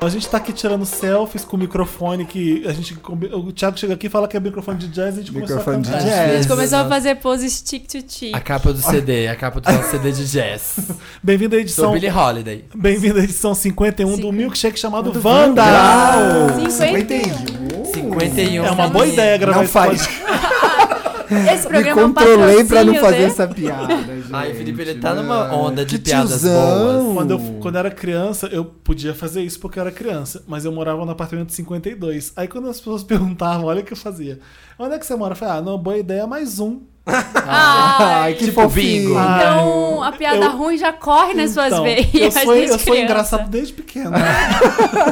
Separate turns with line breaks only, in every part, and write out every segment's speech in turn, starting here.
A gente tá aqui tirando selfies com o microfone que a gente. O Thiago chega aqui e fala que é microfone de jazz e a gente
Microfone de
começou a cantar.
jazz.
A
Yes.
gente começou a fazer pose stick to
A
stick.
capa do CD, a capa do nosso CD de jazz.
Bem-vindo à
Sou
edição.
Billie Holiday.
Bem-vindo à edição 51 do
Cinco.
Milkshake chamado Wanda!
Uau!
51.
51.
É uma boa
Sim.
ideia gravar
Não
esse
faz.
Esse
Me
programa é um
controlei pra não
patrocínio,
fazer
né?
essa piada, gente.
Ai, Felipe, ele tá numa
Ah,
onda de
que
piadas
tiozão.
boas.
Quando eu, quando eu era criança, eu podia fazer isso porque eu era criança, mas eu morava no apartamento 52. Aí quando as pessoas perguntavam, olha o que eu fazia. Onde é que você mora? Eu falei, ah, não, boa ideia, mais um.
Ai, que
Tipo
fofinho.
bingo.
Ah,
Então, a piada
eu-
ruim já corre nas suas
Então,
veias.
eu sou,
desde
eu sou
criança.
engraçado desde pequeno.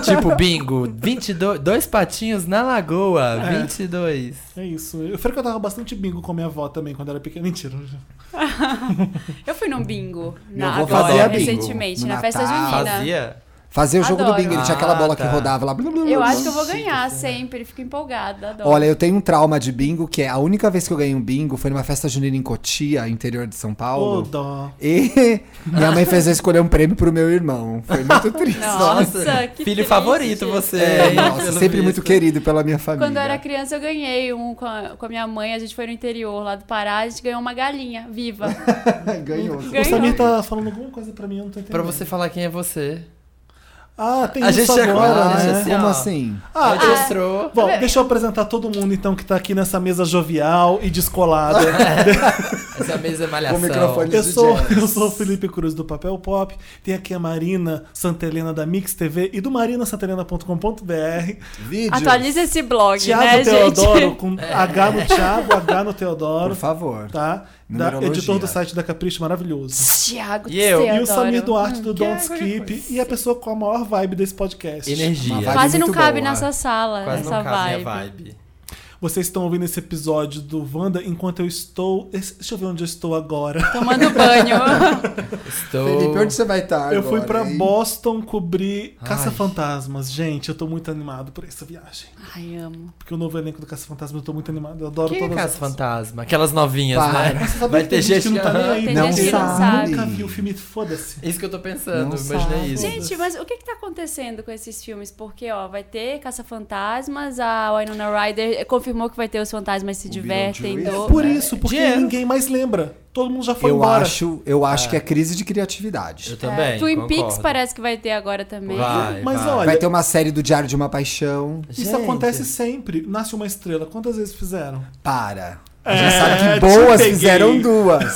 Tipo bingo. 22. Dois patinhos na lagoa. 22.
é isso. Eu frequentava bastante bingo com minha avó também quando era pequena. Mentira.
Eu fui num bingo
Meu
na,
avô
agora,
fazia bingo
recentemente,
no
na festa
Natal.
junina.
Fazia?
Fazer o jogo do
Adoro.
bingo, ele tinha aquela bola que
Ah, tá.
rodava lá.
Eu acho que eu vou ganhar sempre, fico empolgada, adoro.
Olha, eu tenho um trauma de bingo, que é a única vez que eu ganhei um bingo foi numa festa junina em Cotia, interior de São
Ô,
Paulo.
dó.
E minha mãe fez eu escolher um prêmio pro meu irmão. Foi muito triste.
Nossa, que
filho
triste,
favorito
gente.
você.
É,
hein,
nossa,
pelo
sempre
visto.
muito querido pela minha família.
Quando eu era criança, eu ganhei um com a, com a minha mãe, a gente foi no interior lá do Pará, a gente ganhou uma galinha viva.
Ganhou.
O
Ganhou.
Samir tá falando alguma coisa pra mim, eu não tô entendendo.
Pra você falar quem é você.
Ah, tem
A
isso
gente é
agora,
claro,
né?
assim,
Como
ó.
assim?
Ah,
Ela Mostrou.
Tá
Bom, deixa eu apresentar todo mundo então que tá aqui nessa mesa jovial e descolada.
Essa mesa é malhação.
Com o microfone.
Eu
de
sou,
jazz.
eu sou o Felipe Cruz do Papel Pop, tem aqui a Marina Santelena da Mix TV e do marinasantelena.com.br,
Vídeo?
Atualiza esse blog,
Thiago
né,
Teodoro
gente?
com
É.
H no Thiago, H no
Por
Teodoro,
favor.
tá? Da,
Numerologia.
editor do site da Capricho, maravilhoso.
Thiago
E eu?
Teodoro.
E o Samir Duarte do
Hum,
Don't
que-
Skip e a pessoa com a maior vibe desse podcast.
Uma
Energia.
vibe-
Quase não
é muito
cabe
boa.
nessa sala,
Quase
nessa
não cabe
vibe.
a vibe.
Vocês estão ouvindo esse episódio do Wanda enquanto eu estou. esse- Deixa eu ver onde eu estou agora.
Tomando banho.
Estou...
Felipe, onde você tá? vai estar
eu fui
agora,
pra
hein?
Boston cobrir
Ai.
Caça-Fantasmas. Gente, eu tô muito animado por essa viagem.
Ai, amo.
Porque o novo elenco do Caça Fantasma eu tô muito animado. Eu adoro
Quem é
todas
Casa
as-
Fantasma? Aquelas novinhas,
Para.
né?
Você sabe
Vai
que
ter
tem
gente
que não tá nem aí.
Tem
Não
gente que não
sabe.
sabe.
Nunca vi o filme, foda-se.
É Isso que eu tô pensando,
Não
imaginei
sabe.
isso.
Gente, mas o que que tá acontecendo com esses filmes? Porque, ó, vai ter Caça-Fantasmas, a Winona Ryder confirmou que vai ter Os Fantasmas Se Divertem.
Beetlejuice.
do-
Por isso, porque
Dinheiro.
ninguém mais lembra. Todo mundo já foi
Eu
embora.
acho, eu
Ah.
acho que é crise de criatividade.
Eu também.
Twin
concordo.
Peaks parece que vai ter agora também.
Vai,
Mas
vai.
olha,
Vai ter uma série do Diário de uma Paixão.
Isso
Gente.
acontece sempre. Nasce uma estrela. Quantas vezes fizeram?
Para. A
É,
gente sabe
te
que boas
peguei.
fizeram duas.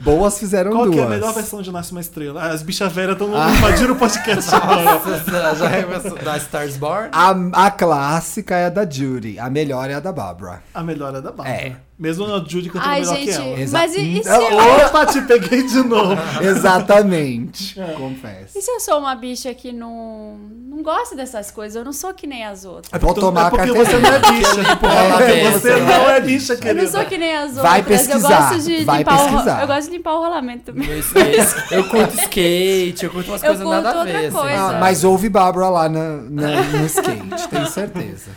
boas fizeram
Qual
duas.
que é a melhor versão de Nasce uma Estrela? Ah, As bichas velhas estão invadindo o podcast agora.
Nossa, já é da Stars Born?
Ah,
A, a clássica é a da Judy, a melhor é a da Barbara.
A melhor é da Bárbara.
É.
Mesmo a Judy cantando
Ai,
melhor
gente,
que ela.
Exa- oh,
mas e, e se eu,
Opa, te peguei de novo.
Exatamente. Confesso.
e se eu sou uma bicha que não, não gosta dessas coisas? Eu não sou que nem as outras.
Vou tomar
é
a
porque
carteira.
você não é bicha.
lá
Porque
dentro,
você
né?
não é bicha,
Eu não
querida.
sou que nem as
Vai
outras. Eu
pesquisar,
gosto de
vai
limpar o ro-
pesquisar.
Eu gosto de limpar o rolamento também.
Eu, esqueço. eu curto skate, eu curto umas
Eu
coisas
curto
nada a
outra
ver. assim,
coisa.
Ah,
sabe?
mas houve Barbara lá na- na- no skate, tenho certeza.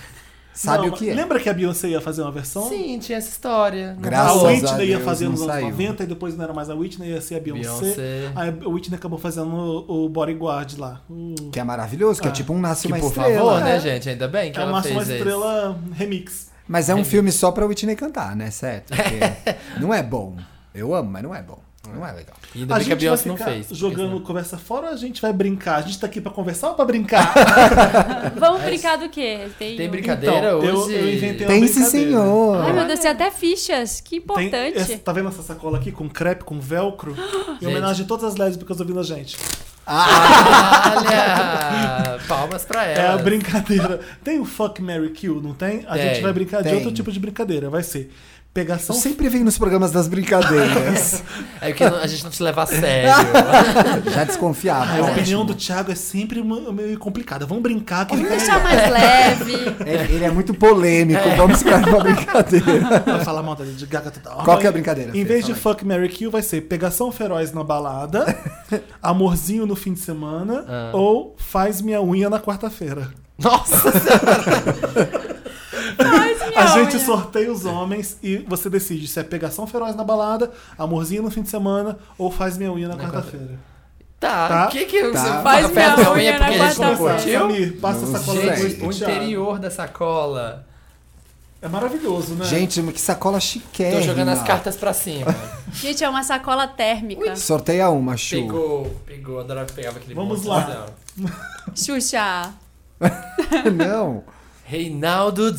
Sabe
Não,
o que é?
Lembra que a Beyoncé ia fazer uma versão?
Sim, tinha essa história. Não
Graças
a
rolou.
Whitney
a
ia
Deus,
fazer
não
nos anos
saiu.
90 e depois não era mais a Whitney, ia ser a Beyoncé.
Beyoncé.
Aí A Whitney acabou fazendo o, o Bodyguard lá. Hum, O-
Que é maravilhoso, que
Ah,
é tipo um
Que,
Nasce Uma
por
Estrela.
favor, né, gente? Ainda bem que
É
ela
uma,
fez
uma
esse.
estrela remix.
Mas é um filme só pra Whitney cantar, né, certo? Porque não é bom. Eu amo, mas não é bom. Não é legal.
E Ainda bem que a Beyoncé não fez. porque
jogando
senão-
conversa fora ou a gente vai brincar? A gente tá aqui pra conversar ou pra brincar?
Vamos brincar do quê? Tem,
Tem
um-
brincadeira
Então, eu-
hoje?
eu inventei uma-
Pense,
brincadeira. né?
senhor.
Ai, meu Deus, tem até fichas.
Tem
Que importante.
essa- tá vendo essa sacola aqui com crepe, com velcro? em homenagem a todas as lésbicas ouvindo a gente.
Olha! Palmas pra
É a
ela.
brincadeira. Tem o Fuck Mary Kill, não tem? A
Tem,
gente vai brincar de
tem.
outro tipo de brincadeira. Vai ser
Eu
pegação.
sempre venho nos programas das brincadeiras.
É que a gente não te leva a sério.
Já desconfiava. né?
Ah, a opinião
ótimo.
do Thiago é sempre uma- meio complicada. Vamos brincar que ele
Vamos
tá
deixar
legal.
mais leve.
Ele, ele é muito polêmico. Vamos para uma brincadeira.
Vai falar mal da Lady Gaga toda hora.
Qual que é a brincadeira,
Em
Fê?
vez de
Fala aí.
Fuck Mary Kill, vai ser pegação feroz na balada, amorzinho no fim de semana
Ah.
ou faz minha unha na quarta-feira.
Nossa
Faz minha
A gente
unha.
sorteia os homens e você decide se é pegação feroz na balada, amorzinho no fim de semana ou faz minha unha na, quarta-feira.
Tá, o
Tá.
que que
Tá.
você
Faz
papel
minha
da
unha na
porque a gente não
quarta-feira.
curtiu?
Samir, passa
Não
essa sacola
sei.
com
Gente,
isso
o
pro Thiago.
interior da sacola.
É maravilhoso, né?
Gente, que sacola chiquérrima.
Tô jogando as cartas pra cima.
Gente, é uma sacola térmica.
Sorteia uma, Chu.
pegou, pegou, adorava que pegava aquele
Vamos
monte,
lá.
não.
Xuxa.
Não.
Reinaldo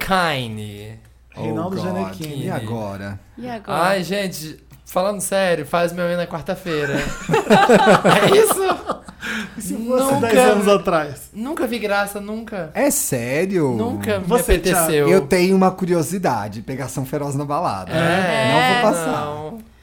Gianecchini.
Reinaldo
oh, God.
Gianecchini.
E agora?
E agora?
Ai, gente, falando sério, faz meu unha na quarta-feira. é isso?
E se fosse
Nunca-
10 anos atrás?
Nunca vi graça, nunca.
É sério?
Nunca me
Você,
apeteceu.
Eu tenho uma curiosidade. Pegação feroz na balada.
É.
Não vou passar.
É, Não.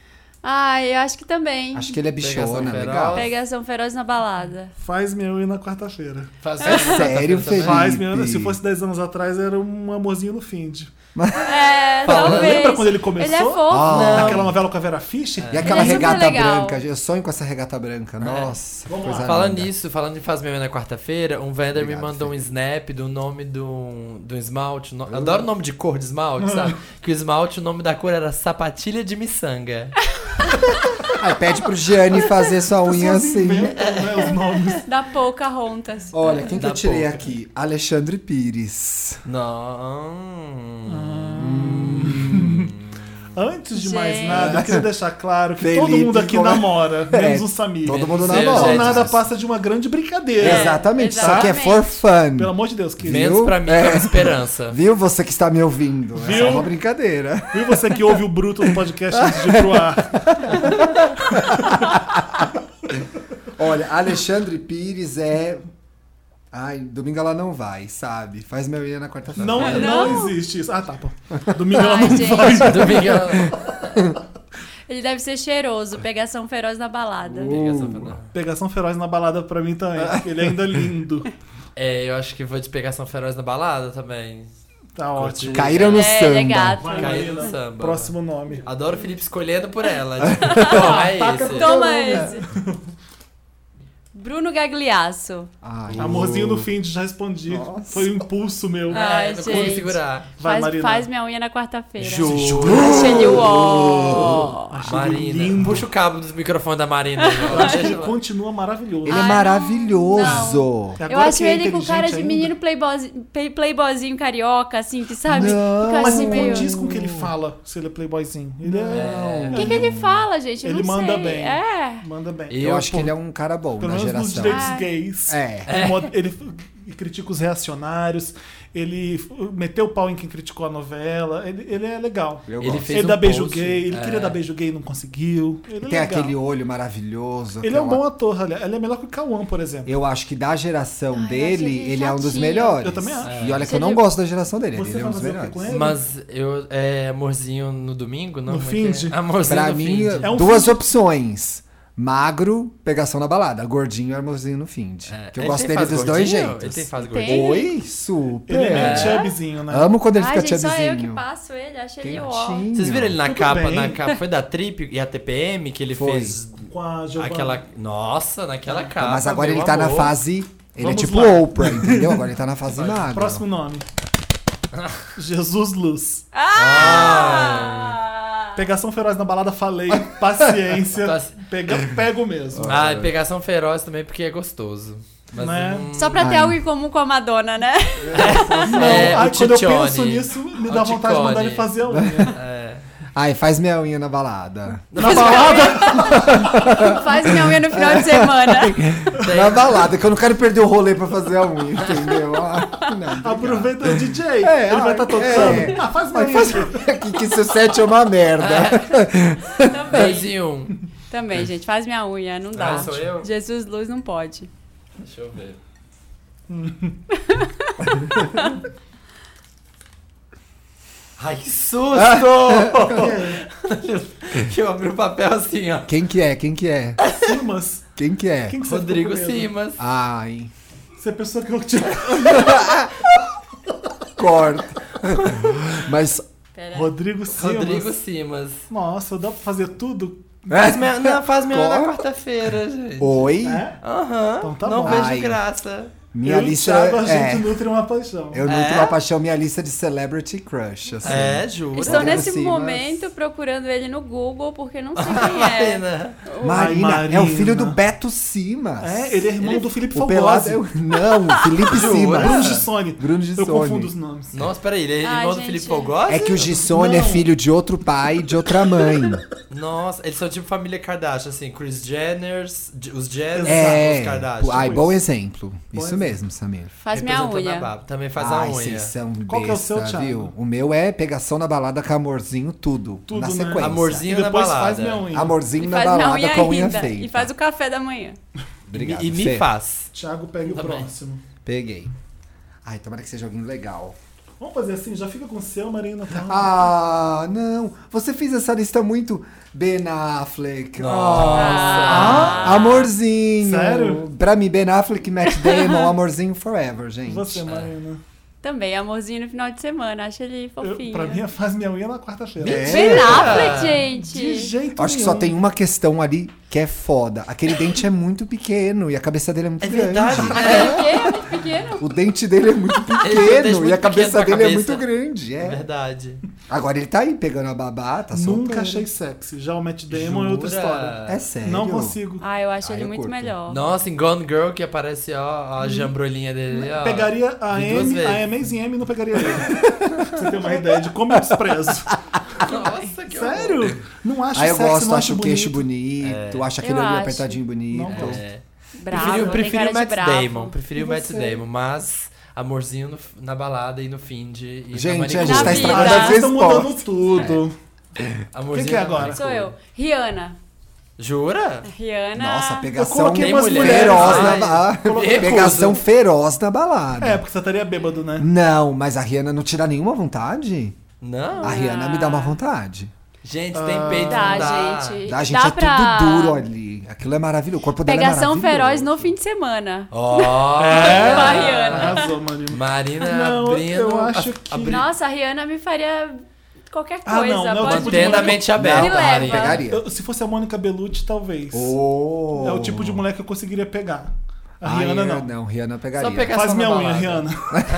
Ai, eu acho que também.
Acho que ele é
Pegação
bichona,
feroz.
legal.
Pegação feroz na balada.
Faz minha unha na quarta-feira.
Faz
É sério,
também?
Felipe?
Faz minha unha. Se fosse 10 anos atrás, era um amorzinho no find.
É,
Fala,
talvez.
lembra quando ele começou?
Ele é fofo.
Ah,
Não.
Aquela novela com a Vera Fischer?
E aquela
Ele é super
regata
legal.
branca. Eu sonho com essa regata
É.
branca. Nossa,
Vamos
coisa
lá.
Falando
linda.
nisso, falando de faz meu na quarta-feira, um vendor me
Tá Obrigado,
mandou um snap do nome do, do um esmalte. No- Adoro o nome de cor de esmalte, sabe? Que o esmalte, o nome da cor era sapatilha de miçanga.
Aí pede pro Gianni fazer sua
As
unha
pessoas
assim.
inventam, né, os nomes.
Da pouca assim. rontas.
Olha, quem que
Da
eu tirei
boca.
aqui? Alexandre Pires.
Não.
Antes de mais
Gente.
nada, eu queria deixar claro que
Felipe
todo mundo aqui
com-
namora,
É,
menos o Samir.
Todo mundo
Menos
namora.
eu,
Então
gente.
nada passa de uma grande brincadeira.
exatamente, só que é
exatamente.
for fun.
Pelo amor de Deus, querido.
Menos
Viu?
pra mim,
É.
é uma esperança.
Viu você que está me ouvindo? É
Viu?
só uma brincadeira.
Viu você que ouve o Bruto no podcast antes de ir pro ar?
Olha, Alexandre Pires é. Ai, domingo ela não vai, sabe? Faz meu ia na quarta-feira.
Não, não.
Não.
existe isso. Ah, tá, pô. Domingo ela
Ai,
não
gente.
vai.
Domingão.
Ele deve ser cheiroso. Pegação feroz na balada.
Uh. Pegação feroz na balada pra mim também. Ele é ainda lindo.
É, eu acho que vou de pegação feroz na balada também.
Tá
Curti.
ótimo.
Caíram no
é,
samba.
ele é gato.
Vai,
Caído
Marina.
no samba.
Próximo nome.
Adoro o Felipe escolhendo por ela. Tipo, toma esse.
Toma esse. Bruno Gagliasso.
Ai,
Amorzinho
o-
no fim, já respondi.
Nossa.
Foi um impulso meu.
É,
Ai,
não consigo
gente.
segurar.
Vai,
faz,
Marina.
faz minha unha na quarta-feira.
Ju.
Achei o ó.
Achei ele
Marina.
lindo.
Puxa o cabo do microfone da Marina. né?
Eu acho que
Deixa
ele
ela-
continua maravilhoso.
Ele é
Ai,
maravilhoso.
Agora
Eu acho
que é
ele com cara de
inteligente
menino playboyzinho, playboyzinho carioca, assim, que sabe?
Não,
Fica
Mas
assim
não
meio-
condiz com o que ele fala, se ele é playboyzinho. Ele é...
O que, que ele fala, gente? Eu
Ele
não
manda
sei.
bem.
É.
Manda bem.
Eu
Eu, acho
pô,
que ele é um cara bom
Pelo
na
menos nos
geração.
direitos
Ai.
gays.
É.
Ele mo- Ele f- critica os reacionários. Ele f- meteu o pau em quem criticou a novela. Ele, ele é legal.
Eu
Ele
gosto.
fez
ele
um
dá beijo
post,
gay. Ele
é.
queria dar beijo gay e não conseguiu. Ele é
Tem
legal.
aquele olho maravilhoso.
Ele é um
aquela-
bom ator. Ele é ele é melhor que o Cauã, por exemplo.
Eu acho que da geração
Ai, eu
dele,
acho ele
ele é um dos
chatinho.
melhores.
Eu também acho.
E olha que eu
Ele-
não gosto da geração dele,
Você
ele é
vai
um dos
fazer o quê
melhores.
com ele?
Mas eu. É amorzinho no domingo? Não,
No
Como é
fim
que é?
de-
Amorzinho
Pra
no
mim,
fim. de-
É um
duas
fim de-
opções. Magro, pegação na balada. Gordinho, armorzinho no find.
É.
Que eu
Ele
gosto
tem
dele
faz
dos dois
gordinho?
jeitos.
Ele tem fase
Tem.
gordinho.
Oi, super.
Ele é chubzinho, né?
Amo quando ele
Ai,
fica
gente, só eu que
tchubzinho.
passo ele. Acho ele ó.
Quentinho.
Vocês viram ele na
Tudo
capa?
bem.
Na capa foi da Trip e a TPM que ele
Foi.
fez
Com a Giovanna.
aquela. Nossa,
Ah,
naquela capa.
Mas agora
meu
ele tá na
amor.
fase... Ele
Vamos
é tipo
lá.
Oprah, entendeu? Agora ele tá na fase magra.
Próximo nome. Jesus Luz.
Ah!
Pegação feroz na balada, falei. Paciência.
Paci-
Pega,
É.
pego mesmo.
Tá assim. Ah, e pegação feroz também porque é gostoso. Mas
Né?
hum,
Só pra ter
Ai.
algo em comum com a Madonna, né?
Ah, Não,
É,
ai,
o
quando eu
Ciccione.
penso nisso, me dá
O
vontade de mandar
Ciccione.
ele fazer a unha.
é.
Ai, faz minha unha na balada.
Na balada,
Ah.
Faz minha unha no final de semana.
Na balada, que eu não quero perder o rolê pra fazer a unha, entendeu? Ah, não, obrigado.
aproveita o DJ.
É,
ele vai
ai,
estar tocando.
é.
Ah, faz mais
Ai, faz- que, que seu set é uma merda.
Também.
Dois em um.
Também, gente. Faz minha unha. Não dá.
Ah, sou eu?
Jesus Luz não pode.
Deixa eu ver. Ai, que susto! que eu abri o papel assim, ó.
Quem que é? Quem que é?
Simas.
Quem que é?
Quem que você
Rodrigo
ficou com medo?
Simas.
Ah, Ai,
Você é a pessoa que eu te...
corta. Mas. é.
Pera.
Rodrigo Simas.
Rodrigo Simas.
Nossa, dá pra fazer tudo?
Faz minha, não, faz minha na
Qual?
quarta-feira, gente.
Oi?
É?
Aham.
Então tá
não
bom.
vejo
Ai.
graça.
Minha
eu e o
lista.
Thiago, a
é,
gente nutre uma paixão.
eu nutro
É?
uma paixão, minha lista de celebrity crush. Assim.
É, juro.
Estou
Rodrigo
nesse
Simas. Ah,
momento procurando ele no Google porque não sei quem é.
Marina.
O
Marina,
Ai, Marina.
é o filho do Beto Simas.
É, ele é irmão do Felipe
O pelado
Fogosi.
é o... Não, o Felipe Simas.
Bruno Gissoni.
Bruno
Eu
Gissoni.
confundo os nomes.
Nossa, peraí, ele é
Ai,
irmão do
gente.
Felipe Fogosi?
É que o Gissone é
Não.
filho de outro pai e de outra mãe.
Nossa, eles são tipo família Kardashian, assim, Chris Jenner, os Jenner,
é.
os Kardashian.
Ai,
tipo
bom
isso.
exemplo. Isso mesmo, Samir.
Faz minha
Representando a
unha.
Baba. Também faz
Ai,
a unha.
vocês são
Qual que é o
besta,
seu, Thiago?
viu? O meu é pegação na balada com amorzinho, tudo.
Tudo,
na
né?
sequência.
Amorzinho
E
na
depois faz
balada.
minha unha.
Amorzinho
E
na
faz minha
balada
unha
com a unha
ainda.
feita.
E faz o café da manhã.
Obrigado,
e me
Fê.
faz.
Thiago, pega o
Também.
próximo.
Peguei. Ai, tomara que seja alguém legal.
Vamos fazer assim, já fica com o seu, Marina. Tá?
Ah, não. Você fez essa lista muito Ben Affleck. Ah, amorzinho.
Sério?
Pra mim, Ben Affleck, Matt Damon, amorzinho forever, gente.
Você, é
né?
Marina.
Também, amorzinho no final de semana. Acho ele
Eu,
fofinho.
pra mim, é faz minha unha na quarta-feira.
É.
Ben Affleck,
De
gente.
jeito
Acho que só
nenhum.
tem uma questão ali que é foda. Aquele dente é muito pequeno e a cabeça dele é muito
É
grande.
verdade, né?
É pequeno, pequeno.
O dente dele é muito
Ele tem um dente
pequeno e a
muito
cabeça
pequeno pra
dele é
cabeça.
muito grande.
É
É.
verdade.
Agora ele tá aí pegando a babá, tá solteiro.
Nunca achei sexy. Já o Matt Damon é outra
Jura?
história.
É sério.
Não consigo.
Ah, eu acho
Ah,
ele
eu
muito
curto.
melhor.
Nossa, em Gone Girl que aparece ó,
Hum.
a jambrolinha dele, ó.
Pegaria a
Vi duas
M, a
vezes.
Amazing M e não pegaria ele. pra você ter uma ideia de como eu desprezo.
Nossa, que horror.
Sério? Não acho
Aí Ah, eu
sexy,
gosto,
não
acho o queixo
bonito.
bonito, acho aquele
Eu
olho
acho.
apertadinho bonito.
Não gosto.
É.
Bravo,
prefiro
tem
prefiro
cara
o
de
Matt
bravo.
Damon, prefiro o
E
Matt
você?
Damon, mas amorzinho no- na balada e no fim de. e na
Gente,
manicure.
a gente
Na
tá
vida.
estragando as
Vocês estão
respostas.
mudando tudo.
Amorzinho
Quem que é
na
agora?
manicure.
Sou eu. Rihanna.
Jura?
Rihanna.
Nossa,
Eu
pegação
coloquei
umas mulheres,
feroz na
ai.
balada.
Coloquei-
Pegação
Recuso.
feroz na balada.
É, porque você estaria bêbado, né?
Não, mas a Rihanna não tira nenhuma vontade?
Não.
A Rihanna me dá
Ah.
uma vontade.
Gente,
Ah.
tem peito.
Dá,
não dá.
Tá, gente.
A gente
Dá
é
pra-
tudo duro ali. Aquilo é maravilhoso. O corpo dela
Pegação
é
feroz
maravilhoso.
no fim de semana.
Ó.
Com a Rihanna.
Arrasou, Marina.
Marina
Não,
É. Tá abrindo.
eu acho
a-
que-
abri-
Nossa, a Rihanna me faria qualquer
Ah,
coisa.
não, não,
pode-
tipo de
Mantendo a
mulher-
mente aberta,
Me leva.
Marina.
Pegaria.
Eu- se fosse a Mônica Bellucci, talvez.
Oh.
É o tipo de mulher que eu conseguiria pegar. A
Ai, é, né?
Rihanna,
eu-
não.
Não, Rihanna pegaria.
Só pegar
Faz
só na
minha unha,
é balada.
Rihanna.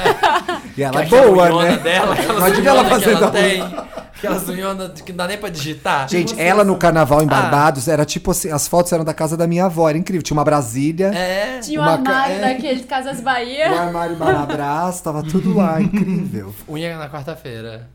E ela é
Aquela
boa,
unhona
né?
Dela, aquelas
Imagina ela
unhonas que
fazendo a
ela tem. Aquelas unhonas que não dá nem pra digitar.
tipo assim,
Gente, ela no carnaval
ah.
em Barbados era tipo assim, as fotos eram da casa da minha avó, era incrível. Tinha uma Brasília,
É.
Tinha um
Uma ca-
armário
é.
daquele de Casas Bahia.
É.
o armário Barabras, tava tudo lá, incrível.
Unha na quarta-feira.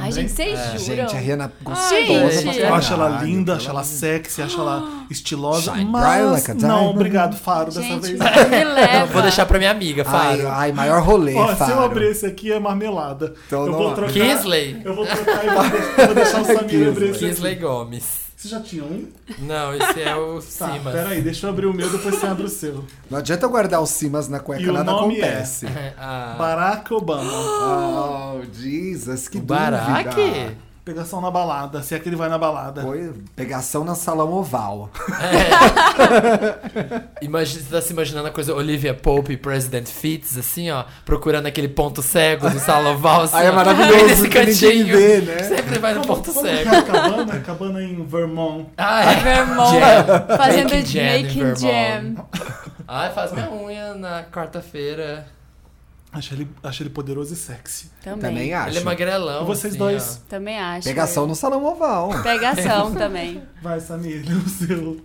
Ai, gente, vocês juram?
É, Gente, a Rihanna gostosa
Ai, gente.
pra
Eu acho ela
caralho,
linda,
pelo
acho ela
amor de
sexy, acho ela estilosa.
é Shine bright
Mas.
like a
não,
diamond.
obrigado, Faro, dessa
Gente,
vez.
me leva.
Vou deixar pra minha amiga,
Ai,
Faro.
ai, maior rolê,
Ó, se eu
Faro.
abrir esse aqui é marmelada.
Então
eu
não
vou
abre.
trocar.
Kinsley.
Eu vou trocar e vou deixar, vou deixar o Samir abrir esse.
Kinsley
aqui.
Gomes.
Você já tinha um?
Não, esse é o
Tá,
Simas.
peraí, deixa eu abrir o meu, depois você abre o seu.
Não adianta eu guardar os cimas na cueca,
E o
nada
nome é?
acontece.
Ah,
Barack Obama.
Oh, Jesus, que
o
dúvida.
Baraque?
Pegação na balada, se é que ele vai na balada.
Foi pegação na salão oval.
Imagina, você tá se imaginando a coisa Olivia Pope e President Fitz, assim, ó, procurando aquele ponto cego do Saloval, assim,
Ai, é
ó.
maravilhoso
Nesse
que ninguém
cantinho.
vê, né?
Sempre vai no
Como-
ponto
como
cego.
que é a cabana? A cabana em Vermont.
Ah, é.
Vermont.
Jam.
Fazendo
Making jam em
making jam.
Vermont. Ai, faz minha unha na quarta-feira.
Acho ele, acho ele poderoso e sexy.
Também.
Também acho.
Ele é magrelão.
Vocês
assim,
dois.
ó.
Também acho.
Pegação no salão oval.
Pegação também.
Vai, Samir, o seu.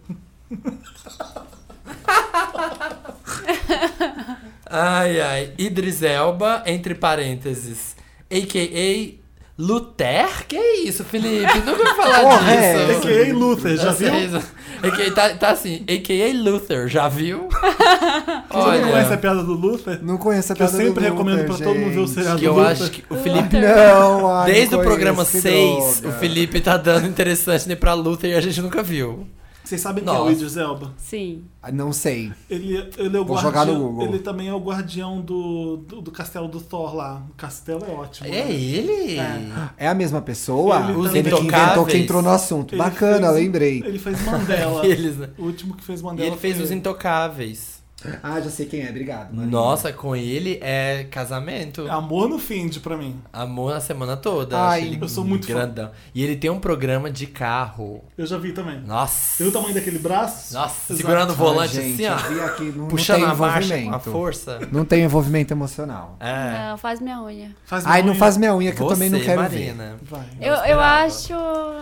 Ai, ai. Idris Elba, entre parênteses. A.K.A. Luther? Que isso, Felipe? Nunca vou falar
Porra, é.
disso. Tá
A.K.A. Luther, já viu?
Vocês- AKA tá, tá assim, a.k.a. Luther, já viu?
Você não conhece a
Olha,
piada do Luther?
Não conheço a
Que eu
piada do
sempre recomendo pra
Luther,
todo mundo ver o
gente.
seriado
que eu
Luther.
acho que o Felipe...
Não, ai,
Desde
não
o programa
conheço, que
6, o
droga.
Felipe tá dando interessante né, pra Luther e a gente nunca viu.
Vocês sabem quem é o
Nossa.
Idris Elba?
Sim.
Ah, Não sei.
Ele, ele é o
Vou jogar no
guardião.
Google.
Ele também é o guardião do, do, do castelo do Thor lá. O castelo é ótimo.
É
né?
ele?
É a mesma pessoa?
Ele
Os
também-
que inventou
Intocáveis.
que entrou no assunto.
Ele
Bacana,
fez-
lembrei.
Ele fez Mandela.
Eles, né?
O último que fez
E
Mandela.
ele fez
foi
os Intocáveis.
Ah, já sei quem é, obrigado. Marina.
Nossa, com ele é casamento.
Amor no Find pra mim.
Amor a semana toda.
Ai,
acho ele
eu sou muito fã.
grandão. E ele tem um programa de carro.
Eu já vi também.
Nossa.
Viu o tamanho daquele braço?
Nossa,
Exato.
segurando o volante
Ai, Ah, gente, eu
assim,
vi aqui, não,
ó.
não
Puxando
tem
a marcha com a
envolvimento.
força.
Não tem envolvimento emocional.
É.
Não, faz minha unha.
Faz
Ai, não
muito.
faz minha unha É, que eu
Você,
também não quero ver.
Marina.
Vai.
Eu, eu
esperava.
acho.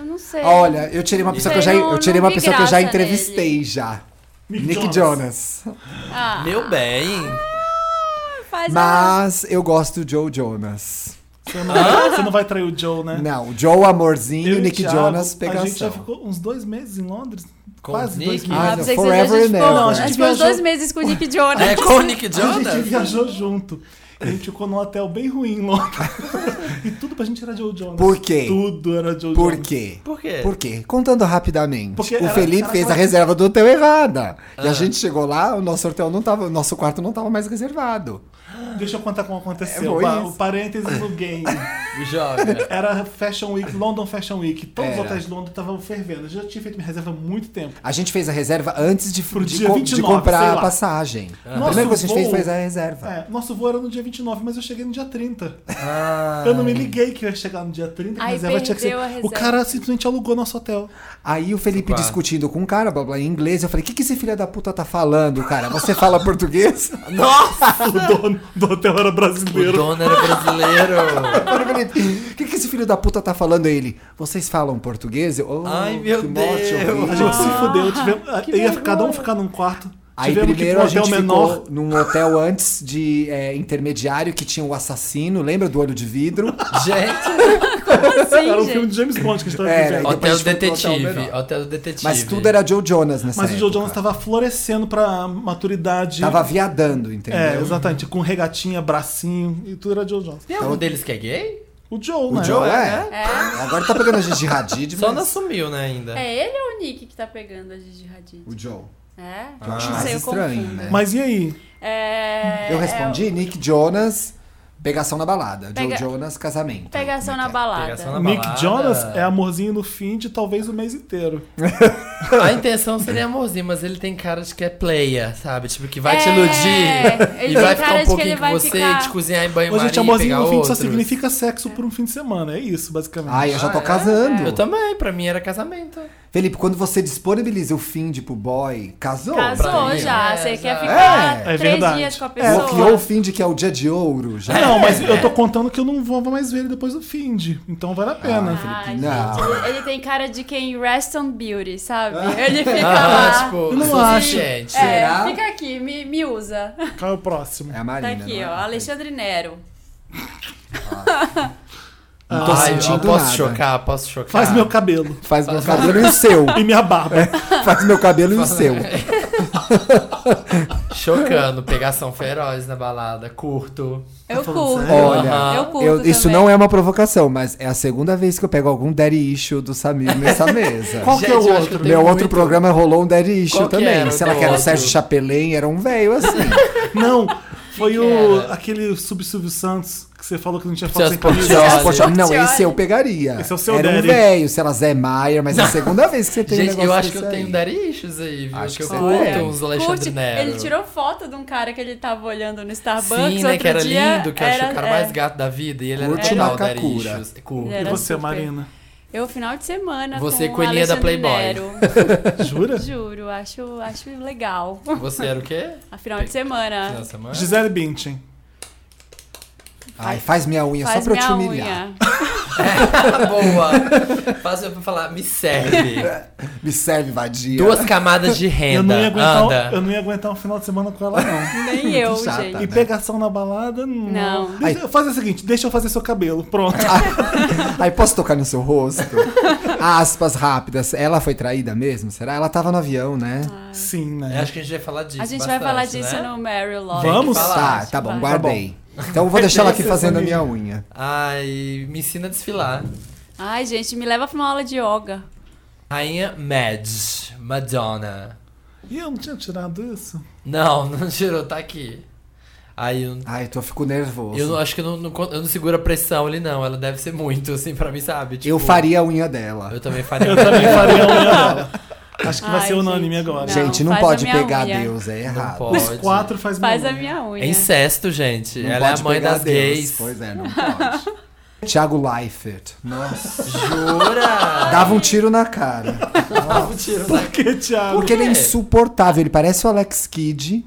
Não sei.
Olha, eu tirei uma pessoa que eu já,
Sei, não-
eu tirei
não
uma
vi
pessoa que eu já
graça
entrevistei já.
Nick
Nick
Jonas.
Jonas.
Ah,
Meu bem.
faz a-
Mas eu gosto do Joe Jonas.
Você não, vai, você não vai trair o Joe, né?
Não, o Joe Amorzinho
Eu
e
o
Nick
Thiago,
Jonas
A gente já
pegação.
ficou uns dois meses em Londres?
Com
quase
o
dois
Nick?
meses.
Ah,
Ah,
pensei que
forever
vocês
and
ficou-
ever.
Não, a
A
gente
gente ficou uns
viajou-
dois meses com o Nick Jonas.
É com o Nick
A gente
Jonas?
viajou junto. A gente ficou num hotel bem ruim em Londres. E tudo pra gente era Joe Jonas.
Por quê?
Tudo era Joe
Por
Jonas.
quê?
Por quê?
Por quê? Contando rapidamente.
Porque
o
era-
Felipe
era Ah.
fez a
aquela-
reserva do hotel errada. E a gente chegou lá, o nosso hotel não tava, o nosso quarto não tava mais reservado.
Deixa eu contar como aconteceu.
É, foi
Pa-
isso.
o parênteses no game.
Me joga.
Era Fashion Week, London Fashion Week. Todos os
Era.
hotéis de Londres estavam fervendo. Eu já tinha feito minha reserva há muito tempo.
A gente fez a reserva antes de,
Pro
de
dia
co- de
29, sei lá.
comprar a passagem.
Nosso
A primeira coisa que a gente
voo-
fez foi a reserva.
É, nosso voo era no dia 29, mas eu cheguei no dia 30.
Ah,
Eu não me liguei que eu ia chegar no dia 30, que a
Ai,
reserva tinha que ser.
perdeu a reserva.
O cara simplesmente alugou nosso hotel.
Aí o Felipe
Opa.
discutindo com o cara, blá blá, em inglês. Eu falei: o que, que esse filho da puta tá falando, cara? Você fala português?
Nossa!
O dono do hotel era
O
brasileiro.
dono era brasileiro.
Olha, Felipe, o que, que esse filho da puta tá falando a ele? Vocês falam português? Eu, "Oh,
Ai, meu
que morte
Deus.
horrível."
A gente se fudeu. Tivemos,
que
ia
vergonha.
cada um ficar num quarto.
Aí
tivemos que ir
primeiro
pra um
a
hotel
gente
menor.
ficou num hotel antes de é, intermediário que tinha o assassino, lembra do olho de vidro?
Gente,
Sim,
Era um
assim, gente.
filme de James Bond que a gente tava
Era,
vivendo.
depois
hotel
a gente foi pro hotel
detetive.
melhor.
Hotel detetive.
Mas tudo era Joe Jonas nessa
Mas o Joe
época.
Jonas tava florescendo pra maturidade.
Tava né? viadando, entendeu?
É, exatamente. Com regatinha, bracinho e tudo era Joe Jones.
Tem
Então,
algum deles que é gay?
O Joe,
O
né?
Joe é.
É.
Agora tá pegando a gente de Hadid,
Só
mas...
não assumiu, né, ainda.
É ele ou o Nick que tá pegando a Gigi Hadid?
O Joe.
É?
Eu acho
não
mais
sei, eu
estranho,
confundo.
né?
Mas e aí?
É,
Eu
é
respondi, Nick Jonas, pegação na balada.
Pega-
Joe Jonas, casamento.
pegação na
Como é
balada.
Pegação na
Nick
balada.
Jonas é amorzinho no fim de talvez o mês inteiro.
A intenção seria amorzinho, mas ele tem cara de que é player, sabe? Tipo, que vai te
É,
iludir.
ele
e
tem
vai
cara
ficar
de
um
que
pouquinho
ele
com
vai
você,
ficar-
te cozinhar em
Mas,
banho-maria
gente,
e
amorzinho
pegar
no fim só
outros.
significa sexo por um fim de semana. É isso,
que é?
basicamente.
Ai, eu já tô
Ah, é?
casando.
Eu também, pra mim era casamento.
Felipe, quando você disponibiliza o fim de pro boy, casou?
pra
Casou
mim,
já.
é,
Você
já.
quer ficar
É
três
verdade.
dias com a pessoa.
Bloqueou o fim de que é o dia de ouro já.
É. Não, mas eu tô contando que eu não vou mais ver ele depois do fim de. Então vale a
Ah,
pena.
Ai,
Não.
gente, ele, ele tem cara de quem rest on beauty, sabe? Ele fica
Ah,
lá.
tipo,
Eu não
sou
acho.
gente.
é,
será?
fica aqui, me, me usa.
Ah.
Qual é o próximo?
É a
Tá
Marina.
aqui,
não é?
ó. Alexandre Nero.
Não tô
Ai,
sentindo
eu posso
nada.
chocar, posso chocar.
Ah, Faz meu cabelo.
Faz meu cabelo e o seu.
E minha barba.
É. Faz meu cabelo e o seu.
Chocando, pegação feroz na balada, curto.
Eu curto.
Olha,
eu curto.
Eu- isso
também.
não é uma provocação, mas é a segunda vez que eu pego algum daddy issue do Samir nessa mesa.
Qual que é
Gente,
o
eu acho
outro?
que eu tenho
Meu outro
muito-
programa rolou um daddy issue
Qual que
também.
era o
Sei lá,
teu
que era o
outro?
Sérgio Chapelain, era um velho assim.
Não, foi
que
o
era?
aquele Sub Silvio Santos que você falou que não tinha foto
Seus
sem camisa.
Portioli.
Esse poxa- Não,
Portioli.
esse eu pegaria.
Esse é o seu
era um
daddy.
velho, sei lá, Zé Maier, mas é a segunda vez que você tem um
gente,
negócio
eu acho que
desse
eu tenho
aí.
darichos aí, viu?
Acho
que eu
que
curto
você tem.
uns
Curte.
Alexandre Nero.
Ele tirou foto de um cara que ele tava olhando no Starbucks
Sim, né,
outro
que era
dia.
lindo, que eu achei o
Era-
cara
é.
mais gato da vida. E ele era
Curte
total
Nakakura.
darichos. Curto.
E
Era
você,
super.
Marina?
Eu, final de semana,
Você,
com o
coelhinha da
Alexandre
Playboy.
Nero.
Jura?
Juro, acho, acho legal.
Você era o quê?
A final de semana.
Final de semana?
Gisele Bündchen.
Ai, faz minha unha
Faz
só pra eu
minha
te humilhar.
unha.
Boa! Fácil pra falar, me serve.
Me serve, vadia.
Duas camadas de renda.
É. Eu não, ia aguentar,
Anda.
eu não ia aguentar um final de semana com ela, não.
Nem eu,
chata.
gente.
E pegação na balada, não.
Não.
Deixa- Faz o seguinte, deixa eu fazer seu cabelo. Pronto.
Aí posso tocar no seu rosto? Aspas rápidas. Ela foi traída mesmo? Será? Ela tava no avião, né?
Ah.
Sim,
Eu
né?
É, Acho que a gente vai falar disso.
A gente vai
bastante,
falar disso
né?
no Mary Love.
Vamos?
tá,
falar.
tá bom,
Tá
guardei. Então eu vou deixar ela aqui fazendo a minha unha.
Ai, me ensina a desfilar.
Ai, gente, me leva pra uma aula de yoga.
Rainha Madge, Madonna.
E eu não tinha tirado isso?
Não, não tirou, tá aqui. Aí eu,
Ai, tô, eu fico nervoso.
eu
Eu,
não- acho que eu não, não con- eu não seguro a pressão ali, não. Ela deve ser muito, assim, pra mim, sabe? Tipo,
faria a unha dela. É.
Eu também faria.
Eu também faria a unha dela. Acho que vai
Ai,
ser unânime
gente,
agora.
Não,
gente, não
faz a
pode
minha
pegar
unha.
Deus, é errado.
pode.
Os quatro faz,
Faz a
minha unha.
minha unha.
É incesto, gente.
Não
Ela é a
pode
mãe
pegar
das
Deus.
gays.
Pois é, não pode. Tiago Leifert. Nossa.
Jura?
Dava um tiro na cara.
Dava um tiro.
Por que, Thiago?
Porque ele é
quê?
insuportável. Ele parece o Alex Kidd.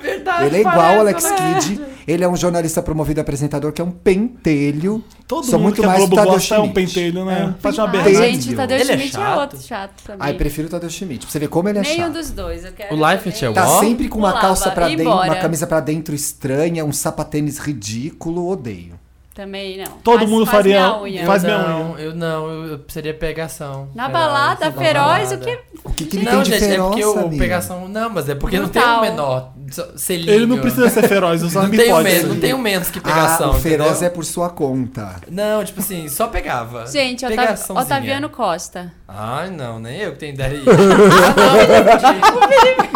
Verdade,
Ele é igual
parece,
o Alex
né?
Kidd. Ele é um jornalista promovido apresentador que é um pentelho.
Todo
Sou
mundo
muito
que a
mais
Globo
Tadeu
gosta é um
Schmidt.
pentelho, né? Faz uma
Ah,
berra.
Pentelho.
gente, o Tadeu
Ele é
Schmidt é,
chato?
outro chato também.
Ai, prefiro o Tadeu Schmidt. Pra você ver como ele é
Nenhum
chato.
dos dois. Eu quero
O Leifert é
também.
o- Ó.
Tá sempre com uma
Pulava,
calça pra
ia
dentro,
embora.
uma camisa pra dentro estranha, um sapatênis ridículo, odeio.
Também não.
Todo
Faz-
mundo
faz
faria- um-
minha unha.
faz- minha
não, Eu não, eu, eu seria pegação.
Na
Feroz,
balada,
na
feroz,
balada.
o que.
O que, que ele
Não,
tem de
gente, é
feroz,
porque o
amiga?
pegação. Não, mas é porque
Brutal.
não tem o menor só- selinho.
Ele não precisa ser feroz, os
Não
homens
tem, o
podem.
menos, não tem o menos que
Ah,
é pegação.
o feroz
entendeu?
é por sua conta.
Não, tipo assim, só pegava.
Gente, Otav-
Pegaçãozinha.
Otaviano Costa.
Ai, não, nem eu que tenho ideia. ah, não, gente,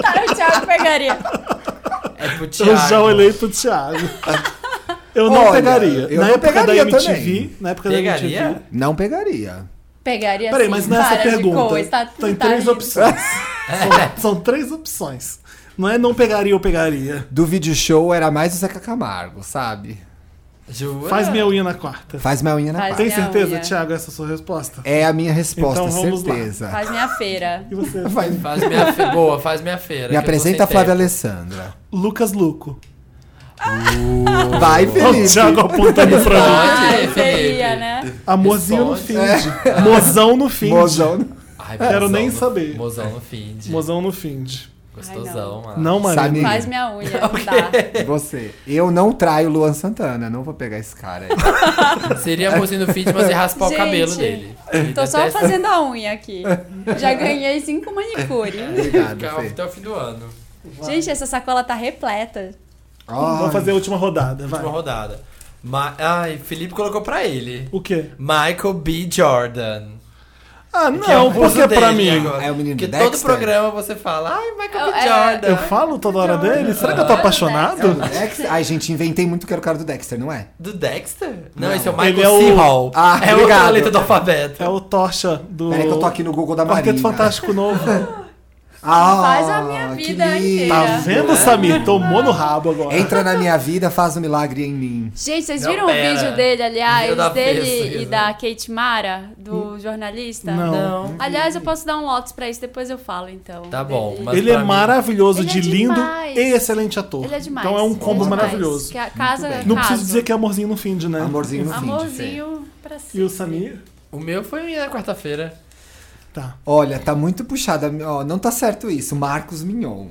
Cara, Ah, o Thiago pegaria.
é pro Thiago.
Eu já olhei pro Thiago. Eu não
Olha,
pegaria.
eu
na
não
época
pegaria
da MTV.
também.
Na época da
Pegaria?
MTV.
Não pegaria.
Pegaria
Peraí,
assim,
mas nessa
várias de
pergunta.
coisa, tá,
tem
tá
três
lindo.
opções. São, são três opções. Não é não pegaria ou pegaria.
Do vídeo show era mais o Zeca Camargo, sabe?
Jura?
Faz minha unha na quarta.
Faz minha unha na parte.
Faz
Tem
minha
certeza,
unha.
Thiago, essa é a sua resposta?
É a minha resposta,
Então vamos lá.
certeza.
Faz minha feira.
E você?
Vai.
Faz minha feira. Boa, faz minha feira.
Me
que eu tô
apresenta a
sem
Flávia
tempo.
Alessandra.
Lucas Luco.
Vai,
Olha o
Felipe.
Thiago apontando pra mim.
Ai,
Felipe.
seria, né?
Amorzinho no feed.
Responde.
Mozão no feed.
Mozão.
Ai,
Quero
mozão
nem
no-
saber.
Mozão no fim. de-
Mozão no feed.
Gostosão, mano.
Não, mano.
Sabe-
Faz minha unha, não dá.
Você. Eu não traio Luan Santana. Não vou pegar esse cara aí.
Seria mocinho no feed, mas ia raspar o
Gente,
cabelo dele.
Tô só
Detesto-
fazendo a unha aqui. Já ganhei cinco manicures.
Obrigado,
Fica
Fê.
Até o fim do ano.
Gente, essa sacola tá repleta.
Ai,
Vamos fazer a última rodada.
Última
Vai.
rodada. Ma- Ai, Felipe colocou pra ele.
O quê?
Michael B. Jordan.
Ah,
que é o
não,
muso
porque
dele
pra mim.
agora.
É o menino do
Porque todo
Dexter?
programa você fala, ai, Michael B.
É, é,
Jordan.
Eu falo toda hora dele? Será que eu tô
Ah.
É o
apaixonado?
do Dexter? Ai, gente, inventei muito que era o cara do Dexter, não é?
Do Dexter? Não,
Não.
esse é o
Ele é o-
Michael C. Hall. é
Ah,
outra
obrigado.
letra do alfabeto.
É o Tocha do.
Peraí que eu tô aqui no Google da Marina.
Quarteto Fantástico Novo.
Ah,
Faz a minha
que
vida
lindo.
inteira.
Tá vendo, Samir? Tomou no rabo agora.
Entra na minha vida, faz um milagre em mim.
Gente, vocês
Não,
viram
pera.
o vídeo dele, aliás,
Vídeo da
dele
festa,
e da Kate Mara, do jornalista?
Hum. Não.
Não.
Aliás, eu posso dar um lotes pra isso, depois eu falo, então.
Tá bom,
Dele.
mas
Ele é
pra mim-
maravilhoso
Ele é
de lindo
demais.
e excelente ator.
Ele é demais.
Então é um
ele
combo
demais.
maravilhoso.
Que a casa,
bem.
Não
caso.
preciso dizer que é amorzinho no fim de, né?
Amorzinho no fim. de Fê.
Amorzinho pra
E
cima.
o Samir?
O meu foi na quarta-feira.
Tá.
Olha, tá muito puxada. Ó, não tá certo isso. Marcos Mignon.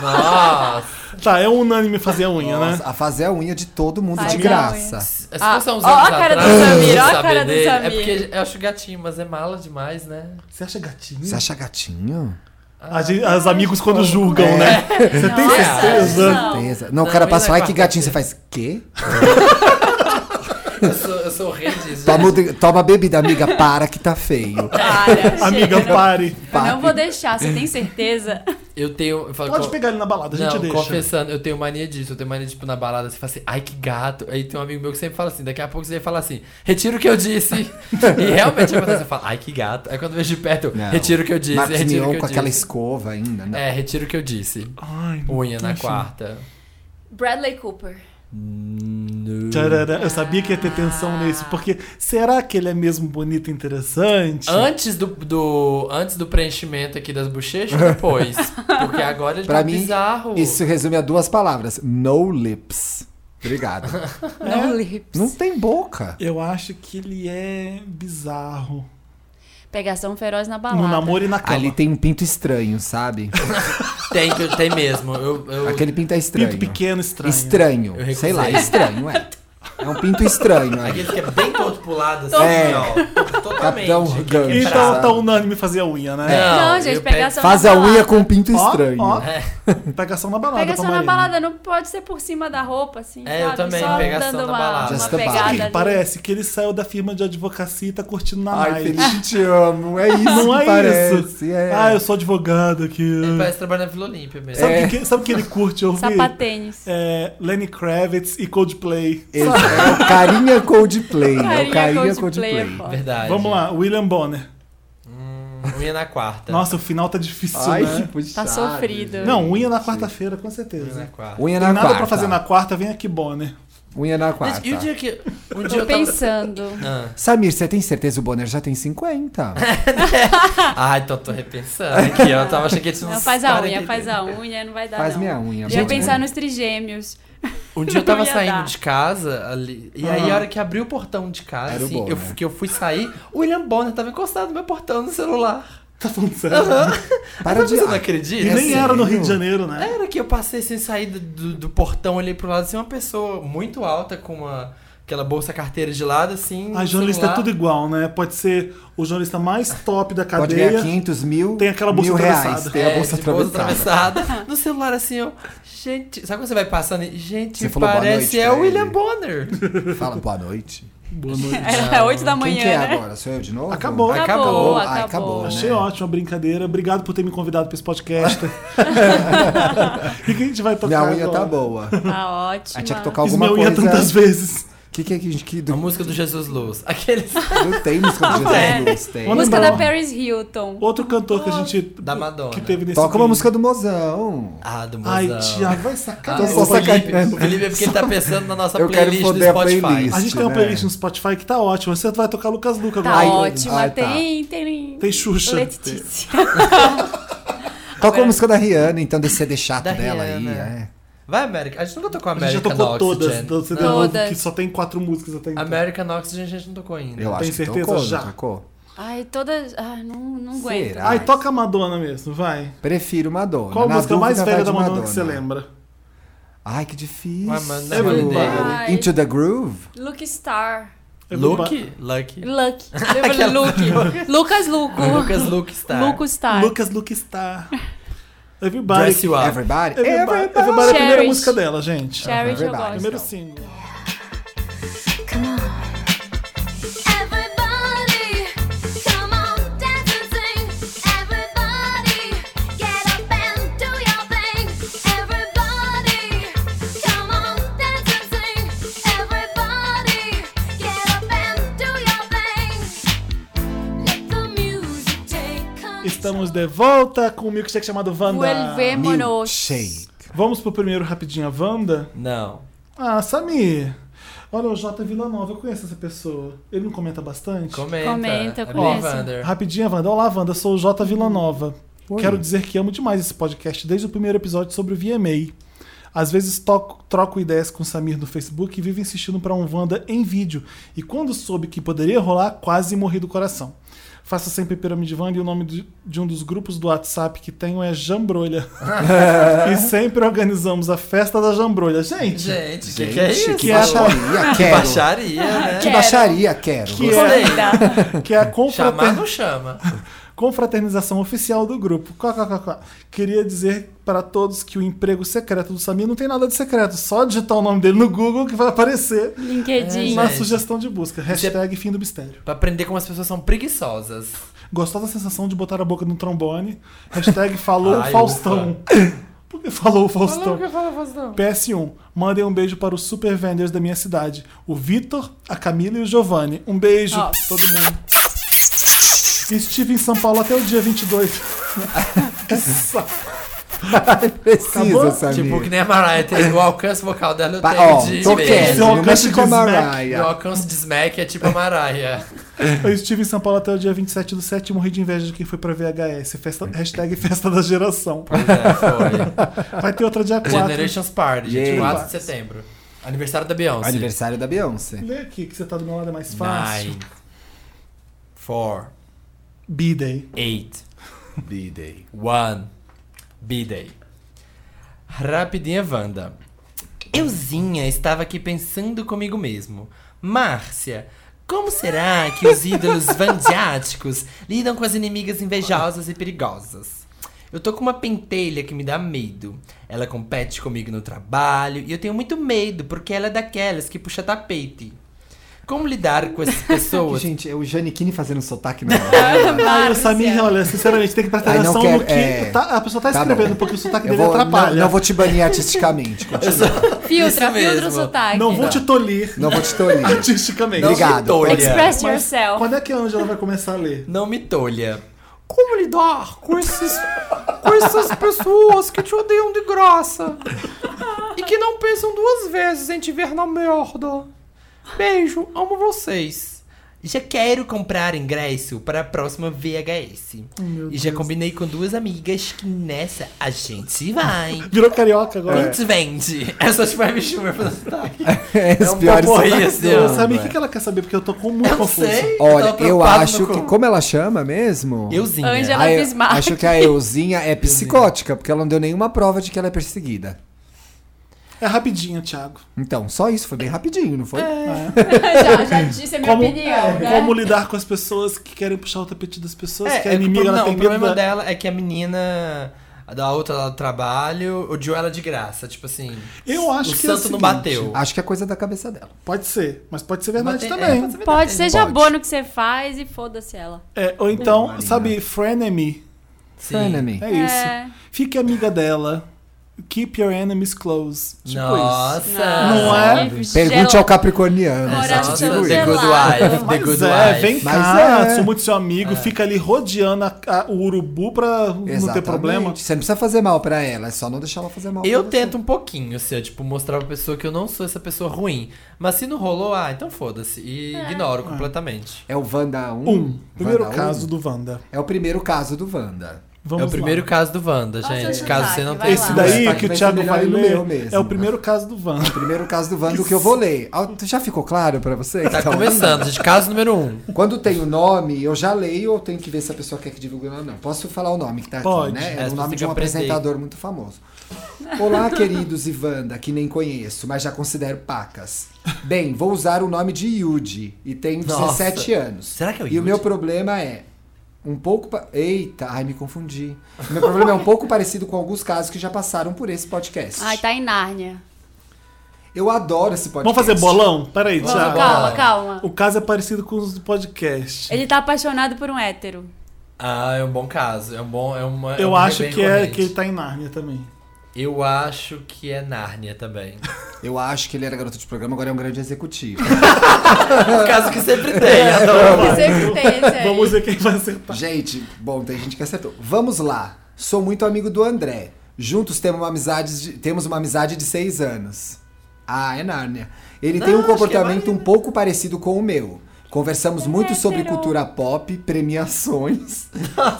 Nossa.
Tá, é unânime fazer a unha,
Nossa,
né?
a fazer a unha de todo mundo
Faz
de
a
graça.
Se
Ah,
fosse há É uns
ó
anos
a cara do
atrás,
Samir,
eu
ó a
saber
cara do
dele. É
Samir.
porque eu acho gatinho, mas é mala demais, né?
Você acha gatinho?
Você acha gatinho?
A gente- as amigos quando julgam,
É.
né? Você tem
Nossa,
certeza?
Não.
Certeza. Não, o
Não,
cara
mas
passa e
é
fala, "Ai, que
quarta-feira."
gatinho. Você faz, quê?
Eu sou, eu sou o rei disso.
Tá
Toma, o- toma bebida, amiga. Para que tá feio.
Para,
Amiga,
chega.
pare.
Eu não
Papi.
vou deixar, você tem certeza?
Eu tenho. Eu falo,
Pode
co-
pegar ele na balada, a gente
não,
deixa.
confessando, eu tenho mania disso. Eu tenho mania, tipo, na balada, você fala assim, ai que gato. Aí tem um amigo meu que sempre fala assim, daqui a pouco você vai falar assim, retira o que eu disse. e realmente acontece, você fala, ai que gato. Aí quando eu vejo de perto, eu,
Não.
retira o que eu disse,
é
Marcos
retira o
Mignon
que eu
com aquela
disse.
escova ainda. né? Não.
É, retira o que eu disse.
Ai,
Unha na
enfim.
quarta.
Bradley Cooper.
No.
Tcharará. Eu sabia que ia ter tensão nisso, porque será que ele é mesmo bonito e interessante?
Antes do, do, antes do preenchimento aqui das bochechas ou depois? Porque agora ele
Pra
tá
mim,
É
bizarro.
Isso resume a duas palavras. No lips. Obrigado.
É?
No lips.
não tem boca.
Eu acho que ele é bizarro.
Pegação feroz na balada.
No namoro e na cama.
Ali tem um pinto estranho, sabe?
Tem, que- tem mesmo. Eu, eu,
Aquele pinto é estranho.
Pinto pequeno, estranho.
Estranho.
Eu recusei.
Sei lá, estranho, é. É um pinto estranho. É.
Aquele que é bem todo pulado, assim,
É.
ó. Totalmente.
Capitão Gancho.
Então
sabe?
tá unânime fazer a unha, né?
Não,
eu
gente,
pego-
pegação
Faz
na
a
balada.
unha com um pinto
Ó,
É, estranho.
ó.
É.
Pegação na balada.
Pegação
pra
na
Marina.
balada, não pode ser por cima da roupa, assim.
É, eu
sabe?
também,
Só
pegação
dando
na
uma,
balada.
uma
Just about.
pegada.
Sabe o que
ali.
parece que ele saiu da firma de advocacia e tá curtindo na
Ai,
night.
Felipe, te amo. É isso
Não
que
é
parece.
isso.
É.
Ah, eu sou advogado aqui.
Ele parece trabalhar na Vila Olímpia mesmo.
Sabe o
É.
que, que- sabe o que ele curte ouvir?
Sapatênis.
É, Lenny Kravitz e Coldplay.
Esse é o carinha Coldplay. é o
Carinha
carinha
Coldplay,
Coldplay.
pô.
É Verdade.
Vamos lá, William Bonner.
Unha na quarta.
Nossa, o final tá difícil,
Ai,
né?
que puxado.
Tá sofrido.
Não, unha na quarta-feira, com certeza.
Unha Um na
Tem
quarta.
Unha na
nada
quarta.
pra fazer na quarta, vem aqui, Bonner.
Unha na quarta.
Gente, e o dia que. Um dia
Tô
tá-
eu tava...
pensando.
Ah.
Samir, você tem certeza o Bonner já tem 50?
Ah, então tô repensando aqui. ó. Eu tava achando que tinha uns
Não, faz a
40
unha, faz a unha, não vai dar.
Faz
não.
minha unha,
Já ia
Bonner.
pensar nos trigêmeos.
Um dia eu
Não
tava
ia
saindo
dar.
de casa ali, e aí a hora que abriu o portão de casa,
Ah. Era o
assim,
Bonner.
eu, fu- que eu fui sair, o William Bonner tava encostado no meu portão no celular.
Tá falando sério?
tá
Para de...
Você não
Ah,
E
acredita?
nem
Assim,
era no
sério?
Rio de Janeiro, né?
Era que eu passei sem sair do, do, do portão, olhei pro lado, assim, uma pessoa muito alta com uma, aquela bolsa carteira de lado, assim.
A
no
jornalista é
celular.
tudo igual, né? Pode ser o jornalista mais top da
Pode ganhar né?
cadeia.
500 mil,
Tem aquela bolsa
mil reais.
atravessada.
Tem a
É,
bolsa
de bolsa
atravessada.
atravessada. No celular, assim, eu. Gente, sabe quando você vai passando e. Gente,
Você falou boa
parece
noite
é
pra
o William
ele.
Bonner.
Fala, boa noite.
Boa noite.
Era 8 da
Quem que é
manhã, né?
agora? Sou eu de novo?
Acabou.
Acabou.
Acabou,
Ai,
acabou.
acabou.
Achei
né?
ótima a brincadeira. Obrigado por ter me convidado pra esse podcast. O que, que a gente vai tocar
Minha unha
agora?
tá boa.
Tá
Ah,
ótimo.
tinha que tocar
Fiz
alguma
minha unha
coisa.
tantas vezes.
Que que é que, que do... Ah,
A música do Jesus Luz. Aqueles.
Não tem música do
É.
Jesus Luz, tem.
Vamos
Música
embora.
da Paris Hilton.
Outro cantor que a gente...
Da Madonna.
Que teve nesse
Toca uma
clipe.
música do Mozão.
Ah, do Mozão.
Ai, Thiago, vai
Ah,
sacar.
Tô
o,
essa
só
bolinha.
Felipe,
sacaneando.
o Felipe é porque ele tá pensando na nossa
Eu quero
playlist do
foder a
Spotify.
playlist.
A gente tem uma
né?
playlist no Spotify que tá ótima. Você vai tocar Lucas Luca
Tá
agora.
ótima.
ai, tá.
Tem, tem.
Tem Xuxa.
Letícia.
Toca a música da Rihanna, então, desse CD chato
Da
dela
Rihanna.
aí. É.
Vai, América. A gente nunca tocou
A gente já
América
tocou
no
todas.
Oxygen.
Do CD
Não.
novo,
Todas.
que só tem quatro músicas até então.
América no Oxygen a gente não tocou ainda.
Eu acho que
certeza?
tocou, não
Já.
tocou.
Ai, todas. Ai, não, não aguento.
Será?
Ai, toca Madonna mesmo, vai.
Prefiro Madonna.
Qual a
Na
música
dúvida,
mais
vai
velha
de
da Madonna, que você lembra?
Ai, que difícil.
Ué, mas não
é Everybody.
verdade.
Into the Groove?
Luke Star.
Luke? Lucky.
Luke. Lembra do Luke? Lucas Luco.
Lucas Luke Star.
Luco Star.
Lucas Luke Star. Everybody.
Dress You Up.
Everybody?
Everybody, Everybody é a primeira
Cherish.
música dela, gente.
Charity eu
É Verdade.
gosto.
Primeiro single.
Come on. Everybody, come on, dance and sing. Everybody, get up and do your thing. Everybody, come on, dance and sing. Everybody, get up and do your thing. Let the music take control.
Estamos de volta com o milkshake chamado Wanda.
Vuelvemonos.
Shake.
Vamos pro primeiro rapidinho a Wanda?
Não.
Ah, Samir. Olha, o Jota Villanova, eu conheço essa pessoa. Ele não comenta bastante?
Comenta.
Comenta,
É Big
comenta.
Vander.
Rapidinha, Wanda. Olá, Wanda. Sou o Jota Villanova.
Oi.
Quero dizer que amo demais esse podcast desde o primeiro episódio sobre o VMA. Às vezes toco- troco ideias com o Samir no Facebook e vivo insistindo para um Wanda em vídeo. E quando soube que poderia rolar, quase morri do coração. Faço sempre pirâmide Wanda e o nome de, de um dos grupos do WhatsApp que tenho é Jambrolha. e sempre organizamos a festa da Jambrolha. Gente,
Gente, que
Gente,
que é isso?
que baixaria,
Que
quero.
baixaria, né?
Que baixaria, quero.
Que
Gostei.
Convida.
que é a
Chamar
confraternização.
não chama.
Confraternização oficial do grupo. Quá, quá, quá, quá. Queria dizer para todos que o emprego secreto do Samir não tem nada de secreto. Só digitar o nome dele no Google que vai aparecer
LinkedIn.
na
gente.
sugestão de busca. Hashtag fim do mistério.
Pra aprender como as pessoas são preguiçosas.
Gostou da sensação de botar a boca no trombone? Hashtag falou
Ai,
Faustão. Por que falou o Faustão?
falo, Faustão.
PS1, mandem um beijo para os super vendors da minha cidade. O Vitor, a Camila e o Giovanni. Um beijo.
Ó.
Todo mundo. Estive em São Paulo até o dia 22. Acabou?
Precisa, Samir.
Tipo, que nem a Mariah tem o alcance vocal dela, eu
Pa-
tenho
Ó,
de
tô
beijo.
quieto.
Seu
Não
alcance
mexe com a
de
Meu
Mariah.
alcance de smack é tipo a Mariah.
Eu estive em São Paulo até o dia 27 do 7 e morri de inveja de quem foi pra VHS. Festa, hashtag festa da geração.
Pois é, foi.
Vai ter outra dia 4.
Generations Party, gente,
Yeah.
4 de setembro. Aniversário da Beyoncé.
Aniversário da Beyoncé.
Lê aqui que você tá do meu lado é mais fácil.
Nine. Four.
B-Day.
Eight.
B-Day.
One. B-Day. Rapidinha, Wanda. Euzinha estava aqui pensando comigo mesmo. Márcia, como será que os ídolos vandiáticos lidam com as inimigas invejosas e perigosas? Eu tô com uma pentelha que me dá medo. Ela compete comigo no trabalho e eu tenho muito medo porque ela é daquelas que puxa tapete. Como lidar com essas pessoas?
Gente, é o Janikini fazendo sotaque na hora.
Ai, o Samir, olha, sinceramente, tem que prestar
Ai, não
atenção
quero-
no que
é.
tá- a pessoa tá
Tá bom.
escrevendo, porque o sotaque
Eu
é
dele
vou, não,
atrapalha.
não vou te banir artisticamente. continua.
Filtra,
Isso
filtra
mesmo.
o sotaque.
Não vou te tolir
Não vou te tolir.
artisticamente.
Obrigado.
Não me tolha.
Express
Mas
yourself.
Quando é que a Angela vai começar a ler?
Não me tolha. Como lidar com, esses, com essas pessoas que te odeiam de graça e que não pensam duas vezes em te ver na merda? Beijo, amo vocês. Já quero comprar ingresso para a próxima VHS. e já combinei com duas amigas que nessa a gente vai.
Virou carioca agora.
Quantos vende? É só tipo a Schumer pra
É, os
um
piores são-
popô, isso.
Eu não
Não,
sabia o
não
que,
é.
que ela quer saber, porque eu tô com muito
Eu não
confuso.
sei.
Olha,
Tava
eu
preocupado
acho
no
que.
cu.
Como ela chama mesmo?
Euzinha.
Angela-
A Eu-
Bismarck.
acho que a Euzinha é psicótica, porque ela não deu nenhuma prova de que ela é perseguida.
É rapidinho, Thiago.
Então, só isso, foi bem rapidinho, não foi?
É.
já, já disse a minha
Como,
opinião,
é,
né?
como lidar com as pessoas que querem puxar o tapete das pessoas, que
É,
é
é que o
inimiga,
pro-
ela
não,
tem
o problema
medo da...
dela é que a menina a da outra lá do trabalho odiou ela de graça. Tipo assim.
Eu acho
o
que é o
santo não
seguinte,
bateu.
Acho que é coisa da cabeça dela.
Pode ser, mas pode ser
Bate-
verdade
é,
também.
pode ser verdade.
Pode, seja
Pode.
boa no que você faz e foda-se ela.
É, ou então,
Marina.
sabe, frenemy.
Sim.
Frenemy.
É isso.
É.
Fique amiga dela. Keep your enemies close. Tipo isso.
Nossa! é
Não é?
Pergunte ao Capricorniano.
tá
Coração
só te digo
The
isso.
Good
gelado.
Wife. The
Mas
Good
é,
Wife.
vem
Mas
cá,
é.
sou muito seu amigo, fica ali rodeando a- a- o urubu pra não ter
Exatamente.
problema.
Você não precisa fazer mal pra ela, é só não deixar ela fazer mal
Eu
pra
tento um pouquinho, assim, eu, tipo, mostrar pra pessoa que eu não sou essa pessoa ruim. Mas se não rolou, ah, então foda-se. E ignoro completamente.
Você. É o Wanda 1.
Um, primeiro
Wanda
caso
1.
do Wanda.
É o primeiro caso do Wanda.
Vamos
é o primeiro
lá.
caso do Wanda,
Nossa,
gente.
esse
Caso
destaque,
você não
vai
tenha
Esse
lá.
daí
Vai
que o
ser
Thiago
melhor
vai
ir no
ler
meu mesmo.
é o primeiro caso do Wanda.
Primeiro caso do Wanda que eu vou ler. Ah, tu Já ficou claro pra você?
Tá
Então,
começando, gente. Caso número um.
Quando tem o nome, eu já leio ou tenho que ver se a pessoa quer que divulgue ou não. Posso falar o nome que tá
Pode.
aqui, né?
É,
É o
você
nome
tem
de
que
um
aprender.
apresentador muito famoso. Olá, queridos e Wanda, que nem conheço, mas já considero pacas. Bem, vou usar o nome de Yudi e tenho
Nossa.
17 anos.
Será que é o
E o
Yudi?
meu problema é um pouco... pa- Eita, ai, me confundi. O meu problema é um pouco parecido com alguns casos que já passaram por esse podcast.
Ai, tá em Nárnia.
Eu adoro esse podcast.
Vamos fazer bolão? Peraí,
Vamos,
Thiago.
Calma, calma.
O caso é parecido com os do podcast.
Ele tá apaixonado por um hétero.
Ah, é um bom caso. É um bom. É uma, é
Eu
um
acho
bem
que, é,
recorrente.
que ele tá em Nárnia também.
Eu acho que é Nárnia também.
Eu acho que ele era garoto de programa, agora é um grande executivo.
Um caso que sempre tem.
É,
adoro.
Eu sei que tem esse aí.
Vamos ver quem vai acertar.
Gente, bom, tem gente que acertou. Vamos lá. Sou muito amigo do André. Juntos temos uma amizade de, temos uma amizade de seis anos. Ah, é Nárnia. Ele tem
Não,
um
acho que é
comportamento um
válido.
pouco parecido com o meu. Conversamos muito sobre
hétero.
cultura pop, premiações,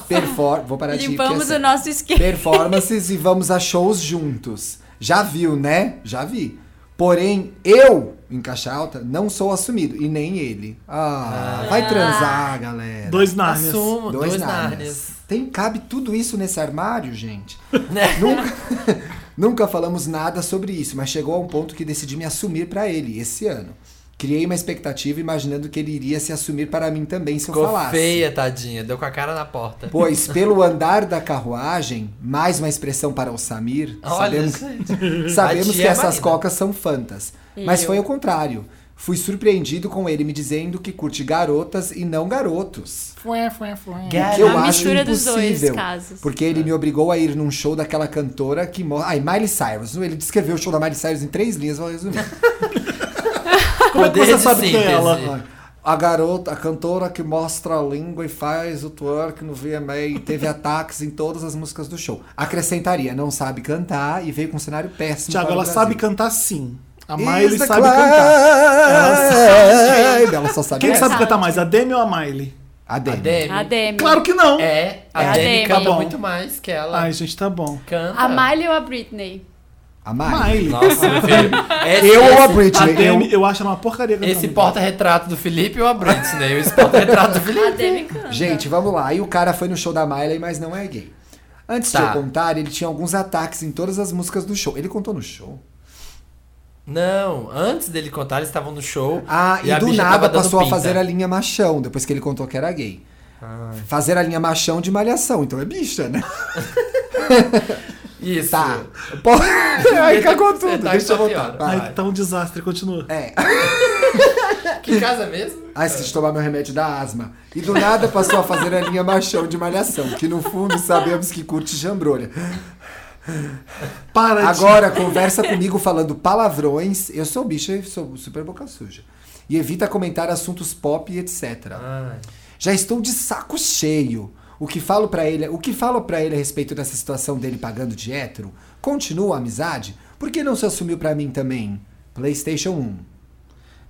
perfor... Vou parar de rir, porque é
Limpamos o
sério.
nosso esquema.
performances e vamos a shows juntos. Já viu, né? Já vi. Porém, eu, em caixa alta, não sou assumido. E nem ele. Ah, vai transar, galera.
Dois Nárnias.
Assumo,
Dois,
dois,
Nárnias.
Nárnias.
Tem, cabe tudo isso nesse armário, gente?
Né?
nunca, nunca falamos nada sobre isso, mas chegou a um ponto que decidi me assumir pra ele esse ano. Criei uma expectativa imaginando que ele iria se assumir para mim também se eu
Ficou
falasse.
feia, tadinha. Deu com a cara na porta.
Pois, pelo andar da carruagem, mais uma expressão para o Samir,
Olha,
sabemos,
gente.
sabemos
A tia
que
é
essas
marina.
cocas são fantas. Mas
Eu.
foi o contrário. Fui surpreendido com ele me dizendo que curte garotas e não garotos.
Cara,
Que eu
a
acho
mistura dos
impossível,
dois casos.
Porque
É.
ele me obrigou a ir num show daquela cantora que mostra. Ai, Miley Cyrus. Ele descreveu o show da Miley Cyrus em três linhas, vou resumir.
Como é que
Poder
você
de
sabe quem é
síntese.
ela?
a garota, a cantora que mostra a língua e faz o twerk no VMA teve ataques em todas as músicas do show. Acrescentaria, não sabe cantar e veio com um cenário péssimo.
Tiago,
para o
ela
Brasil.
sabe cantar sim. A
Is
Miley
the
sabe
climb.
cantar.
Ela, só sabe
Quem
essa.
sabe cantar mais, a Demi ou a Miley?
A
A
Demi.
Demi.
A Demi.
Claro que não.
É, a
É a
Demi
Demi.
canta
Tá bom.
muito mais que ela.
Ai, gente, tá bom.
canta.
A Miley ou a Britney?
A Miley.
Miley.
Nossa, meu filho. Esse,
Eu ou a
A
Britney? Eu-
Demi, eu acho ela uma porcaria. cantando.
esse porta-retrato do Felipe ou a Britney? Esse porta-retrato do Felipe.
A Demi canta.
Gente, vamos lá. E o cara foi no show da Miley, mas não é gay. Antes de
Tá.
eu contar, ele tinha alguns ataques em todas as músicas do show. Ele contou no show?
Não, antes dele contar, eles estavam no show.
Ah, e,
a
do
bicha
nada
tava dando
passou a
pinta.
fazer a linha machão, depois que ele contou que era gay. Fazer a linha machão de malhação, então é bicha, né?
Isso.
Tá. Pô, Aí cagou
Você
tudo,
tá
deixa eu
com a
voltar.
piora.
Vai.
Ai, tá um desastre, continua.
É.
Que casa mesmo?
Ai, se tomar meu remédio da asma. E do nada passou a fazer a linha machão de malhação, que no fundo sabemos que curte jambrolha.
Para de...
Agora conversa comigo falando palavrões. Eu sou bicha e sou super boca suja. E evita comentar assuntos pop e etc.
Ai.
Já estou de saco cheio. O que falo para ele, o que falo para ele a respeito dessa situação dele pagando de hétero? Continua a amizade? Por que não se assumiu para mim também? PlayStation 1.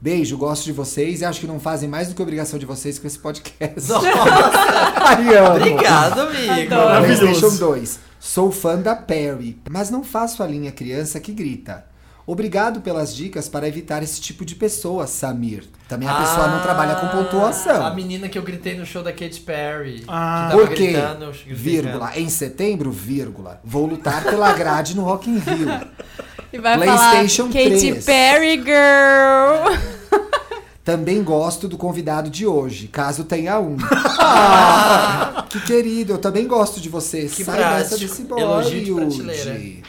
Beijo, gosto de vocês e acho que não fazem mais do que obrigação de vocês com esse podcast. Ai, amo.
Obrigado, amigo.
Adoro. Maravilhoso.
PlayStation 2. Sou fã da Perry, mas não faço a linha criança que grita. Obrigado pelas dicas para evitar esse tipo de pessoa, Samir. Também a pessoa não trabalha com pontuação.
Ah, A menina que eu gritei no show da Katy Perry.
Ah.
que tava
Porque,
gritando, eu gritei
vírgula, em setembro, vírgula, vou lutar pela grade no Rock in Rio.
E vai
PlayStation
falar, Katy
3.
Perry Girl.
Também gosto do convidado de hoje, caso tenha um. Ah, que querido, eu também gosto de você.
Que
Sai dessa
prático.
desse
Elogio
boy,
de prateleira.
Yudi.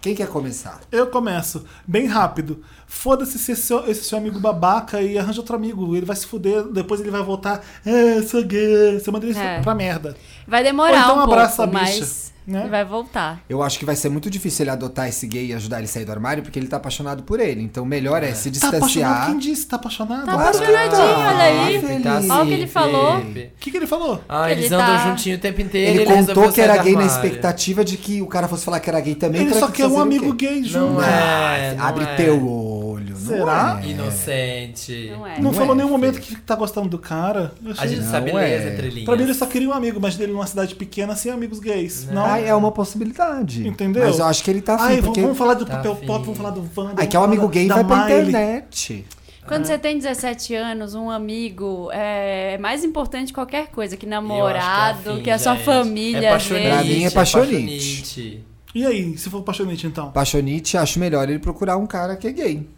Quem quer começar?
Eu começo, bem rápido. Foda-se se esse seu, esse seu amigo babaca e arranja outro amigo. Ele vai se fuder, depois ele vai voltar. É, sou gay. Você manda ele
É.
pra merda.
Vai demorar
Ou então
um
abraça
pouco,
a bicha,
mas
né?
vai voltar.
Eu acho que vai ser muito difícil ele adotar esse gay e ajudar ele a sair do armário, porque ele tá apaixonado por ele. Então, melhor é, se
Tá apaixonado?
distanciar. Ah,
Quem disse? Tá apaixonado?
Tá
Claro que
apaixonadinho,
tá.
olha aí.
Felipe,
Tá
Olha
o que ele
Felipe.
falou.
O que, que ele falou?
Ah, eles
Ele
andam
tá-
juntinho o tempo inteiro.
Ele,
resolveu
contou que
sair
era
do
gay na
armário.
expectativa de que o cara fosse falar que era gay também.
ele
pra
só
que
quer um
fazer o
amigo
quê?
gay
Não
junto.
é, não
Abre
é.
teu olho. não
Será?
é.
Ah, Inocente.
Não é.
Não,
Não
falou
é,
nenhum momento
filho.
que tá gostando do cara. Eu
A
achei-
gente sabe
Não
ler as
é.
entrelinhas.
Pra mim ele só queria um amigo, mas dele numa cidade pequena sem amigos gays. Não.
Ah, é uma possibilidade.
Entendeu?
Mas eu acho que ele tá afim,
Ai, vamos-
porque...
vamos falar do
Tá
papel
afim.
pop, vamos falar do Wanda.
Ai, que é um
vamos
amigo
falar
gay
da
vai pra
Miley.
internet.
Quando você tem 17 anos, um amigo é é mais importante que qualquer coisa, que
é
namorado, que, é a sua família. às vezes.
Pra mim é paixonite.
E aí, se for apaixonante então?
Paixonite, acho melhor ele procurar um cara que é gay.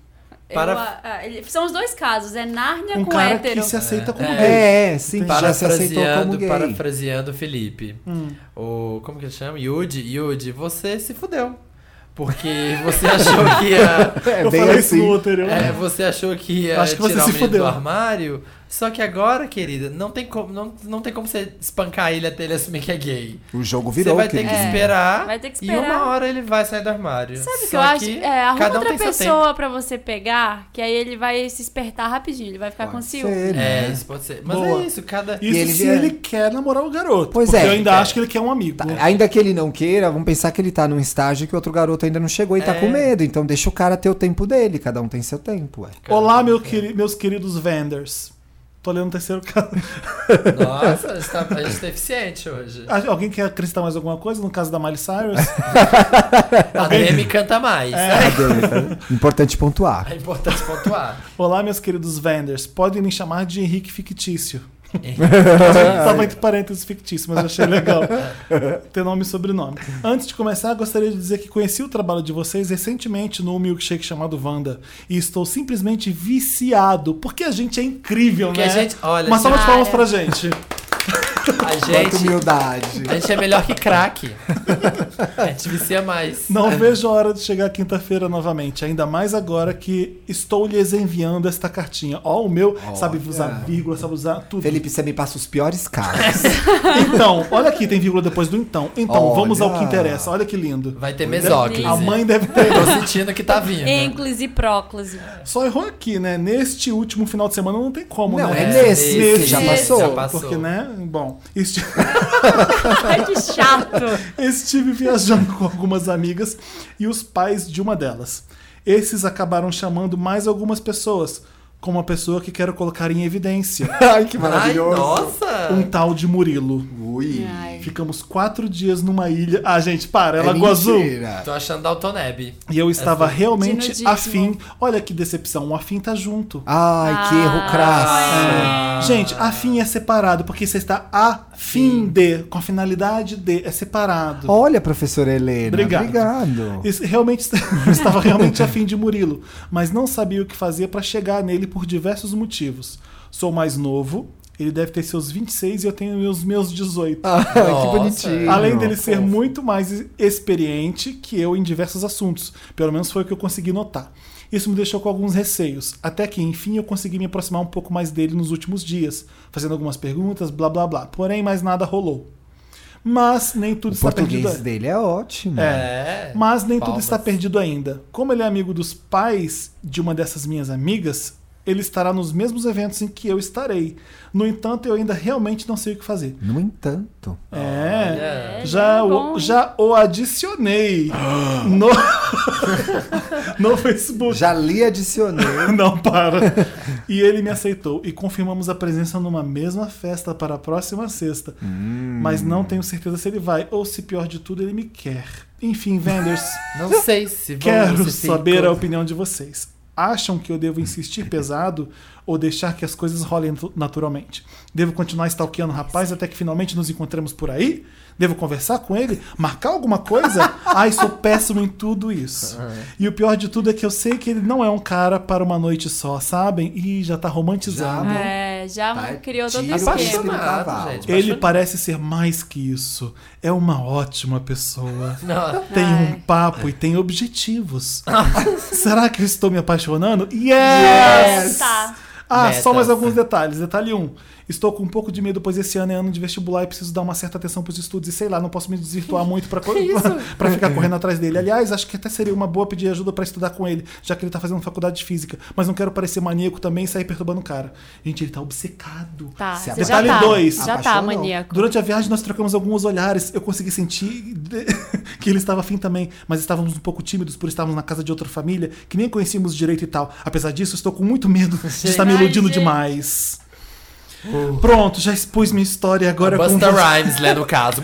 Eu-
Para-
ah, ele- são os dois casos, é Nárnia
Tá
Um
com
cara
hétero.
que se aceita como gay.
É, é sim, já se aceitou como
Parafraseando,
gay.
parafraseando o Felipe. O, como que ele chama? Yudi, Yudi, você se fudeu. Porque você achou que ia...
É
eu
bem
falei isso
assim.
no outro, eu-
É, você achou que ia
Acho que você
tirar
se
o menino
fudeu.
do armário. Só que agora, querida, não tem como, não, não tem como você espancar ele até ele assumir que é gay.
O jogo virou,
você vai ter
querido.
que esperar.
É, Vai ter que
E
esperar.
uma hora ele vai sair do armário.
Sabe o que
Só
eu acho?
que
É, arruma
cada um
outra
tem seu tempo.
pessoa pra você pegar, que aí ele vai se espertar rapidinho, ele vai ficar com
Pode
ciúme.
ser, né?
É, isso pode ser. Mas
Boa.
é isso, cada.
Isso
ele
se
é-
ele quer namorar o garoto.
Pois
porque
é.
eu ainda
Quer.
acho que ele quer um amigo.
Tá, Ainda que ele não queira, vamos pensar que ele tá num estágio que o outro garoto ainda não chegou e tá
É.
com medo. Então deixa o cara ter o tempo dele, cada um tem seu tempo, ué.
Olá, meu queri- meus queridos vendors. Tô lendo o terceiro caso.
Nossa, a gente, tá, a gente tá eficiente hoje.
Ah, Alguém quer acrescentar mais alguma coisa no caso da Miley Cyrus?
A DM canta mais. É.
Importante pontuar.
importante pontuar.
Olá, meus queridos vendors. Podem me chamar de Henrique Fictício. Tava
Henrique.
entre parênteses fictício, mas eu achei legal ter nome e sobrenome. Antes de começar, gostaria de dizer que conheci o trabalho de vocês recentemente no milkshake chamado Wanda. E estou simplesmente viciado, porque a gente é incrível,
Porque
né?
a gente- olha,
Uma salva de
cara.
palmas pra gente.
a
Quanta
gente.
humildade.
A gente é melhor que craque. A gente vicia mais.
Não vejo a hora de chegar quinta-feira novamente, ainda mais agora que estou lhes enviando esta cartinha. Ó, o meu sabe usar vírgula, sabe usar tudo.
Felipe, você me passa os piores caras.
Então, olha aqui, tem vírgula depois do então. Então, vamos ao que
Olha.
interessa. Olha que lindo.
Vai ter mesóclise.
A mãe deve ter
Tô sentindo que tá vindo.
Ênclise e próclise.
Só errou aqui, né? Neste último final de semana não tem como,
Não,
né?
é nesse,
nesse,
que já
nesse,
passou.
já passou.
Porque, né? Bom, esti-
Ai, que chato.
estive viajando com algumas amigas e os pais de uma delas. Esses acabaram chamando mais algumas pessoas, como uma pessoa que quero colocar em evidência,
Ai, que
Ai,
maravilhoso.
nossa!
um tal de Murilo.
Ui.
É.
É
Ai.
Ficamos quatro dias numa ilha. Ah, gente, para, ela gozou.
mentira.
Tô achando Dalton Abbey.
E eu estava
Essa-
realmente
Dinodismo.
afim. Olha que decepção, o afim tá junto.
Ai, que erro crasso.
Ah.
Gente, afim é separado, porque você está a fim de, com a finalidade de, é separado.
Olha, professora Helena.
Obrigado.
Obrigado.
Isso, realmente eu estava realmente afim de Murilo, mas não sabia o que fazer para chegar nele por diversos motivos. Sou mais novo, ele deve ter seus 26 e eu tenho os meus 18.
Ai, que
Nossa.
bonitinho.
Além dele ser muito mais experiente que eu em diversos assuntos, pelo menos foi o que eu consegui notar. Isso me deixou com alguns receios, até que enfim eu consegui me aproximar um pouco mais dele nos últimos dias, fazendo algumas perguntas, blá blá blá. Porém, mais nada rolou. Mas nem tudo
O
está perdido.
português dele é ótimo.
É.
Mas nem tudo
Palmas.
está perdido ainda. Como ele é amigo dos pais de uma dessas minhas amigas, ele estará nos mesmos eventos em que eu estarei. No entanto, eu ainda realmente não sei o que fazer.
No entanto.
É.
Olha.
Já,
É
o,
bom, hein?
já o adicionei no, no Facebook.
Já li adicionei.
Não, para. E ele me aceitou e confirmamos a presença numa mesma festa para a próxima sexta. Mas não tenho certeza se ele vai ou se pior de tudo ele me quer. Enfim, vendors,
Não sei se vamos
quero
se fica-
saber a opinião de vocês. Acham que eu devo insistir pesado ou deixar que as coisas rolem natu- naturalmente? Devo continuar stalkeando o rapaz até que finalmente nos encontremos por aí? Devo conversar com ele? Marcar alguma coisa? Ai, sou péssimo em tudo isso. E o pior de tudo é que eu sei que ele não é um cara para uma noite só, sabem? Ih, já tá romantizando.
Já, né?
É, já
Tá
criou todo
tiro
o
pelo
esquema.
Apaixonado,
cavalo.
gente.
Ele
Apaixonado.
parece ser mais que isso. É uma ótima pessoa.
Não,
Tem um
Ai. Ah.
papo e tem objetivos. Será que eu estou me apaixonando? Yes!
É, Tá.
Ah, só
Metas.
mais alguns detalhes. Detalhe 1. Estou com um pouco de medo, pois esse ano é ano de vestibular e preciso dar uma certa atenção pros estudos. E sei lá, não posso me desvirtuar muito pra co-
é
pra ficar correndo atrás dele. Aliás, acho que até seria uma boa pedir ajuda pra estudar com ele, já que ele tá fazendo faculdade de física. Mas não quero parecer maníaco também e sair perturbando o cara. Gente, ele tá obcecado.
Tá,
Se
você
Detalhe
já tá.
dois.
Já tá,
Apaixonou.
maníaco.
Durante a viagem nós trocamos alguns olhares. Eu consegui sentir de- que ele estava afim também, mas estávamos um pouco tímidos por estarmos na casa de outra família que nem conhecíamos direito e tal. Apesar disso, estou com muito medo de estar me
Ai,
iludindo
gente.
demais. Pronto, já expus minha história e agora é com
Oh. Busta
você.
Rhymes, né, no caso.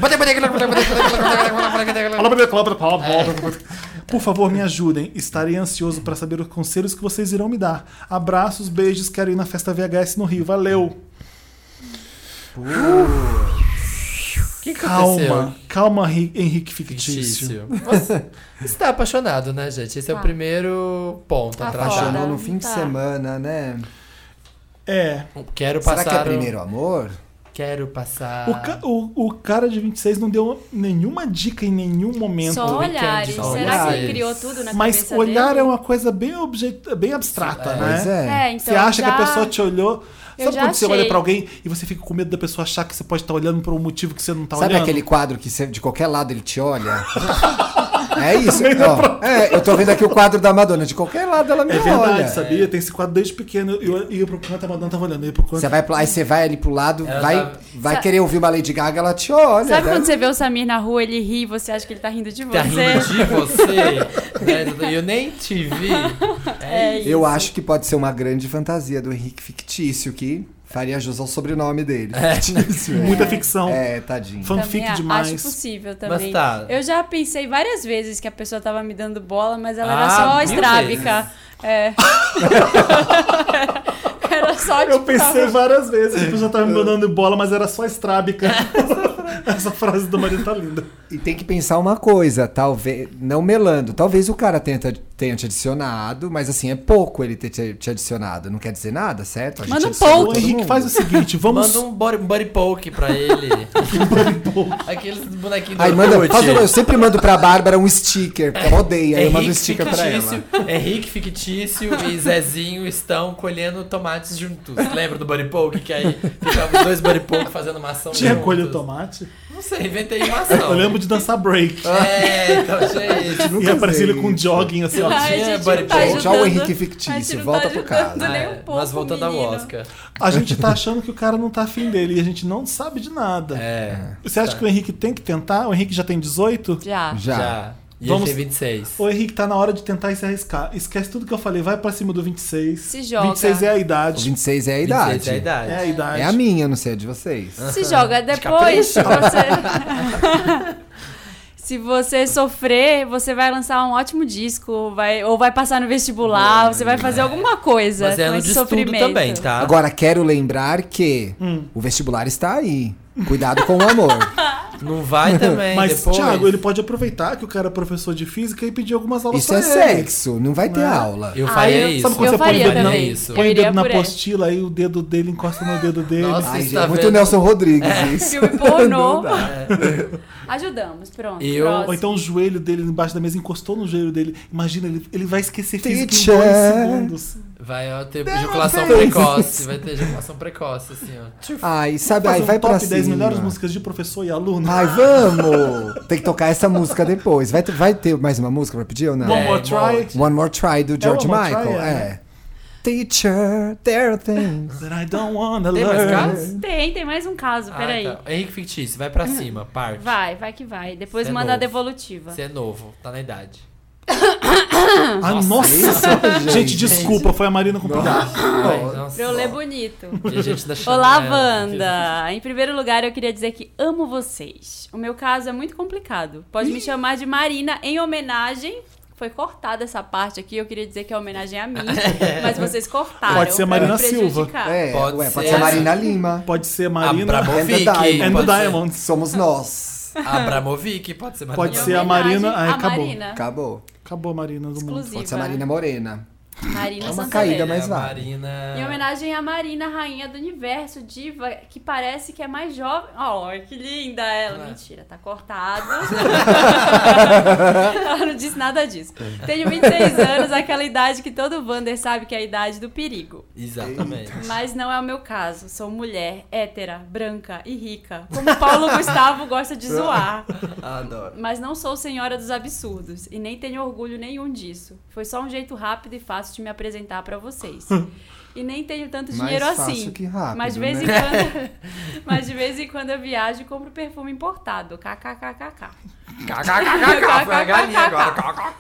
É.
Por favor, me ajudem. Estarei ansioso para saber os conselhos que vocês irão me dar. Abraços, beijos, quero ir na festa VHS no Rio. Valeu.
que
Calma, calma, Henri- Henrique Fictício.
Fictício. Você está apaixonado, né, gente? Esse é o
Tá.
primeiro ponto a
Tá
tratar.
foda.
Apaixonou no fim de
Tá.
semana, né?
É.
Quero
Será
passar.
que é
o-
primeiro amor?
Quero passar.
O, ca- o- o cara de 26 não deu nenhuma dica em nenhum momento.
Só olhares.
Só
Será que
olhares.
ele criou tudo na
Mas
cabeça
olhar
dele?
é uma coisa bem, obje- bem abstrata, né?
Pois é.
É, então
você acha
já...
que a pessoa te olhou.
Eu
Sabe
já
quando você olha
achei.
pra alguém e você fica com medo da pessoa achar que você pode estar olhando por um motivo que você não tá
Sabe
olhando?
aquele quadro que você- de qualquer lado ele te olha? é isso. ó. é, eu tô vendo aqui o quadro da Madonna. De qualquer lado ela me
É verdade,
olha.
sabia? Tem esse quadro desde pequeno. Eu eu ia pro canto, a Madonna tava olhando. Eu ia pro canto.
Você vai, pra- aí você vai ali pro lado,
Ela
vai,
tá-
vai
Sa-
querer ouvir uma Lady Gaga, ela te olha.
Sabe
né?
quando você vê o Samir na rua, ele ri e você acha que ele tá rindo de você?
Tá rindo de você? né? Eu nem te vi. É, isso.
Eu acho que pode ser uma grande fantasia do Henrique Fictício, que faria jus ao sobrenome dele. Fictício. É.
né? Muita ficção.
É, tadinho.
Fanfic
Também a-
demais.
Acho possível também.
tá.
Eu já pensei várias vezes que a pessoa tava me dando bola, mas ela
Ah,
era só
mil
estrábica. É. era só tipo,
Eu pensei
tava-
várias vezes que a pessoa
É.
tava me mandando bola, mas era só estrábica. Essa frase do marido tá linda.
E tem que pensar uma coisa, talvez. Não melando. Talvez o cara tenha, tenha te adicionado, mas assim, é pouco ele ter te, te adicionado. Não quer dizer nada, certo? A gente
Manda um
adiciona
Ô,
pouco.
todo
Henrique,
mundo.
faz o seguinte, vamos.
Manda um body, body poke pra ele.
Um
Aqueles bonequinhos
Aí manda,
Orkut.
faz um- eu sempre mando pra Bárbara um sticker, porque
É,
ela odeia, aí eu mando um
Henrique
sticker pra ela.
Fictício, Henrique Fictício e Zezinho estão colhendo tomates juntos. Lembra do Body Poke? Que aí ficavam os dois Body Poke fazendo uma ação
Tinha colho o
tomate?
tomate?
Não sei, inventei uma ação.
Eu lembro de dançar break.
É, então, gente.
E
Ah, Nunca
aparecia
usei
ele com
isso.
jogging assim, ó.
Ai,
Tinha
a gente,
body
não tá
poke.
ajudando.
Tchau, Henrique
A gente
Fictício.
não
Volta
tá
pro
ajudando,
caso.
né?
É,
um pouco,
mas voltando
menino.
ao Oscar.
A gente tá achando que o cara não tá afim dele e a gente não sabe de nada.
É.
Você
tá.
acha que o Henrique tem que tentar? O Henrique já tem 18?
Já.
Já.
Já. E
Vamos-
ele tem 26.
O Henrique tá na hora de tentar e se arriscar. Esquece tudo que eu falei, vai pra cima do 26.
Se joga.
26 é a
O
idade.
26 é a
26
idade.
é a
É
idade.
a idade.
É a minha, não sei a de vocês.
Se joga depois.
capricho.
você- Se você sofrer, você vai lançar um ótimo disco, vai, ou vai passar no vestibular, você vai fazer alguma coisa
Mas é
com
ano
esse
de estudo
sofrimento.
também, tá?
Agora, quero lembrar que
Hum.
o vestibular está aí. Cuidado com o amor.
Não vai também
Mas,
depois.
Thiago, ele pode aproveitar que o cara é professor de física e pedir algumas aulas
Isso
pra
é
ele. Né?
sexo, não vai ter aula.
Eu
Ah,
faria
eu-
isso.
Sabe quando
Eu
você põe o
faria
dedo, na,
também.
Isso.
põe
Eu
o dedo
iria
na
por ele.
apostila, aí o dedo dele encosta no dedo dele?
Nossa.
Ai,
Você
gente,
está
muito
vendo? É.
Nelson Rodrigues isso.
Um Filme
Não
pornô.
dá.
Ajudamos, pronto.
Eu-
próximo.
Ou então o joelho dele embaixo da mesa encostou no joelho dele. Imagina, ele, ele vai esquecer física em
Teacher.
dois segundos.
Vai ó, ter ejaculação
vez.
precoce. Vai ter ejaculação precoce, assim, ó.
Ai, sabe,
Fazer
ai,
um
vai pra
top
cima.
10 melhores músicas de professor e aluno.
Ai, vamos! Tem que tocar essa música depois. Vai ter, vai ter mais uma música pra pedir ou não?
One More
É,
Try.
One More Try do George
One More
Michael.
Try, é,
é.
né?
Teacher, there are things.
That I don't wanna
Tem mais
learn.
casos?
Tem, tem mais um caso,
Ah,
peraí.
tá. Henrique Fictício, vai pra cima, parte.
Vai, vai que vai. Depois
Cê é
manda a
novo.
devolutiva.
Você é novo, tá na idade.
Ah, nossa!
é
Isso,
Gente,
gente.
desculpa, foi a Marina com cuidado.
Vai,
Tá.
nossa.
Pra eu ler bonito.
Tem gente da Chanel.
Olá, Wanda! Em primeiro lugar, eu queria dizer que amo vocês. O meu caso é muito complicado. Pode me chamar de Marina em homenagem. Foi cortada essa parte aqui, eu queria dizer que é homenagem a mim, mas vocês cortaram.
Pode ser
pra me
Marina Silva.
prejudicar.
É,
Pode
ué, pode
ser.
ser Marina Lima.
Pode
Ah,
ser Marina é
Abramovic.
and the Diamonds.
and
pode
the
ser.
Diamonds.
Somos nós.
Abramovic, pode ser.
Pode
Em
ser a
homenagem
Marina-
a
Ai, acabou.
Marina.
Acabou.
Acabou a Marina do mundo.
Exclusiva.
Pode ser a Marina Morena.
Marina
É uma
Santarelli.
caída,
Mas
mas vai.
Marina...
Em homenagem à Marina, rainha do universo, diva que parece que é mais jovem. Ó, que linda ela.
Ah.
Mentira, tá cortado. ela não disse nada disso. Tenho 26 anos, aquela idade que todo Wander sabe que é a idade do perigo.
Exatamente.
Mas não é o meu caso. Sou mulher, hétera, branca e rica. Como Paulo Gustavo gosta de zoar.
Adoro.
Mas não sou senhora dos absurdos e nem tenho orgulho nenhum disso. Foi só um jeito rápido e fácil de me apresentar pra vocês. E nem tenho tanto
Mais
dinheiro
fácil
assim.
que rápido,
mas de vez
né?
em quando, mas de vez em quando eu viajo e compro perfume importado. KKKKK.
KKKK, foi a galinha agora.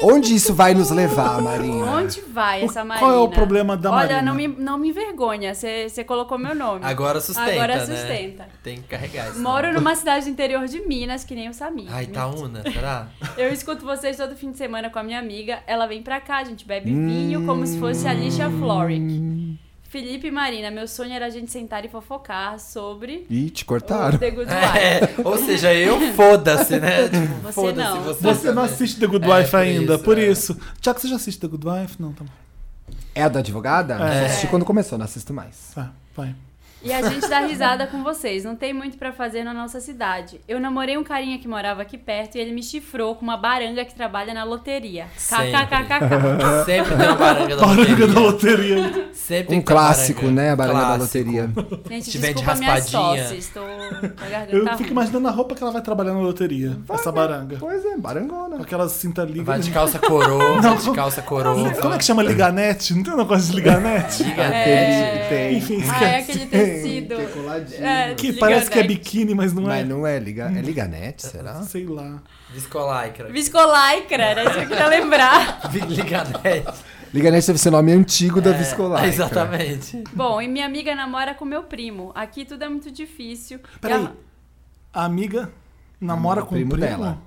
Onde isso vai nos levar, Marina?
Onde vai essa
Qual é
Marina?
o problema da Marina?
Olha, não me, não me envergonha. Você colocou meu nome.
Agora sustenta,
Agora
né?
sustenta.
Tem que carregar isso. né?
Moro numa cidade do interior de Minas, que nem o Samir.
Ai, tá um Itaúna, será?
Eu escuto vocês todo fim de semana com a minha amiga. Ela vem pra cá, a gente bebe vinho como se fosse a lixa Floric. Felipe e Marina, meu sonho era a gente sentar e fofocar sobre
Ih, te
o
cortaram.
The Good Wife.
É, ou seja, eu foda-se, né? Tipo,
Você
foda-se
não.
Você,
Você não
também.
assiste The Good
É,
Wife
por
ainda,
isso,
por
é.
isso. Já que você já assiste The Good Wife? Não, tá bom.
É a da advogada?
É.
Eu Assisti quando começou, não assisto mais.
Tá, vai.
E a gente dá risada com vocês. Não tem muito pra fazer na nossa cidade. Eu namorei um carinha que morava aqui perto e ele me chifrou com uma baranga que trabalha na loteria.
Sempre.
KKKKK.
Sempre tem uma baranga da
Baranga
loteria.
da loteria.
Sempre tem
Um
que ter uma
clássico,
baranga.
né? A baranga da
Clássico.
loteria.
Gente,
Tiver de
desculpa minhas
raspadinha.
sócias. Tô... A garganta
Eu
tá
fico
ruim.
imaginando a roupa que ela vai trabalhar na loteria. essa baranga.
Pois é, barangona.
Com Aquela cinta liga.
Vai de calça coroa, vai de
Não.
calça coroa.
Como é que chama liganete? Não tem um negócio de liganete?
É.
Tem,
Enfim,
Ah, é
esquece.
aquele tecido.
Tem coladinho.
É,
Que
liga
parece que é
net.
biquíni, mas não é.
Mas não é, liga... é liganete, será?
Sei lá.
Viscolaicra.
Viscolaicra, era isso que eu queria lembrar.
Liganete.
Liganete deve ser nome antigo da Viscolar.
É, Exatamente.
Bom, e minha amiga namora com meu primo. Aqui tudo é muito difícil.
Peraí.
E a-
A amiga namora com o primo,
primo dela.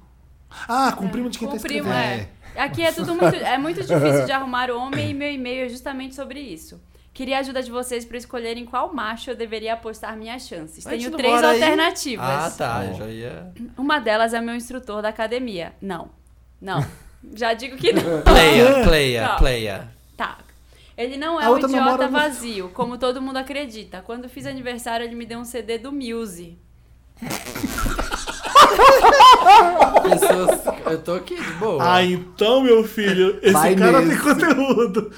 Ah, com o primo de quem
com
tá
o primo,
escrevendo.
é. Aqui é tudo muito, é muito difícil de arrumar homem e meu e-mail é justamente sobre isso. Queria a ajuda de vocês pra escolherem qual macho eu deveria apostar minhas chances.
A gente
Tenho
não
três
mora aí?
alternativas.
Ah, tá. Já ia.
Uma delas é meu instrutor da academia. Não. Não. Já digo que não.
Player, player,
Não.
player.
Tá. Ele não é
A
um
outra
idiota
namora no-
vazio, como todo mundo acredita. Quando fiz aniversário, ele me deu um CD do Muse.
Pessoas. Eu tô aqui de boa.
Ah, então, meu filho, esse
Vai
cara
nesse.
tem conteúdo.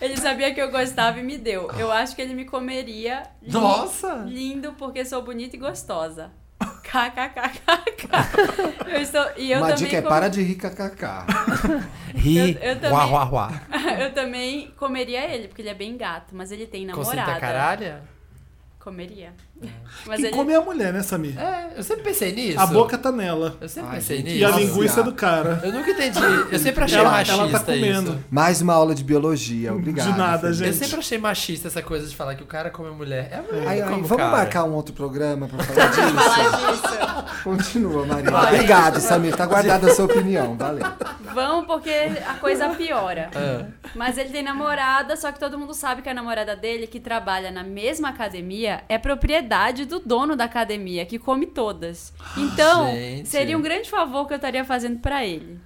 Ele sabia que eu gostava e me deu. Eu acho que ele me comeria. li-
Nossa!
Lindo, porque sou bonita e gostosa. KKKKK. Eu estou... E eu
Uma
também
dica é
com-
para de rir kkk.
Ri.
eu- eu também-
Uá, uá, uá.
eu também comeria ele, porque ele é bem gato, mas ele tem
Consinta
namorada.
caralha?
Comeria. Mas
Quem
ele...
come é a mulher, né, Samir?
É, eu sempre pensei nisso.
a boca tá nela.
Eu sempre
Ai,
pensei
gente,
E a
Nossa.
nisso.
linguiça é do cara.
Eu nunca entendi. Eu sempre achei
Ela-
É machista
ela tá comendo.
isso.
Mais uma aula de biologia, obrigado.
De nada,
Felipe.
gente.
Eu sempre achei machista essa coisa de falar que o cara come a mulher. É a mulher
Ai,
que
ai,
come o
vamos
cara.
marcar um outro programa pra falar disso?
Falar disso.
Continua, Marina. Obrigado, Samir. Tá guardada a sua opinião. Valeu.
Vão porque a coisa
É.
piora.
Ah,
Mas ele tem namorada, só que todo mundo sabe que a namorada dele, que trabalha na mesma academia, é propriedade do dono da academia, que come todas.
Ah,
Então,
Gente.
seria um grande favor que eu estaria fazendo pra ele.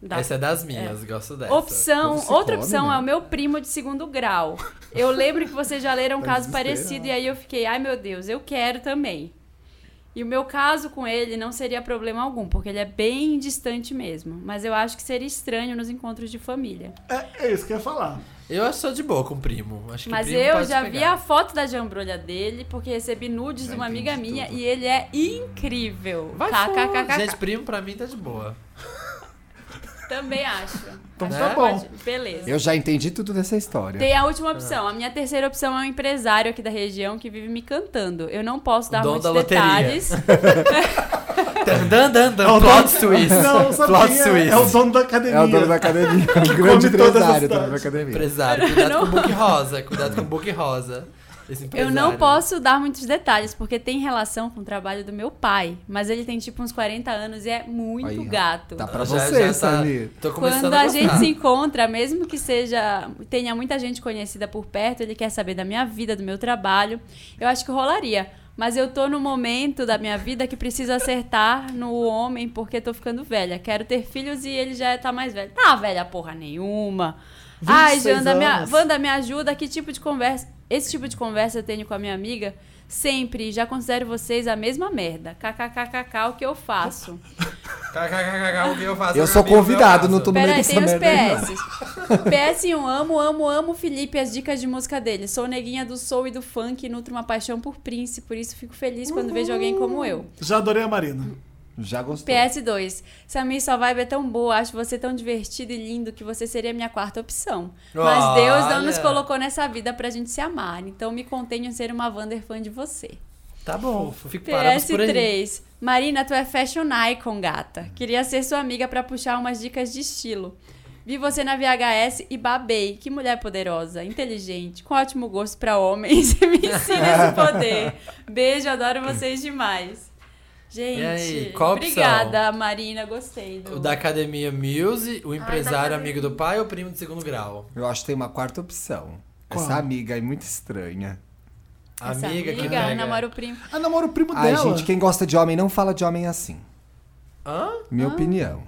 Dá.
Essa é das minhas, gosto dessa.
Opção,
Como se
outra
come,
opção
né?
é o meu primo de segundo grau. Eu lembro que vocês já leram um
Tá
caso parecido e aí eu fiquei, ai meu Deus, eu quero também. E o meu caso com ele não seria problema algum, porque ele é bem distante mesmo. Mas eu acho que seria estranho nos encontros de família.
É, é isso que eu ia falar.
Eu acho que sou de boa com o primo. Acho que
Mas
primo
eu
pode
já
pegar.
vi a foto da jambrolha dele, porque recebi nudes
Já
de uma
entendi
amiga minha
tudo.
e ele é incrível.
Vai
KKKKK.
fundo. Gente, primo pra mim tá de boa.
Também acho.
Então
Acho
tá
que
bom.
pode- Beleza.
Eu já entendi tudo dessa história.
Tem a última opção. A minha terceira opção é um empresário aqui da região que vive me cantando. Eu não posso dar
Dono
muitos
da loteria.
detalhes.
Dan, dan, dan, dan.
É o
Plot
dono-
twist.
Não, sabe
Plot
quem é?
twist.
É o dono da academia.
É o dono da academia. O grande
come todas as
empresário o dono da
cidades.
academia.
Empresário, cuidado
Não.
com o book rosa. Cuidado com o book rosa. Esse
Eu
empresário.
não posso dar muitos detalhes, porque tem relação com o trabalho do meu pai. Mas ele tem tipo uns 40 anos e é muito
Aí, ó.
gato.
Tá pra
Já- já
você,
tá-
Samir.
Tô começando
Quando
a,
a gente
gostar.
se encontra, mesmo que seja tenha muita gente conhecida por perto, ele quer saber da minha vida, do meu trabalho. Eu acho que rolaria. Mas eu tô num momento da minha vida que preciso acertar no homem porque tô ficando velha. Quero ter filhos e ele já tá mais velho. Tá velha porra nenhuma. Ai,
26
Janda, me, a-
anos.
Wanda, me ajuda. Que tipo de conversa? Esse tipo de conversa eu tenho com a minha amiga sempre. Já considero vocês a mesma merda. KKKKK, o que eu faço?
KKKK, o que eu faço?
Eu
meu
sou
amigo,
convidado,
meu
não
caso.
tô no meio
Pera aí, tem
é dessa
os
merda. aí, não.
PS. PS1, amo, amo, amo Felipe e as dicas de música dele. Sou neguinha do soul e do funk e nutro uma paixão por Prince, por isso fico feliz quando vejo alguém como eu.
Já adorei a Marina.
Já gostou.
PS2, Samir, sua vibe é tão boa, acho você tão divertido e lindo que você seria minha quarta opção. Mas
Olha.
Deus não nos colocou nessa vida pra gente se amar, então me contenho em ser uma Wander fã de você.
Tá bom, fico parado por aí.
PS3. Marina, tu é fashion icon, gata. Queria ser sua amiga pra puxar umas dicas de estilo. Vi você na VHS e babei. Que mulher poderosa, inteligente, com ótimo gosto pra homens. Me ensina esse poder. Beijo, adoro vocês demais. Gente,
E aí, qual a opção?
obrigada, Marina. Gostei. Do...
O da academia Muse,
Ah,
o empresário amigo do pai ou primo de segundo grau?
Eu acho que tem uma quarta opção.
Qual?
Essa amiga é muito estranha.
Essa
amiga, que
amiga
pega.
namora o primo.
Ah, namora o primo
Ai,
dela.
gente, quem gosta de homem não fala de homem assim.
Hã?
Minha opinião.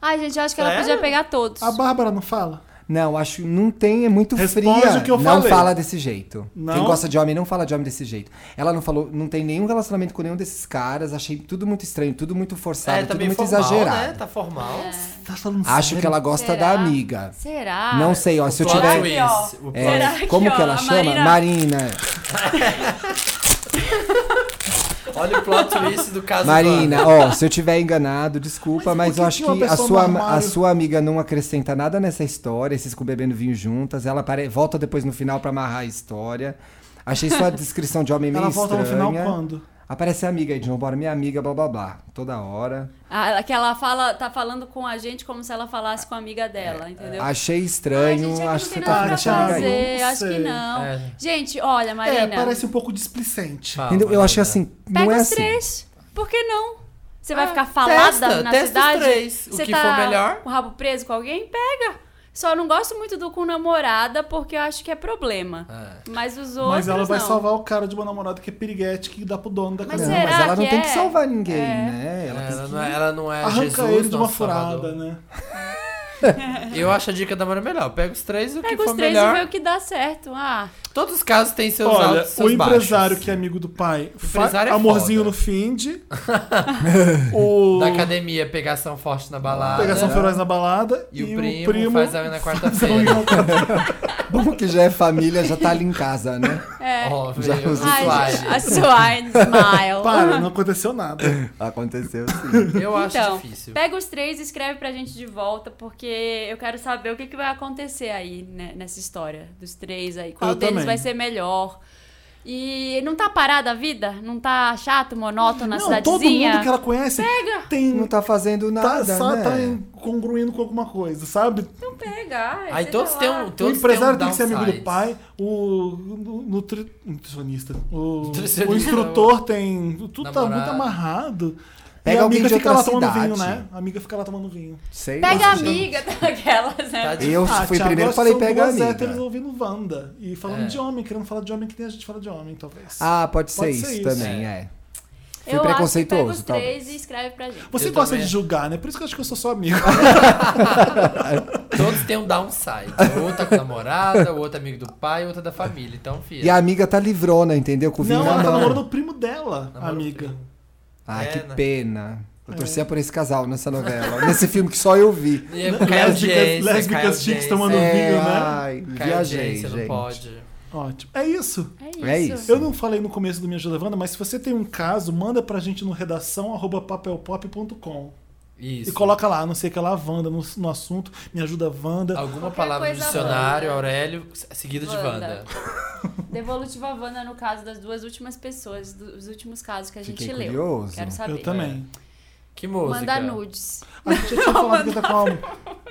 Ai, gente, eu acho que ela
Sério?
podia pegar todos.
A Bárbara não fala?
Não, acho que não tem, é muito
Responde
fria.
o que eu
não
falei.
fala desse jeito.
Não?
Quem gosta de homem não fala de homem desse jeito. Ela não falou, não tem nenhum relacionamento com nenhum desses caras, achei tudo muito estranho, tudo muito forçado,
é, tá
tudo
bem
muito
formal,
exagerado.
né? Tá formal.
É.
Tá falando
Acho
sério?
que ela é gosta
Será? Ah,
da amiga.
Será?
Não sei, ó, se eu
Plot
tiver
twist.
Aqui,
O
É,
plot-
Será que,
como que
ó,
ela
a
chama?
Marina-
Marina.
Olha o plot twist do caso
Marina, ó, se eu tiver enganado, desculpa,
Mas por
mas, eu
que
acho
que uma
que a
pessoa
sua,
no
a
armário-
sua amiga não acrescenta nada nessa história, vocês ficam bebendo vinho juntas, ela pare- volta depois no final pra amarrar a história. Achei sua descrição de homem meio
Ela volta no
estranha.
final quando?
Aparece a amiga aí de novo, bora, minha amiga, blá blá blá. Toda hora.
Ah, ela- que ela fala, tá falando com a gente como se ela falasse com a amiga dela, entendeu?
Achei
Ai,
estranho,
gente, é que
é. acho que você
não tem
tá
nada
ficando
pra
achando
chateada
aí.
fazer,
Não
acho que
sei.
não.
É.
Gente, olha, Marina.
É, parece um pouco displicente.
Fala,
Entendeu? Eu
Marina.
achei assim,
Pega
não é
os
assim.
três. Por que não? Você vai
Ah,
ficar falada
testa,
na
testa os
cidade?
três. O
Você
que
tá
for melhor.
Com o rabo preso com alguém? Pega. Só não gosto muito do com namorada porque eu acho que é problema.
É.
Mas os outros.
Mas ela vai
não.
salvar o cara de uma namorada que é piriguete que dá pro dono da
Mas
Não,
casa.
será
mas ela não
que
tem que
é?
salvar ninguém,
É.
né? Ela tem
Ela
que-
não é, ela
ah,
não é
Arranca
Jesus,
ele de uma
nosso
furada,
salvador.
né?
Eu acho a dica da Mara melhor. Pega os três e o que
Pega
for
os três
melhor.
e vê o que dá certo. Ah,
Todos os casos têm seus
Olha,
altos e
o
seus baixos.
empresário que é amigo do pai, fa-
empresário é
amorzinho
foda.
no Find. o
Da academia, pegação forte na balada.
Pegação Feroz na balada.
E, o primo, faz a na
um
quarta-feira.
quarta-feira.
Bom que já é família, já tá ali em casa, né?
é.
Ó, veio
Já
o
usou
Ai,
slide.
gente, a swine smile.
Para, não aconteceu nada.
Aconteceu sim.
Eu acho
Então,
difícil.
Pega os três e escreve pra gente de volta, porque eu quero saber o que, que vai acontecer aí né, nessa história dos três aí. Qual
Eu
deles
também.
vai ser melhor. E não tá parada a vida? Não tá chato, monótono na
Não, todo
cidadezinha?
mundo que ela conhece tem.
Não tá fazendo
tá,
nada,
só
né?
tá incongruindo com alguma coisa, sabe?
Não pega. ai,
Aí
sei
todos
lá.
têm um.
o
Todos têm
empresário tem
um
que ser amigo do
downside.
pai, o nu- nutri- nutricionista, o,
Nutricionista,
o instrutor tem. Tudo tá
Namorado.
muito amarrado.
Pega
e a
alguém
amiga
de
fica lá
outra
tomando vinho,
cidade.
né? A amiga fica lá tomando vinho.
Sei
Pega
lá,
a
gente.
amiga daquelas, né?
Tá de-
Eu
Ah,
fui
Thiago,
primeiro
acho
e falei
que são
pega a
duas
amiga.
héteros ouvindo Wanda e falando
É.
de homem, querendo falar de homem que nem a gente fala de homem, talvez.
Ah, pode ser,
Pode ser
isso,
isso.
também, é. Fui
eu
preconceituoso,
acho que pega os
talvez.
três e escreve pra gente.
Você
Eu
gosta
também.
de julgar, né? Por isso que eu acho que eu sou sua amiga.
Ah,
Todos têm um downside. O outro tá com namorada, o outro é amigo do pai, o outro é da família. Então, filha.
E a amiga tá livrona, entendeu? Com o vinho é
Não,
na
ela tá
mão.
namorando o primo dela,
Namora o
amiga.
primo.
Ah,
É,
que
né?
pena.
É.
Eu torcia por esse casal nessa novela. nesse filme que só eu vi.
E é cai audiência, cai
lésbicas chiques
audiência.
tomando
É,
vinho, né?
ai,
Cai
viajei,
audiência,
gente.
não pode.
Ótimo. É isso.
É
É isso.
isso.
Eu não falei no começo do Me Ajuda Wanda, mas se você tem um caso, manda pra gente no redação arroba papelpop.com.
Isso.
E coloca lá, não sei o que lá, Wanda no, no assunto. Me ajuda, Wanda.
Alguma
Qualquer
palavra do
coisa
dicionário,
Wanda.
Aurélio, seguida de Wanda.
Wanda. Devolutiva Wanda no caso das duas últimas pessoas, dos últimos casos que a gente
Fiquei
leu.
curioso.
Quero saber.
Eu também.
Que música.
Manda nudes.
A gente já tinha falado que tá calmo.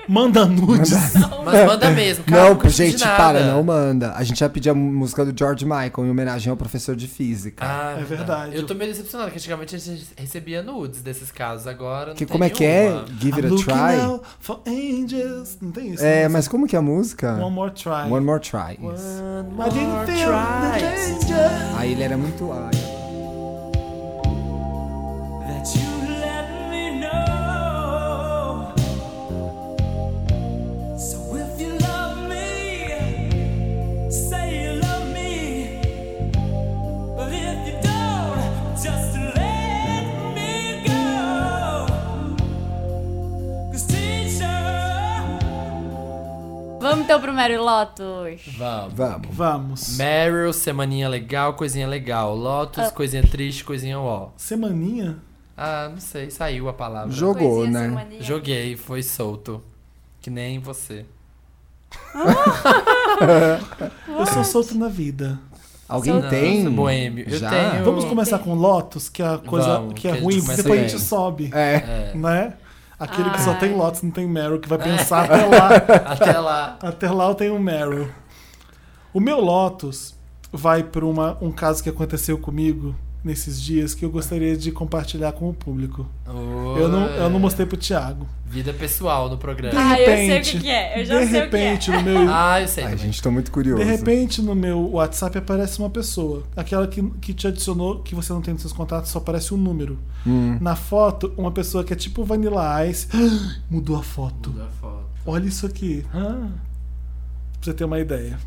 Manda nudes.
Mas manda mesmo, cara.
É. Não,
não custa de
gente,
nada.
para, não manda. A gente já pediu a música do George Michael em homenagem ao professor de física.
Ah,
É verdade.
Eu tô meio decepcionado, que antigamente a gente recebia nudes desses casos, agora não
que,
tem
como é que é?
nenhuma.
Give it
I'm
a
looking
try?
out for angels. Não tem isso.
É,
né?
mas como que é a música?
One more try.
One more try. Isso.
I didn't feel the danger.
Aí ele era muito. Ai.
that you let me know. So if you love me, say you love me. But if you don't, just let me go. 'Cause teacher,
Vamos então pro Mary Lotus.
Vamos.
Vamos.
Vamos.
Meryl, semaninha legal, coisinha legal. Lotus,
Up.
coisinha triste, coisinha ó.
Semaninha?
Ah, não sei, saiu a palavra.
Jogou,
Coisinha
né?
semaninha.
Joguei, foi solto. Que nem você.
Eu sou solto na vida.
Alguém
Não,
tem?
sou boêmio. Eu
Já?
tenho.
Vamos começar com Lotus, que é a coisa
Vamos,
que é
que a gente
ruim, porque
começa
depois a
bem.
gente sobe.
É.
É,
Né? Aquele que só
Ai.
tem Lotus, não tem Meryl, que vai pensar até lá.
até lá.
Até lá eu tenho o Meryl. O meu Lotus vai para um caso que aconteceu comigo nesses dias que eu gostaria de compartilhar com o público. Eu não, eu não mostrei pro Thiago.
Vida pessoal no programa.
Ah, eu sei o
repente,
que que é, eu já
de
sei o que é.
repente, no meu
Ah, eu sei.
Ai,
também.
gente, tô muito curioso.
De repente, no meu WhatsApp aparece uma pessoa. Aquela que, que te adicionou, que você não tem nos seus contatos, só aparece um número. Na foto, uma pessoa que é tipo Vanilla Ice. Mudou a foto.
é
Da foto.
Olha isso aqui. Ah. Pra você ter uma ideia.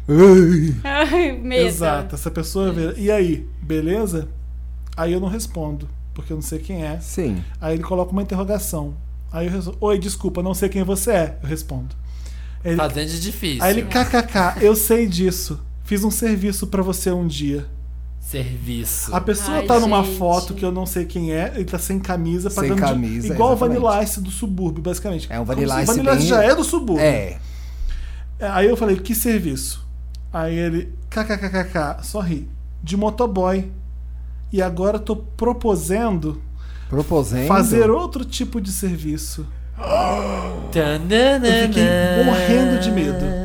Ai.
Ai, medo.
Exato. Essa pessoa vê. E aí, beleza? Aí eu não respondo, porque eu não sei quem é.
Sim.
Aí ele coloca uma interrogação. Aí eu respondo. Oi, desculpa, não sei quem você é. Eu respondo. Ele,
Fazendo Tá de difícil.
aí ele, kkk, eu sei disso. Fiz um serviço pra você um dia.
Serviço.
A pessoa
Ai,
tá numa
gente.
foto que eu não sei quem é, ele tá sem camisa,
Sem
pagando de-
camisa,
igual o
exatamente.
Vanilla Ice do subúrbio, basicamente.
É um
Como
Vanilla
se-
Ice
Vanilla Ice
bem-
já é do subúrbio.
É.
É, Aí eu falei, que serviço? Aí ele, kkkk, só ri. De motoboy. E agora eu tô proposendo
Proposendo.
fazer outro tipo de serviço.
Tananana.
Eu fiquei morrendo de medo.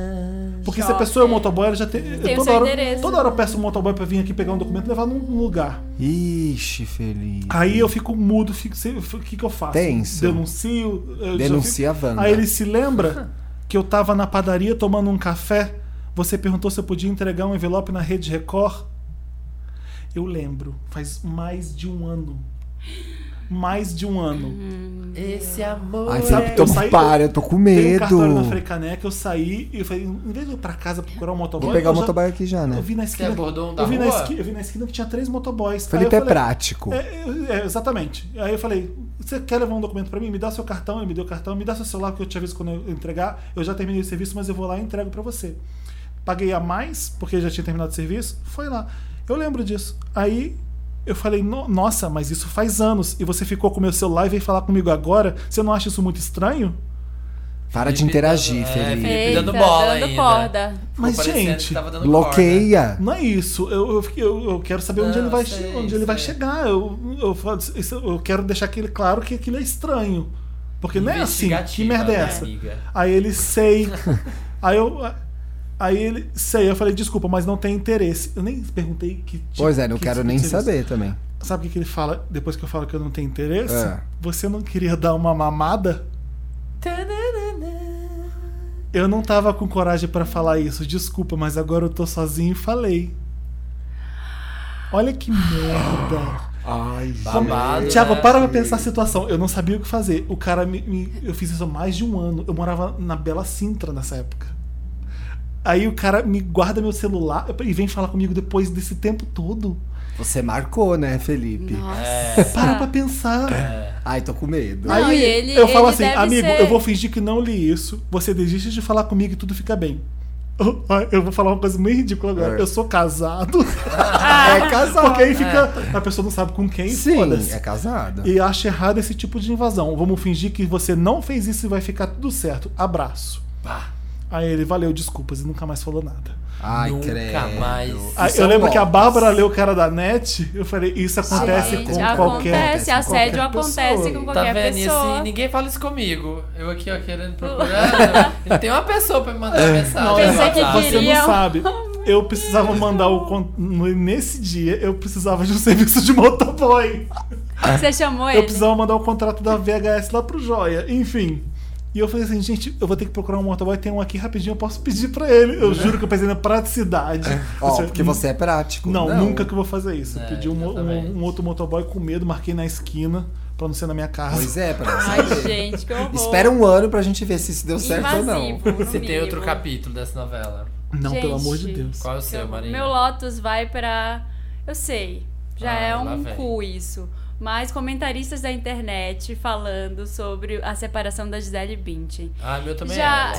Porque se a
Uhum. Choque.
pessoa é um motoboy, ela já tem. eu
Tem o
toda,
seu
hora,
endereço.
toda hora eu peço um motoboy pra vir aqui pegar um documento e levar num lugar.
Ixi, Felipe.
Aí eu fico mudo, fico sem- o que, que eu faço?
Tenso.
Denuncio. eu
Denuncia
já
a Wanda.
Aí ele se lembra que eu tava na padaria tomando um café. Você perguntou se eu podia entregar um envelope na Rede Record. Eu lembro, faz mais de um ano. Mais de um ano.
Uhum.
Esse amor.
Ai, Felipe,
é-
Sabe,
tô,
eu saí-
para, eu tô com
Tem um cartório na
medo.
Frecaneca, eu saí e eu falei, em vez de eu ir pra casa procurar um motoboy.
Vou pegar
eu
o
já-
motoboy aqui já, né?
Eu vi na esquina.
abordou um da
eu, vi na
rua?
esqui- eu vi na esquina que tinha três motoboys. Aí eu
Felipe é
falei,
prático.
é, eu- é, exatamente. Aí eu falei: você quer levar um documento pra mim? Me dá seu cartão. Ele me deu o cartão. Me dá seu celular que eu te aviso quando eu entregar. Eu já terminei o serviço, mas eu vou lá e entrego pra você. Paguei a mais, porque já tinha terminado o serviço. Foi lá. Eu lembro disso. Aí eu falei: "No- nossa, mas isso faz anos. E você ficou com o meu celular e veio falar comigo agora? Você não acha isso muito estranho?
Para de
Felipe
interagir,
dando- é,
Felipe.
Felipe.
Eita,
Dando bola
dando
ainda.
corda.
Ficou
Mas,
parecendo que
gente,
tava dando corda.
Bloqueia.
Não é isso. Eu, eu, fiquei- eu- eu quero saber onde
Não,
ele vai,
sei,
onde ele vai
sei.
chegar. Eu, eu, falo- isso- eu quero deixar aquele claro que aquilo é estranho. Porque não é assim. Que
Investigativa,
merda é
né,
essa?
amiga?
Aí ele sei. aí eu. Aí ele sei. Eu falei, desculpa, mas não tem interesse. Eu nem perguntei que tipo.
Pois é, não
que
quero
tipo
nem
de serviço.
saber também.
Sabe o que que ele fala depois que eu falo que eu não tenho interesse?
É.
Você não queria dar uma mamada? Eu não tava com coragem pra falar isso, desculpa, mas agora eu tô sozinho e falei. Olha que merda.
Ai,
Babado.
Tiago,
né?
para pra pensar a situação. Eu não sabia o que fazer. O cara me, me- Eu fiz isso há mais de um ano. Eu morava na Bela Sintra nessa época. Aí o cara me guarda meu celular e vem falar comigo depois desse tempo todo.
Você marcou, né, Felipe?
É.
Para pra pensar.
Ai, tô com medo.
Não,
Aí
e ele-
eu falo
ele
assim,
deve
amigo,
ser-
eu vou fingir que não li isso. Você desiste de falar comigo e tudo fica bem. Oh, Eu vou falar uma coisa meio ridícula agora.
É.
Eu sou casado.
Ah.
é casado.
Porque aí fica. A pessoa não sabe com quem,
É. Sim,
foda-se.
é casado.
E acho errado esse tipo de invasão. Vamos fingir que você não fez isso e vai ficar tudo certo. Abraço. Aí ele valeu, desculpas, e nunca mais falou nada.
Ai,
Nunca
credo. é um
mais.
Aí
São
eu lembro que a
golpes.
Bárbara leu o cara da net, eu falei, isso acontece
Gente,
com
acontece,
qualquer.
com
assédio
qualquer
acontece
pessoa.
com
Tá
qualquer
vendo? E
pessoa.
assim, ninguém fala isso comigo. Eu aqui, ó, querendo procurar. E tem uma pessoa pra me
É.
mandar mensagem.
Não,
no
Pensei que
WhatsApp.
Você
queria. um
não sabe. Eu precisava mandar o. con- Nesse dia, eu precisava de um serviço de motoboy.
Você chamou
Eu
ele.
precisava mandar o contrato da VHS lá pro Joia. Enfim. E eu falei assim, gente, eu vou ter que procurar um motoboy, tem um aqui rapidinho, eu posso pedir pra ele. Eu juro que eu pensei na praticidade.
Né? Ó,
Eu
porque
"Hum,
você é prático.
Não, nunca que eu vou fazer isso. Eu
É,
pedi um, mo-
exatamente.
um- um outro motoboy com medo, marquei na esquina, pra não ser na minha casa.
Pois é, pra você.
Ai, gente, que horror.
Espera um ano pra gente ver se isso deu certo ou não.
Invasivo, no
Se tem outro
mínimo.
capítulo dessa novela.
Não,
Gente.
pelo amor de Deus.
Qual é o seu, Marinho?
Meu Lotus vai pra. Eu sei, já
Ah,
é
lá
um
vem.
cu isso. Mas comentaristas da internet falando sobre a separação da Gisele Bündchen.
Ah, meu também
Já-
é.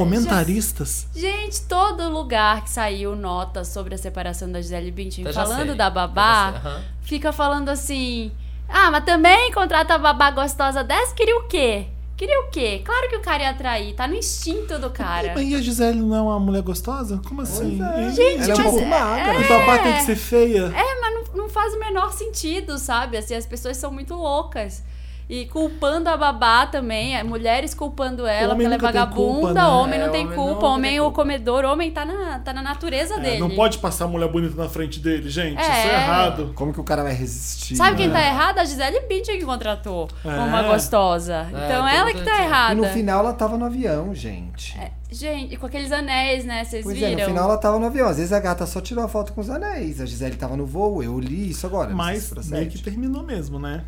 Comentaristas?
Gente, todo lugar que saiu nota sobre a separação da Gisele Bündchen,
Então já
falando
sei.
da babá,
Já sei, aham.
fica falando assim: Ah, mas também contrata a babá gostosa dessa? Queria o quê? Queria o quê? Claro que o cara ia atrair, tá no instinto do cara.
E a Gisele não é uma mulher gostosa? Como assim? E-
Gente,
Ela é um
mas
pouco
é-
magra.
O babá tem que ser feia?
É, mas não, não faz o menor sentido, sabe? Assim, as pessoas são muito loucas. E culpando a babá também, é, mulheres culpando ela
Homem
porque ela é
nunca tem
vagabunda,
culpa, né?
homem não
É,
tem
homem
culpa,
nunca
homem
tem
é o
culpa.
comedor, homem tá na, tá na natureza dele.
É, não pode passar a mulher bonita na frente dele, gente. Isso é
É.
errado.
Como que o cara vai resistir?
Sabe quem
né?
tá errada? A Gisele Bündchen que contratou
É.
uma gostosa.
É,
então
tem
ela
muita
que
gente.
tá
E no
errada.
E no final ela tava no avião, gente.
Gente, e com aqueles anéis, né? Vocês
Pois
É, viram?
é, no final ela tava no avião. Às vezes a gata só tirou a foto com os anéis. A Gisele tava no voo, eu li isso agora. não sei
Mas
se
meio
procede.
que terminou mesmo, né?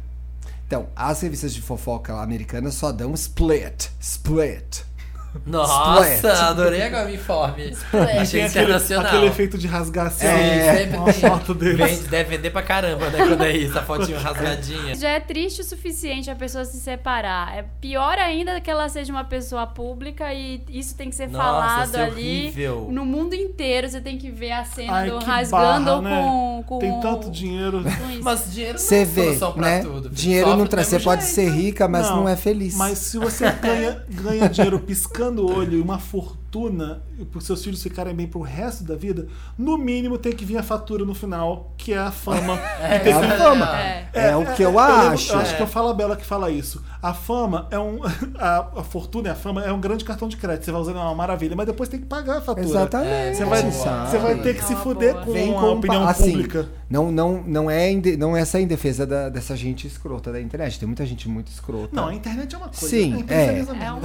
Então, as revistas de fofoca lá americanas só dão split. Split.
Nossa,
Split.
adorei agora me informe.
E
Achei
tem aquele,
internacional.
aquele efeito de rasgar a cena.
É.
com a foto deles.
Vende, deve vender pra caramba, né? Quando é isso, a fotinho rasgadinha.
Já é triste o suficiente a pessoa se separar. É pior ainda que ela seja uma pessoa pública e isso tem que ser
Nossa,
falado
isso é
ali.
horrível.
No mundo inteiro você tem que ver a cena
Ai,
do
que
rasgando
barra,
com,
né?
com.
Tem tanto dinheiro.
com isso.
Mas dinheiro não
Você
é
vê,
solução pra
né?
tudo.
Dinheiro
Sofre
não
do
traz. Você
mesmo
pode
jeito.
ser rica, mas não, é feliz.
Mas se você ganha, ganha dinheiro piscando o olho e uma fortuna para seus filhos ficarem bem pro resto da vida, no mínimo tem que vir a fatura no final, que é a fama. que
É
tem que
a fama.
É.
É, o que eu,
lembro-
acho.
eu acho que eu falo a Bela que fala isso. A fama é um. A, a fortuna e a fama é um grande cartão de crédito. Você vai usando é uma maravilha, mas depois tem que pagar a fatura.
Exatamente.
Você vai,
sabe?
você vai ter que se
É uma
fuder
boa.
com
Vem
a
com
opinião
pa- assim,
pública.
Não, não, não é, em de- não é essa em defesa da- dessa gente escrota da internet. Tem muita gente muito escrota.
Não, a internet é uma coisa.
Sim,
a internet
É um.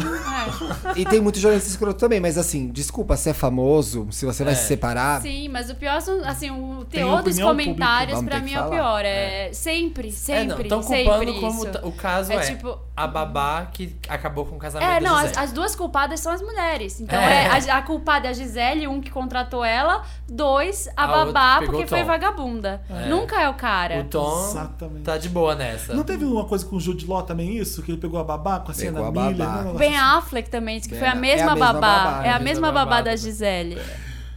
é.
E tem muito jornalista escroto também, mas assim, desculpa, você é famoso, se você vai
É.
se separar.
Sim, mas o pior são, assim, o
Tem
teor dos
opinião
comentários
pública,
pra
vamos ter
mim é
que
o
falar.
pior. É, sempre,
É, não,
sempre,
estão
sempre
culpando como
isso.
t- o caso é,
é tipo,
a babá que acabou com o casamento
É, não,
da
as,
Gisele.
as duas culpadas são as mulheres. Então,
É.
é, a, a culpada é a Gisele, um que contratou ela, dois, a,
A outra
babá,
que pegou
porque
o
foi
Tom.
vagabunda.
É.
Nunca é o cara.
O Tom
Exatamente.
tá de boa nessa.
Não teve uma coisa com o Jude Law também isso? Que ele pegou a babá com a
Pegou
cena
a
Miller?
babá.
né?
Ben Affleck também disse que
Ben
foi a
Affleck. É
mesma,
a mesma
babá.
babá,
É
né?
a mesma babá da
também.
Gisele.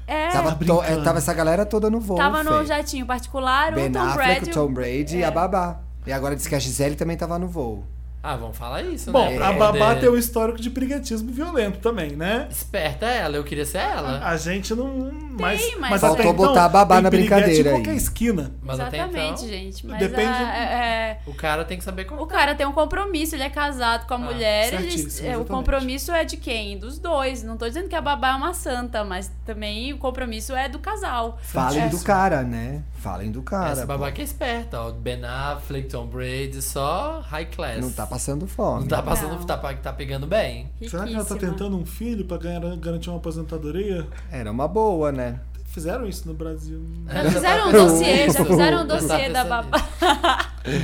É,
Tava,
Tá
to-
brincando.
é, tava essa galera toda no voo.
tava no
Fê.
jatinho particular, um o
Ben
Tom
Affleck,
Brady... É.
o Tom Brady e a babá. E agora diz que a Gisele também tava no voo.
Ah, vamos falar isso,
Bom,
né?
a
Pra
babá
poder-
tem um histórico de briguentismo violento também, né?
Esperta é ela, eu queria ser
Ah,
ela.
A gente não. mas,
mas-
Faltou
até então,
botar a babá
tem
na
piriguete
brincadeira
Em
aí.
qualquer esquina.
Mas até
Exatamente,
então,
gente. Mas
Depende-
a- é- é-
o cara tem que saber como.
o cara tem um compromisso, ele é casado com a mulher. ele-
Ah, certíssimo,
é, o
exatamente.
compromisso é de quem? Dos dois. Não tô dizendo que a babá é uma santa, mas também o compromisso é do casal.
Falem
É.
do cara, né? Falem do cara.
Essa
pô.
babá que é esperta, ó. Ben Affleck, Tom Brady, só high class.
Não tá passando fome.
é Não tá passando,
Não.
Tá, pa- tá pegando bem.
Será que ela tá
Riquíssima.
tentando um filho pra ganhar, garantir uma aposentadoria?
Era uma boa, né?
Fizeram isso no Brasil.
Já fizeram um
Eu-
dossiê, já fizeram um
Eu tava
dossiê da
pensando
babá.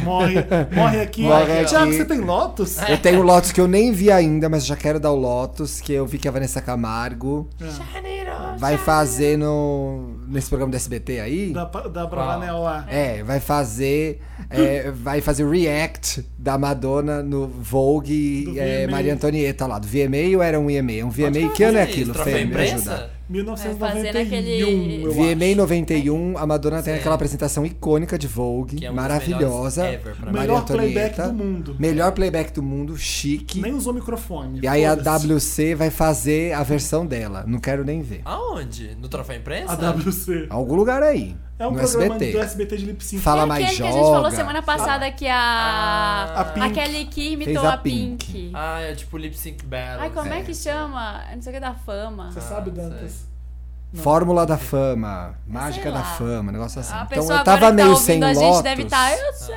Morre, morre aqui.
Morre aqui. É.
Tiago, você tem Lotus?
Eu tenho o Lotus que eu nem vi ainda, mas já quero dar o Lotus, que eu vi que a Vanessa Camargo
É.
vai fazer no, nesse programa do SBT aí.
Da, da Bravanel lá.
É, vai fazer. é, vai fazer o react da Madonna no Vogue
Do
é,
VMA.
Maria Antonieta lá. Do VMA ou era um EMA? Um VMA?
Onde
Que ano é
fez isso?
aquilo,
Troféu
Fê? Me
imprensa?
ajuda.
1991,
É, fazendo aquele-
eu acho.
VMA 91, a Madonna tem aquela apresentação icônica de Vogue,
Que é uma das
maravilhosa.
melhores ever pra mim.
Maria
Melhor playback
Antonieta.
do mundo.
Melhor playback do mundo, chique.
Nem usou microfone.
E aí a
foda-se.
WC vai fazer a versão dela. Não quero nem ver.
Aonde? No Troféu Imprensa?
A WC.
Algum lugar aí.
É um
no
programa
SBT.
do SBT de lip sync.
Fala
É
mais
aquele que a
joga.
gente falou semana passada que a.
A Pink.
A Kelly Key imitou
Fez a
a Pink.
Pink.
Ah, é tipo Lip Sync Battle. assim.
Ai, como é. que chama? Não sei o que da fama.
Você sabe,
Ah,
Dantas?
Fórmula da fama, mágica da
lá.
fama, negócio assim.
A
Então
pessoa
eu tava
agora que tá
meio
ouvindo
sem
a
lotos.
gente deve tá- estar. Eu sei.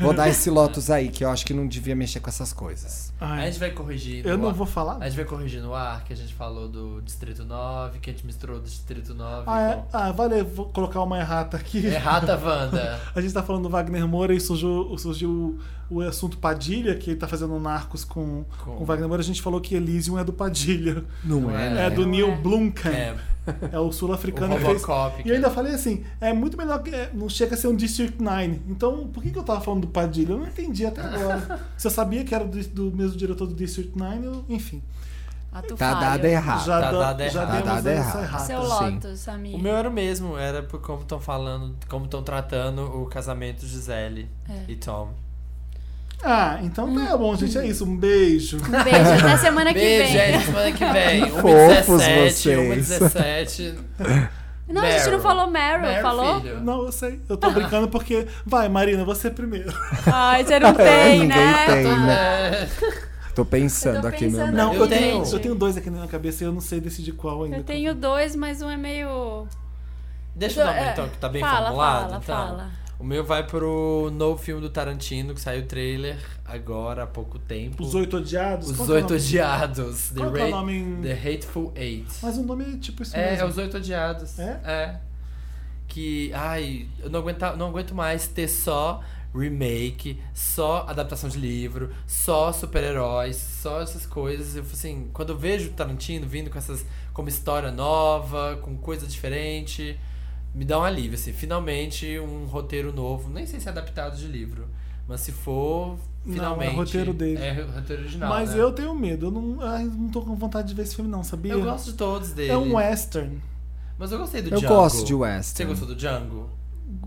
Vou dar esse Lotus aí, que eu acho que não devia mexer com essas coisas.
A
Ai,
gente vai corrigir. no
eu não
ar.
vou falar.
A gente vai corrigir no ar que a gente falou do Distrito 9, que a gente misturou o Distrito 9
Ah, é,
com.
ah, vale, vou colocar uma errata aqui.
É.
Errata, Wanda.
A gente tá falando do Wagner Moura e surgiu, surgiu o, o assunto Padilha, que ele tá fazendo Narcos com,
Com-
com o Wagner Moura. A gente falou que Elysium é do Padilha.
Não né?
é,
É,
É.
do Neil Blomkamp.
É,
É, o sul-africano
O
que fez.
Robocop,
E
que-
eu ainda falei assim, é muito melhor que. é, Não chega a ser um District 9. Então, por que, que eu tava falando do Padilha? Eu não entendi até agora. Se eu sabia que era do, do mesmo diretor do District 9, eu, enfim.
Ah, tu
Tá
falha.
dado errado.
já
Tá
dá-
dado
já
errado.
demos
Tá dado
essa
errado.
errata.
Seu
Sim.
Lotus, amigo.
O meu era o mesmo, era por como estão falando, como estão tratando o casamento Gisele
É.
e Tom.
Ah, então tá bom, gente. É isso. Um beijo.
Um beijo. Até semana que
Beijo,
vem.
gente, semana que vem.
Fofos
1h17, 1h17.
Não, a gente não
Meryl.
falou Meryl,
Meryl,
falou?
filho.
Não, eu sei. Eu tô brincando porque. Vai, Marina, você primeiro.
Ai, você não tem,
Ninguém
né?
tem, né?
É.
Tô pensando,
Eu tô
aqui, meu
pensando.
Não.
Não,
Eu
eu, tenho.
tenho.
Eu tenho dois aqui na minha cabeça e eu não sei decidir qual ainda.
Eu tenho dois, mas um é meio.
Deixa eu dar um
É,
então, que tá bem
fala,
formulado. então.
fala, fala.
O meu vai pro novo filme do Tarantino, que saiu o trailer agora há pouco tempo.
Os oito odiados?
Os
Qual que é o
Oito
nome?
Odiados. The,
Qual que é o
Ra-
nome em-
The Hateful Eight.
Mas o nome é tipo isso
É, é
mesmo.
os Oito Odiados.
É?
Que, ai, eu não aguento, não aguento mais ter só remake, só adaptação de livro, só super-heróis, só essas coisas. Eu, assim, quando eu vejo o Tarantino vindo com essas, com uma história nova, com coisa diferente, me dá um alívio, assim. Finalmente um roteiro novo, nem sei se é adaptado de livro, mas se for,
Não, é
finalmente.
roteiro dele.
É ro- roteiro original,
Mas
né?
eu tenho medo. Eu não, ai, não tô com vontade de ver esse filme, não, sabia?
Eu gosto de todos dele.
É um western.
Mas eu gostei do
Eu
Django.
gosto de
Você
western.
gostou do Django?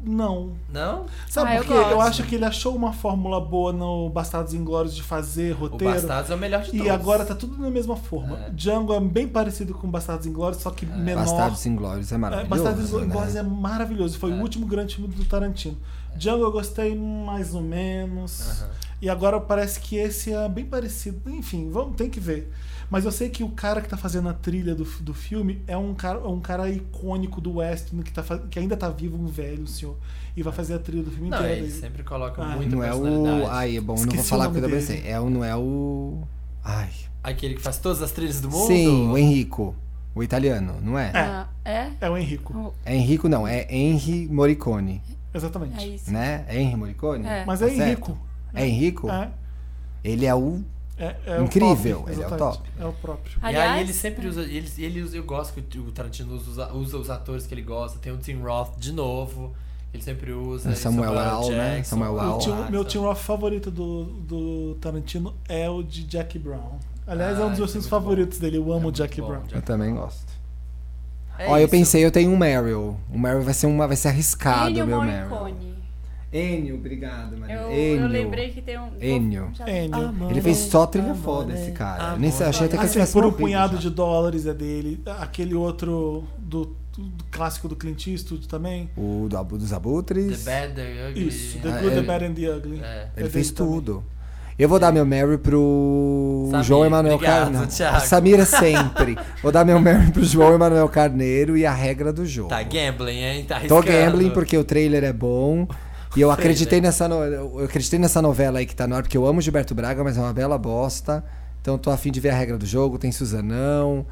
Não.
Não?
Sabe
Ah, eu
por quê? Eu,
gosto.
acho que ele achou uma fórmula boa no Bastardos Inglórios de fazer
O
roteiro.
Bastardos é o melhor de todos.
E agora tá tudo na mesma forma. Django é bem parecido com Bastardos Inglórios, só que menor.
Bastardos Inglórios é
É,
maravilhoso.
Bastardos
né?
Inglórios é maravilhoso. Foi o último grande filme do Tarantino.
É.
Django eu gostei mais ou menos. E agora parece que esse é bem parecido. Enfim, vamos, tem que ver. Mas eu sei que o cara que tá fazendo a trilha do, do filme é um cara, é um cara icônico do Western que, tá, fa- que ainda tá vivo, um velho senhor. E vai fazer a trilha do filme
Não,
é
inteiro.
eles
dele.
sempre colocam
Ah.
muita
Não é
personalidade.
o. Ai, é bom, não vou
Esqueci
falar
o
porque eu
nome
também
dele.
sei. É o, não é o. Ai.
Aquele que faz todas as trilhas do mundo?
Sim, o Enrico. O italiano, não é?
Ah, é?
É o Henrico.
É Enrico, não, é Henry Morricone.
Exatamente.
É isso.
Né? É Henry Morricone?
É.
Mas
Tá
é
certo?
Henrico.
É Henrico?
É,
Ele é o.
é- é o
Incrível,
próprio,
ele é o
exatamente.
top.
É o próprio.
E aí
Aliás,
ele sempre usa, ele, ele usa, eu gosto que o Tarantino usa, usa os atores que ele gosta, tem o Tim Roth de novo, ele sempre usa.
É
e
Samuel L, né?
Jackson,
Samuel L.
O
Uau.
Tim-
Jackson.
meu Tim Roth favorito do, do Tarantino é o de Jack Brown. Aliás, é um
Ah,
dos meus
isso é
filmes
muito
favoritos dele. Eu
É
amo o
muito
Jack
bom,
Brown.
Jack
Eu também gosto.
É
Ó, eu
isso.
pensei, eu tenho um Meryl. O Meryl vai ser uma, vai ser arriscado,
Ennio
meu Meryl.
Morricone.
Enio, obrigado, Maria.
Eu,
Enio.
eu lembrei Tá que tem um.
Ennio.
Já-
Ennio.
Ele fez só trilha foda,
né?
esse cara. Eu Nem sei, achei até que ele
Assim,
tivesse
né? por um
morrido
punhado
já.
de dólares é dele. Aquele outro do, do clássico do Clint Eastwood também.
O do Abu- dos
The
Abutres.
Bad, The Ugly.
Isso, The
Ah,
Good, The
ele-
Bad and the Ugly.
É.
Ele
É
fez
dele também.
tudo. Eu vou dar meu Mary pro
Samir,
João Emanuel
obrigado,
Carneiro.
Thiago.
Samira sempre. vou dar meu Mary pro João Emanuel Carneiro e a regra do jogo.
Tá gambling, hein? Tá
Tô
arriscando.
gambling porque o trailer é bom. E eu acreditei
Trailer.
nessa no- eu acreditei nessa novela aí que tá no ar, porque eu amo Gilberto Braga, mas é uma bela bosta. Então tô afim de ver a regra do jogo. Tem Suzanão,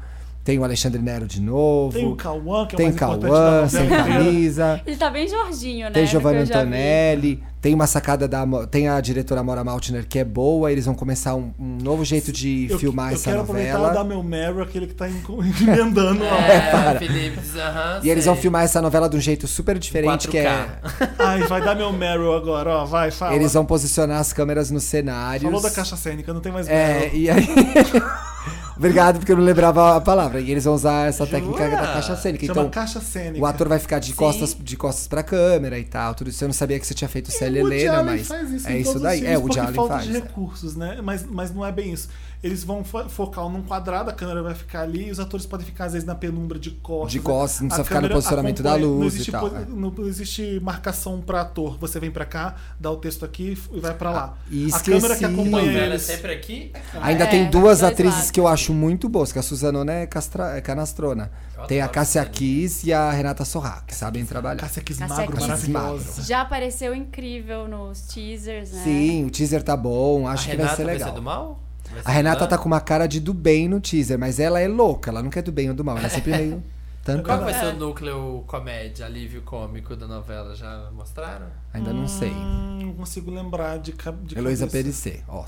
tem o Alexandre Nero de novo.
Tem o Cauã, que é o
tem
mais importante
Cauã,
da
sem
novela inteira.
camisa.
Ele tá bem Jorginho, né?
Tem
do que eu
Giovanna
já vi.
Antonelli, tem uma sacada da. Mo- Tem a diretora Mora Maltner que é boa, eles vão começar um, um novo jeito de
Eu,
filmar
eu
essa
quero aproveitar e dar
novela.
meu Meryl, aquele que tá en- emendando. ó.
É, Felipe, aham,
E eles vão
sei.
filmar essa novela de um jeito super diferente, que é.
4K.
Ai, vai dar meu Meryl agora, ó. Vai, fala.
Eles vão posicionar as câmeras nos cenários.
Falou da caixa cênica, não tem mais Meryl.
É, e aí. Obrigado, porque eu não lembrava a palavra. E eles vão usar essa técnica da caixa cênica.
Chama
Então,
caixa cênica.
o ator vai ficar de costas, de costas pra câmera e tal. Tudo isso. Eu não sabia que você tinha feito Célia
O
Helena,
Woody Allen
é mas.
faz isso
é
em todos
isso
os
daí.
filmes,
É, o Woody
porque
Allen
falta
faz.
de recursos, né? Mas, mas não é bem isso. Eles vão fo- focar num quadrado, a câmera vai ficar ali, e os atores podem ficar, às vezes, na penumbra de costas.
De costas, não
A
precisa ficar no
câmera
posicionamento da
acompanha,
luz
não
e
existe
tal,
po-
é.
Não, existe marcação pra ator. Você vem pra cá, dá o texto aqui e vai pra lá.
Ah, e
a câmera
esqueci.
que acompanha
Novela é
eles.
sempre aqui.
Ainda
É,
tem duas
dois
atrizes
lados.
que eu acho muito boas, que a Suzanona é, castra- é canastrona.
Eu
Tem a
adoro
Cássia
Suzana.
Kiss e a Renata Sorra, que sabem trabalhar.
Cássia Kiss
Cássia
Magro,
Kiss.
maravilhosa.
Já apareceu incrível nos teasers, né?
Sim, o teaser tá bom, acho
a
que vai
Renata
ser legal.
do mal? né? Vai ser
A Renata
vilã?
tá com uma cara de do bem no teaser, mas ela é louca, ela não quer do bem ou do mal, ela é sempre meio
Qual
É
tancada.
vai ser o núcleo comédia, alívio cômico da novela? Já mostraram?
Ainda não sei.
Hum, não consigo lembrar de, ca- de
Heloísa
cabeça.
Perissé, ó.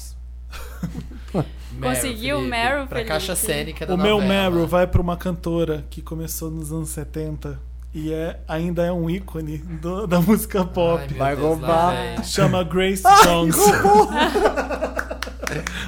Conseguiu o Meryl,
Pra
Felipe?
caixa cênica É da
O meu
novela. né?
Meryl vai pra uma cantora que começou nos anos 70 e é, ainda é um ícone do- da música pop.
Ai, meu
Vai
Deus, lá
roubar.
vem.
Chama Grace Jones.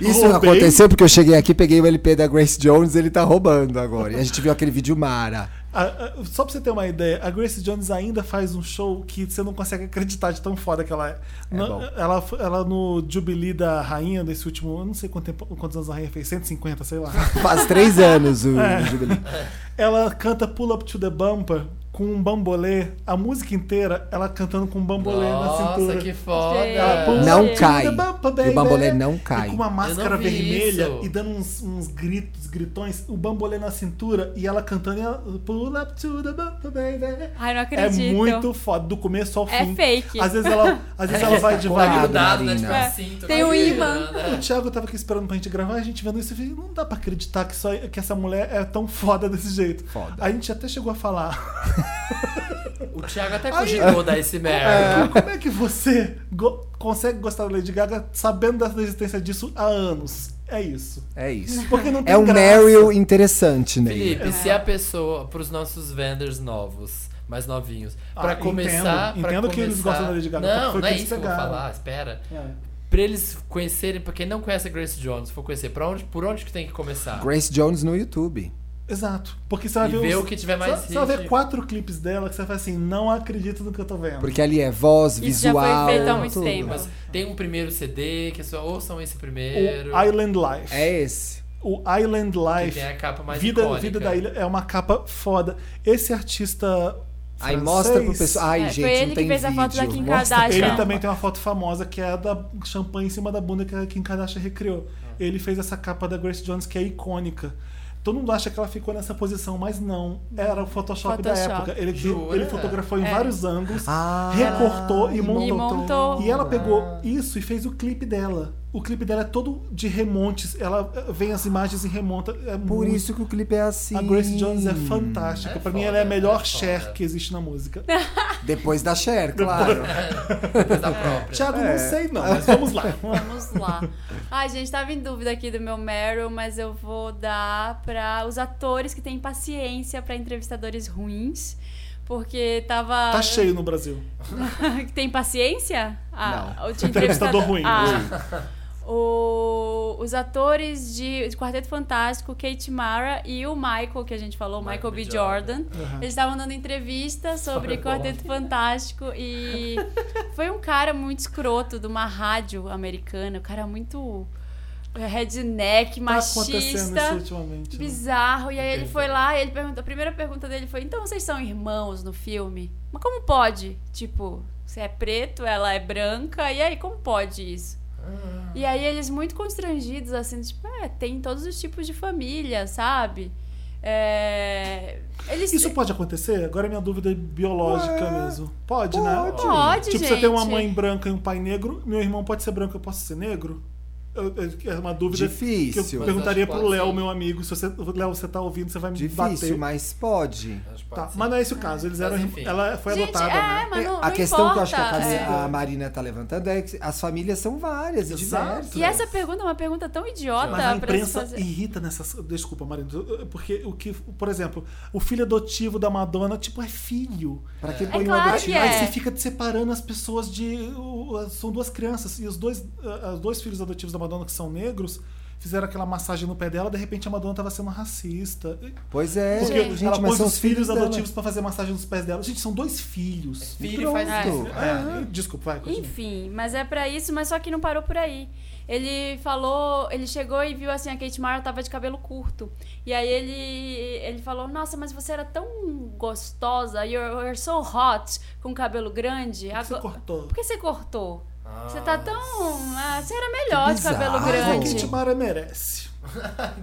Isso não
Roubei.
aconteceu porque eu cheguei aqui, peguei o LP da Grace Jones, ele tá roubando agora. E a gente viu aquele vídeo Mara.
A- a- só pra você ter uma ideia, a Grace Jones ainda faz um show que você não consegue acreditar de tão foda que ela é. Na-
bom.
ela, ela no Jubilee da Rainha, desse último, eu não sei quanto tempo- quantos anos a Rainha fez, 150, sei lá.
Faz três anos o Jubilee.
Ela canta Pull Up to the Bumper com um bambolê, a música inteira ela cantando com um bambolê na
Nossa,
cintura.
que foda.
Ela pull
Não
up to the
cai.
bumper,
E o
baby.
bambolê não
é. E
cai.
com uma máscara
vi
vermelha
isso.
e dando uns, uns gritos, gritões, o bambolê na cintura e ela cantando e ela, Pull Up to the Bumper, baby.
Ai, não
É
acredito.
muito foda, do começo ao
É
fim.
fake.
Às vezes ela, às vezes ela vai de
Vai
Colado,
lado.
grudado, né?
Marina.
Tipo
É.
assim. tu
Tem
vai
um
girando,
ímã.
né?
O Thiago tava aqui esperando pra gente gravar, a gente vendo isso e falei, não dá pra acreditar que, só, que essa mulher é tão foda desse jeito.
Foda.
A gente até chegou a falar.
O Thiago até cogitou dar esse Meryl.
Como é que você go- consegue gostar da Lady Gaga sabendo da existência disso há anos? É isso.
É isso.
Porque não tem
É um
graça.
Meryl interessante, Ney.
Felipe,
É.
se a pessoa, pros nossos venders novos, mais novinhos, pra
Ah,
começar.
entendo.
pra
Entendo que eles
começar-
gostam da Lady Gaga,
Não,
foi
não é
que eles
isso que eu vou
pegaram.
falar, espera.
É.
Pra eles conhecerem, pra quem não conhece a Grace Jones, for conhecer, pra onde, por onde que tem que começar?
Grace Jones no YouTube.
Exato. Porque você vai
E
ver,
ver
os-
o que tiver
você-
mais
Você vai ver
hit.
quatro clipes dela que você vai assim, não acredito no que eu tô vendo.
Porque ali é voz,
Isso já foi
visual.
feito há muito
tudo.
tempo.
Mas tem um primeiro CD, que é só ouçam esse
o
primeiro.
Island Life.
É esse.
O Island
que
Life.
tem a capa mais
Vida,
icônica.
Vida da Ilha é uma capa foda. Esse artista.
Aí
francês,
mostra pro pessoal. Ai,
É, foi
gente,
ele
não
que
tem
fez a
vídeo.
foto da Kim
Mostra-
Kardashian.
Ele
Não.
também tem uma foto famosa que é a da champanhe em cima da bunda que a Kim Kardashian recriou. Ele fez essa capa da Grace Jones que é icônica. Todo mundo acha que ela ficou nessa posição, mas não. Era o Photoshop, da
Photoshop.
época. Ele,
Jura?
ele fotografou em
É.
vários ângulos,
Ah,
recortou e montou.
E montou.
E ela pegou isso e fez o clipe dela. O clipe dela é todo de remontes. Ela eh, vem as imagens e remonta. É
Por
muito
isso que o clipe é assim.
A Grace Jones é fantástica.
É
pra mim,
foda,
ela é a melhor
é
Cher
foda.
que existe na música.
Depois da Cher, claro.
Depois da própria.
Thiago, não sei não, mas vamos lá.
Vamos lá. Ai, gente, tava em dúvida aqui do meu Meryl, mas eu vou dar pra os atores que têm paciência pra entrevistadores ruins. Porque tava.
Tá cheio no Brasil.
que tem paciência? Ah,
Não.
O de
Entrevistador ruim.
Ah, o- os atores de, de Quarteto Fantástico, Kate Mara e o Michael, que a gente falou, Michael,
Michael B.
B. Jordan. Eles estavam dando entrevista sobre
Sobre
Quarteto Fantástico e foi um cara muito escroto de uma rádio americana, um cara muito redneck,
Tá
machista.
acontecendo isso ultimamente. né?
Bizarro. E aí ele
Entendi.
foi lá e ele perguntou. A primeira pergunta dele foi: Então vocês são irmãos no filme? Mas como pode? Tipo, você é preto, ela é branca. E aí, como pode isso?
Ah.
E aí eles muito constrangidos, assim, tipo, é, tem todos os tipos de família, sabe? É, Eles.
Isso pode acontecer? Agora é minha dúvida é biológica mesmo. Pode, né?
pode.
Pode,
Tipo,
gente.
você tem uma mãe branca e um pai negro, meu irmão pode ser branco, eu posso ser negro? Eu- eu- É uma dúvida que
Difícil.
eu
Mas
perguntaria
acho que
pro
pode
Léo,
sim.
meu amigo. Se você, Léo, você tá ouvindo, você vai me
Difícil,
bater.
mas pode.
Acho que pode
Tá,
ser.
mas não é esse o caso. Eles eram,
Mas enfim.
ela foi
Gente,
adotada,
é,
né?
mas não,
a
não
questão que eu acho que a,
importa,
Casi-
é.
a Marina tá levantando é que as famílias são várias e
Exato.
diversas.
E essa pergunta é uma pergunta tão idiota
Mas a
tá, pra se
imprensa
fazer.
irrita nessas. Desculpa, Marina. Porque o que. Por exemplo, o filho adotivo da Madonna, tipo, é filho.
Pra que
É
põe
claro
uma
que
adotiva?
é.
Aí você fica separando as pessoas eh, de. o- São duas crianças. E os dois, ah, os dois filhos adotivos da Madonna que são negros fizeram aquela massagem no pé dela, de repente a Madonna tava sendo racista.
Pois é,
Porque
gente,
ela
mas
pôs
são
os filhos
dela.
adotivos pra fazer massagem nos pés dela. Gente, são dois filhos.
Filho faz
Pronto.
isso.
É, é, desculpa, vai. continua.
Enfim, mas é pra isso, mas só que não parou por aí. Ele falou, ele chegou e viu assim a Kate Mara tava de cabelo curto. E aí ele ele falou: "Nossa, mas você era tão gostosa, you're, you're so hot com cabelo grande.
Por que você
Agora-
cortou?
Por que você cortou? Você tá tão, ah, você era melhor de
bizarro.
cabelo
Ah,
Mas a
grande.
Kate Mara merece.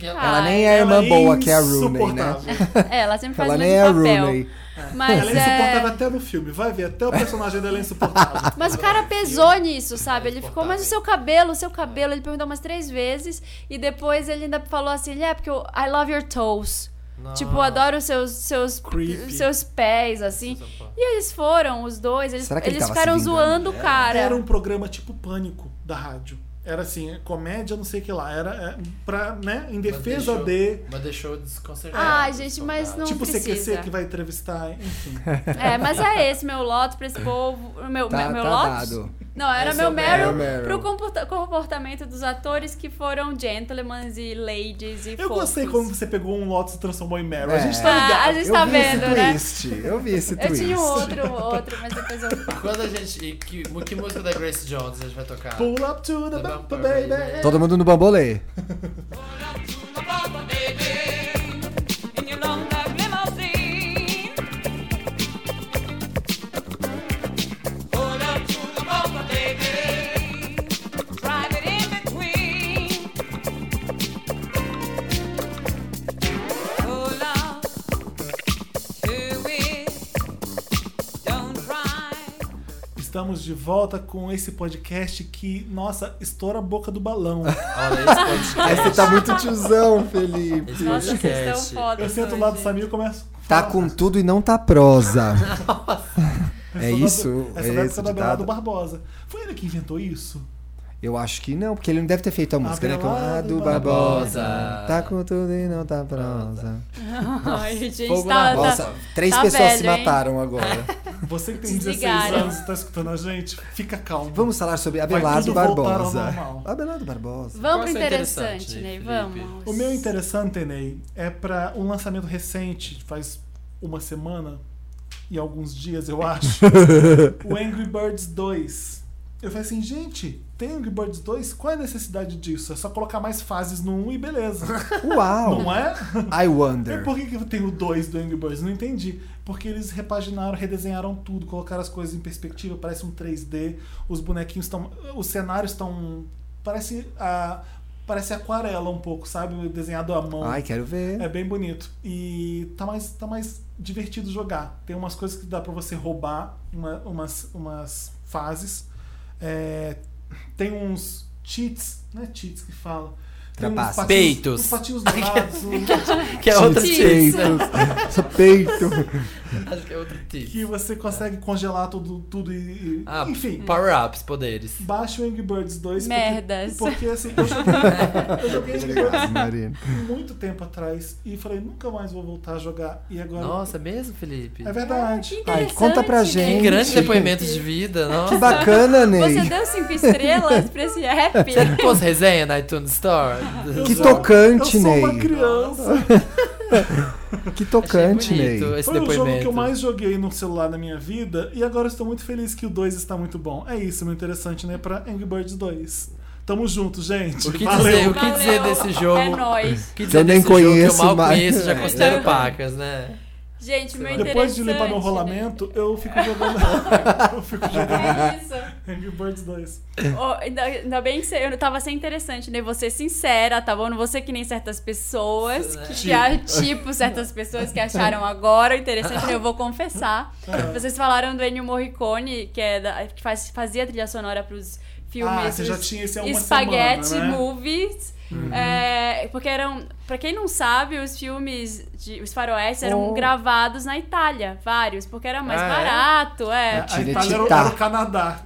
Ela
Ai,
nem é a irmã
Ela é
boa, que é a Rooney, né?
insuportável.
É, ela sempre faz
Ela
o
nem é a
mesmo papel.
Rooney.
Mas
Ela é
é,
insuportável até no filme. Vai ver, até o personagem dela é insuportável.
Mas o cara pesou nisso, sabe?
É
Ele ficou, mas o seu cabelo, o seu cabelo. Ele perguntou umas três vezes e depois ele ainda falou assim: ele é, porque eu, I love your toes. Tipo, eu adoro os seus, seus,
Creepy.
seus pés, assim. E eles foram, os dois, eles,
Será que ele
eles
tava se
ficaram
vingando
zoando o cara.
Era um programa tipo pânico da rádio. Era assim, é comédia, não sei o que lá. Era é, pra, né, em defesa
Mas
de.
deixou- Mas deixou desconcertado.
Ai, gente, mas
soldado.
não
tipo
precisa.
CQC que vai entrevistar, enfim.
É, mas é esse meu Lotus pra esse povo. Meu,
Tá-
meu
tá
Lotus?
dado.
Não, era
Esse é
meu
o
Meryl,
Meryl.
pro comporta- comportamento dos atores que foram gentlemans e ladies e
Eu
fofos.
gostei como você pegou um Lotus e transformou em Meryl. A
É.
gente tá
Ah,
ligado.
a gente
eu
tá
vi
vendo,
esse
né?
twist, eu vi esse
Eu
twist.
tinha um outro, outro, mas depois eu falo.
Quando a gente. e Que, que música da Grace Jones a gente vai tocar?
Pull up to the
The
bumper,
bumper,
baby.
baby.
Todo mundo no bambolê.
Estamos de volta com esse podcast que, nossa, estoura a boca do balão.
Olha esse
Aí você tá muito tiozão, Felipe.
podcast.
Nossa, vocês estão
Podcast.
fodas.
Eu sento
hoje.
lá do Samir e começo. a
Tá
falar.
com tudo e não tá prosa. É isso?
Essa
é
deve
esse
ser da Bernardo
ditado?
Barbosa. Foi ele que inventou isso?
Eu acho que não, porque ele não deve ter feito a música, né? Com a
Abelardo
do Barbosa.
Barbosa.
Tá com tudo e não tá prosa.
Ai, gente,
Fogo
tá,
na bola.
tá,
Nossa, três
tá
pessoas
velho,
se
hein?
mataram agora.
Você que tem 16
Desligaram.
anos e tá escutando a gente, fica calmo.
Vamos falar sobre
tudo
Abelardo
voltar ao
Barbosa.
normal.
Abelardo Barbosa.
Vamos pro
Qual é o
interessante,
interessante,
Ney,
Felipe?
vamos.
O meu interessante, Ney, é pra um lançamento recente, faz uma semana e alguns dias, eu acho. o Angry Birds 2. Eu falei assim, gente, tem Angry Birds 2? Qual é a necessidade disso? É só colocar mais fases no 1 e beleza.
Uau!
Não é?
I
E
wonder.
por que, que tem o 2 do Angry Birds? Não entendi. Porque eles repaginaram, redesenharam tudo, colocaram as coisas em perspectiva, parece um 3D, os bonequinhos estão. Os cenários estão. Parece. A, parece aquarela um pouco, sabe? Desenhado à mão.
Ai, quero ver.
É bem bonito. E tá mais, tá mais divertido jogar. Tem umas coisas que dá pra você roubar, uma- umas, umas fases. É, tem uns cheats, não é cheats que fala. Tem uns
Trapaças.
patinhos-
Peitos.
Uns patinhos dourados, um-
Que é outro
Sim.
tease.
Só peito.
Acho que é outro tease.
que você consegue congelar tudo, tudo e. e-
Ah,
enfim.
power-ups, poderes.
Baixa o Angry Birds 2. porque-
Merdas.
Porque, assim, eu joguei, eu joguei Angry
Obrigado,
Birds
Marina.
muito tempo atrás e falei, nunca mais vou voltar a jogar. E agora.
Nossa, é mesmo, Felipe?
É verdade.
Ai, conta pra
Interessante,
gente.
Que
Ney.
grande depoimento de vida,
Que
nossa.
bacana, Ney.
Você deu cinco estrelas pra esse app?
Pôs resenha na iTunes Store?
Que
um
sou-
tocante,
eu sou
Ney.
uma criança.
Que tocante,
Achei
Ney.
bonito esse
Foi o jogo
depoimento.
que eu mais joguei no celular na minha vida e agora estou muito feliz que o 2 está muito bom. É isso, meu interessante, né? Pra Angry Birds 2. Tamo junto, gente.
O que
Valeu.
dizer, é o que dizer
Valeu.
desse jogo?
É nóis.
O que dizer
nem
desse jogo
conheço,
que eu mal
mas-
conheço, já
É.
considero pacas, né?
Gente, o meu interessante.
Depois de limpar meu
Ney.
né?
rolamento, eu fico jogando. eu fico jogando
É isso.
Angry Birds 2.
Ó, ainda, ainda bem que você, eu tava sem interessante, né? Você sincera, tá bom? Não você que nem certas pessoas,
né?
que, que a- tipo certas pessoas que acharam agora interessante, né? eu vou confessar.
Ah.
Vocês falaram do Ennio Morricone, que, é da- que faz- fazia trilha sonora pros filmes.
Ah, você já
os
tinha esse há uma
Spaghetti
semana, né? Uhum.
movies. É, porque eram, pra quem não sabe, os filmes, de, os faroeste eram
Oh.
gravados na Itália, vários, porque era mais
Ah, é?
barato, é.
A
Tira,
Ah, Itália era, o-
tita.
era o Canadá.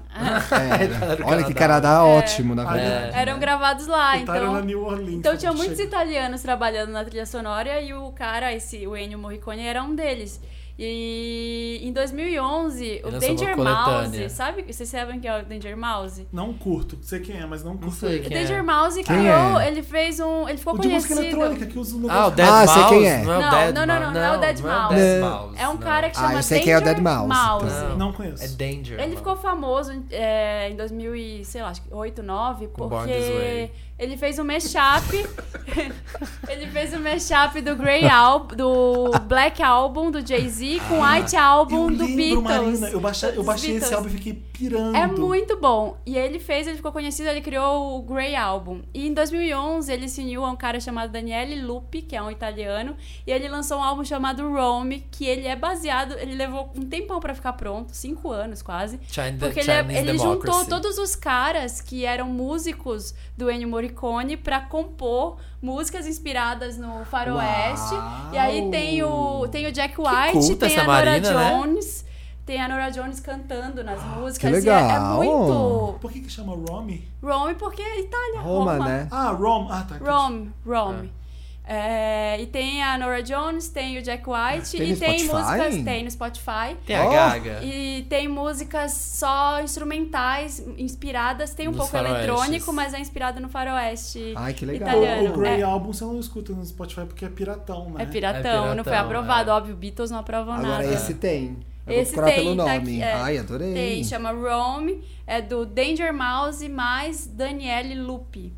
É, olha que Canadá ótimo, na verdade.
Eram gravados lá,
É. Itália
É, então.
era New Orleans.
Então
tá
tinha
bom,
muitos
chega.
italianos trabalhando na trilha sonora e o cara, esse o Ennio Morricone era um deles. E em 2011,
Ele
o
lançou uma
Danger
coletânea.
Mouse, sabe? Vocês sabem quem é o Danger Mouse?
Não curto. Sei quem é, mas não curto.
sei
ele.
O
Quem é?
Danger
Quem
Mouse criou,
é?
ele fez um, ele ficou
O de música
conhecido.
eletrônica que usa um
Ah, o
negócio.
Dead
Ah,
Mouse?
sei quem é.
Não, é o
Não,
Dead
não, não,
Mouse.
não, não é o Dead Mouse.
Dead
Não.
Mouse,
É um
não.
cara que
Ah,
chama
eu sei
Danger
quem é o Dead Mouse,
Mouse.
Não conheço.
É Danger.
Ele
Mouse.
ficou famoso é, em 2000 e, sei lá, acho que 8, 9,
Com Born This
porque
Way.
ele fez um mashup. ele fez um mashup do Grey Album, do Black Album do Jay-Z com
Ah,
É o White Album do Beatles.
Marina. Eu baixei, eu
Dos
baixei esse
Beatles.
álbum e fiquei pirando.
É muito bom. E ele fez, ele ficou conhecido, ele criou o Grey Album. E em 2011 ele se uniu a um cara chamado Daniele Lupi, que é um italiano, e ele lançou um álbum chamado Rome, que ele é baseado, ele levou um tempão pra ficar pronto, cinco anos quase.
China-
Porque ele, é-
Chinese
ele juntou
Democracy.
todos os caras que eram músicos do Ennio Morricone pra compor músicas inspiradas no faroeste. E aí tem o, tem o Jack White,
culta
tem
essa
a Nora
Marina, né?
Jones, tem a Nora Jones cantando nas músicas.
que
e é- é,
legal.
muito
Por que, que chama Romy?
Rome porque é Itália.
Roma, né?
Ah, Rom. Ah, tá.
Rome, Rome. É, e tem a Nora Jones, tem o Jack White
Tem
e
no
tem
Spotify?
músicas, tem no Spotify.
Tem a
Ó.
Gaga.
E tem músicas só instrumentais, inspiradas. Tem um
Nos
pouco
faroestes.
eletrônico, mas é inspirado no faroeste
Ai, que legal.
O,
italiano.
o Grey
é,
Album você não escuta no Spotify porque é piratão, né?
é piratão,
piratão,
não foi aprovado.
é.
Óbvio, Beatles não aprovam
Agora
nada.
esse tem. Eu
Esse
vou procurar
tem,
pelo
tá
nome.
aqui, é.
Ai, adorei.
Tem, chama Rome, é do Danger Mouse mais Daniele Lupi.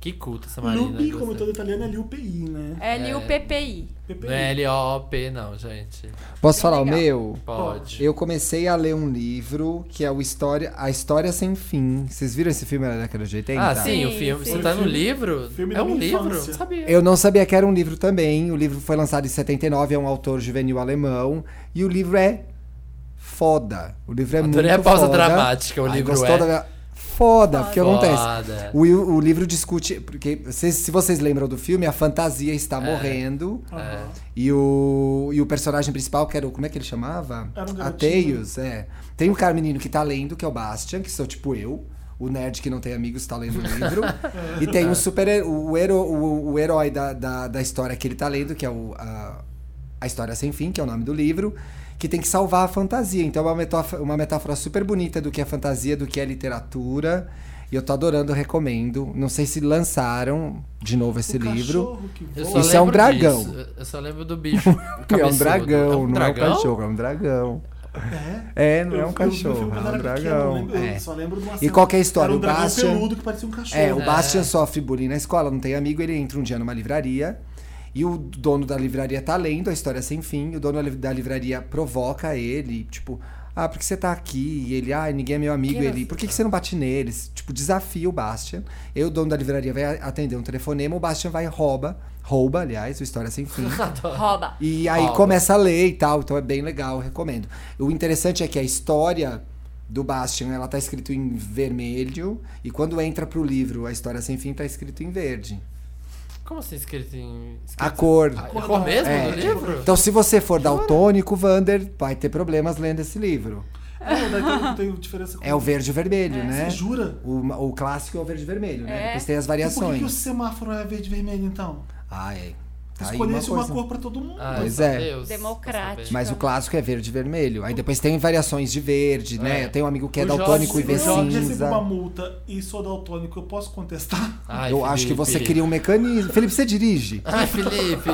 Que culta essa Marina.
Lupi, como
gostei.
todo italiano, é Liupi, né?
É L-U-P-P-I.
PPI.
Não é L-O-P, não, gente.
Posso falar
é legal.
o meu?
Pode.
Eu comecei a ler um livro que é o História, A História Sem Fim. Vocês viram esse filme na década de 80?
Ah, sim, o
Sim,
filme.
sim.
Você tá no
Filme-
livro?
filme
é
da
um
minha
livro?
infância.
Sabia.
Eu não sabia que era um livro também. O livro foi lançado em 79, é um autor juvenil alemão. E o livro é foda. O livro é
Adorei
muito
a pausa
foda.
dramática, o
Ai,
livro
gostou
é.
da minha- Foda, porque acontece.
Foda.
O, o livro discute. Porque vocês- se vocês lembram do filme, a fantasia
É.
está morrendo.
Aham.
E o, e o personagem principal, que era o. Como é que ele chamava?
Era um garotinho.
Ateios, é. Tem um cara menino que tá lendo, que é o Bastian, que sou tipo eu. O nerd que não tem amigos tá lendo o livro. e tem o super. O, hero, o, o herói da, da, da história que ele tá lendo, que é o. A, a História Sem Fim, que é o nome do livro, que tem que salvar a fantasia. Então é uma metáfora, uma metáfora super bonita do que é fantasia, do que é literatura. E eu tô adorando, recomendo. Não sei se lançaram de novo esse
O
livro.
Um cachorro que
Eu
voa.
só
Isso é um
lembro
dragão.
disso. Eu só lembro do bicho.
Que é um
cabeçudo.
dragão,
É um
não é
dragão?
um cachorro, é um dragão.
É.
É, não
Eu-
é um
eu vi o filme
cachorro,
quando
é um
era pequeno, eu
dragão.
lembro- eu
É.
só lembro de uma
E
cena-
qual que é a história?
Era um
o
dragão
Bastian.
peludo que parecia um cachorro.
É, o Bastian sofre bullying na escola, não tem amigo, ele entra um dia numa livraria. E o dono da livraria tá lendo a história sem fim. O dono da li- da livraria provoca ele, tipo, ah, por que você tá aqui? E ele, ah, ninguém é meu amigo.
Que
ele, por que, que você não bate neles? Tipo, desafia o Bastian. E o dono da livraria vai a- atender um telefonema, o Bastian vai e rouba, rouba, aliás, o História Sem Fim.
Rouba.
E aí
Paulo.
começa a ler e tal, então é bem legal, eu recomendo. O interessante é que a história do Bastian, ela tá escrito em vermelho, e quando entra pro livro, a história sem fim tá escrito em verde.
Como assim escrito em. Escrito...
A cor.
Ah, é cor mesmo
É.
do livro?
Então se você for daltônico, Vander, vai ter problemas lendo esse livro.
É, daí que eu não tenho diferença com
É o verde e o vermelho, né?
Você jura?
O, ma- o clássico é o verde e vermelho, né?
É.
Depois tem as
E por que,
variações.
que o semáforo é verde e vermelho, então?
Ah, é. Tá aí uma
Escolhesse uma,
coisa.
cor pra todo mundo.
Ah,
Pois
meu
é.
Deus,
Democrático.
vou saber.
Mas o clássico é verde e vermelho. Aí depois tem variações de verde, né?
É.
Eu tenho um amigo que é
O Jorge-
daltônico
Se
e vê
eu recebo
cinza.
uma multa e sou daltônico, eu posso contestar?
Ai,
eu acho
Felipe.
que você queria um mecanismo. Felipe, você dirige?
Ai, Felipe.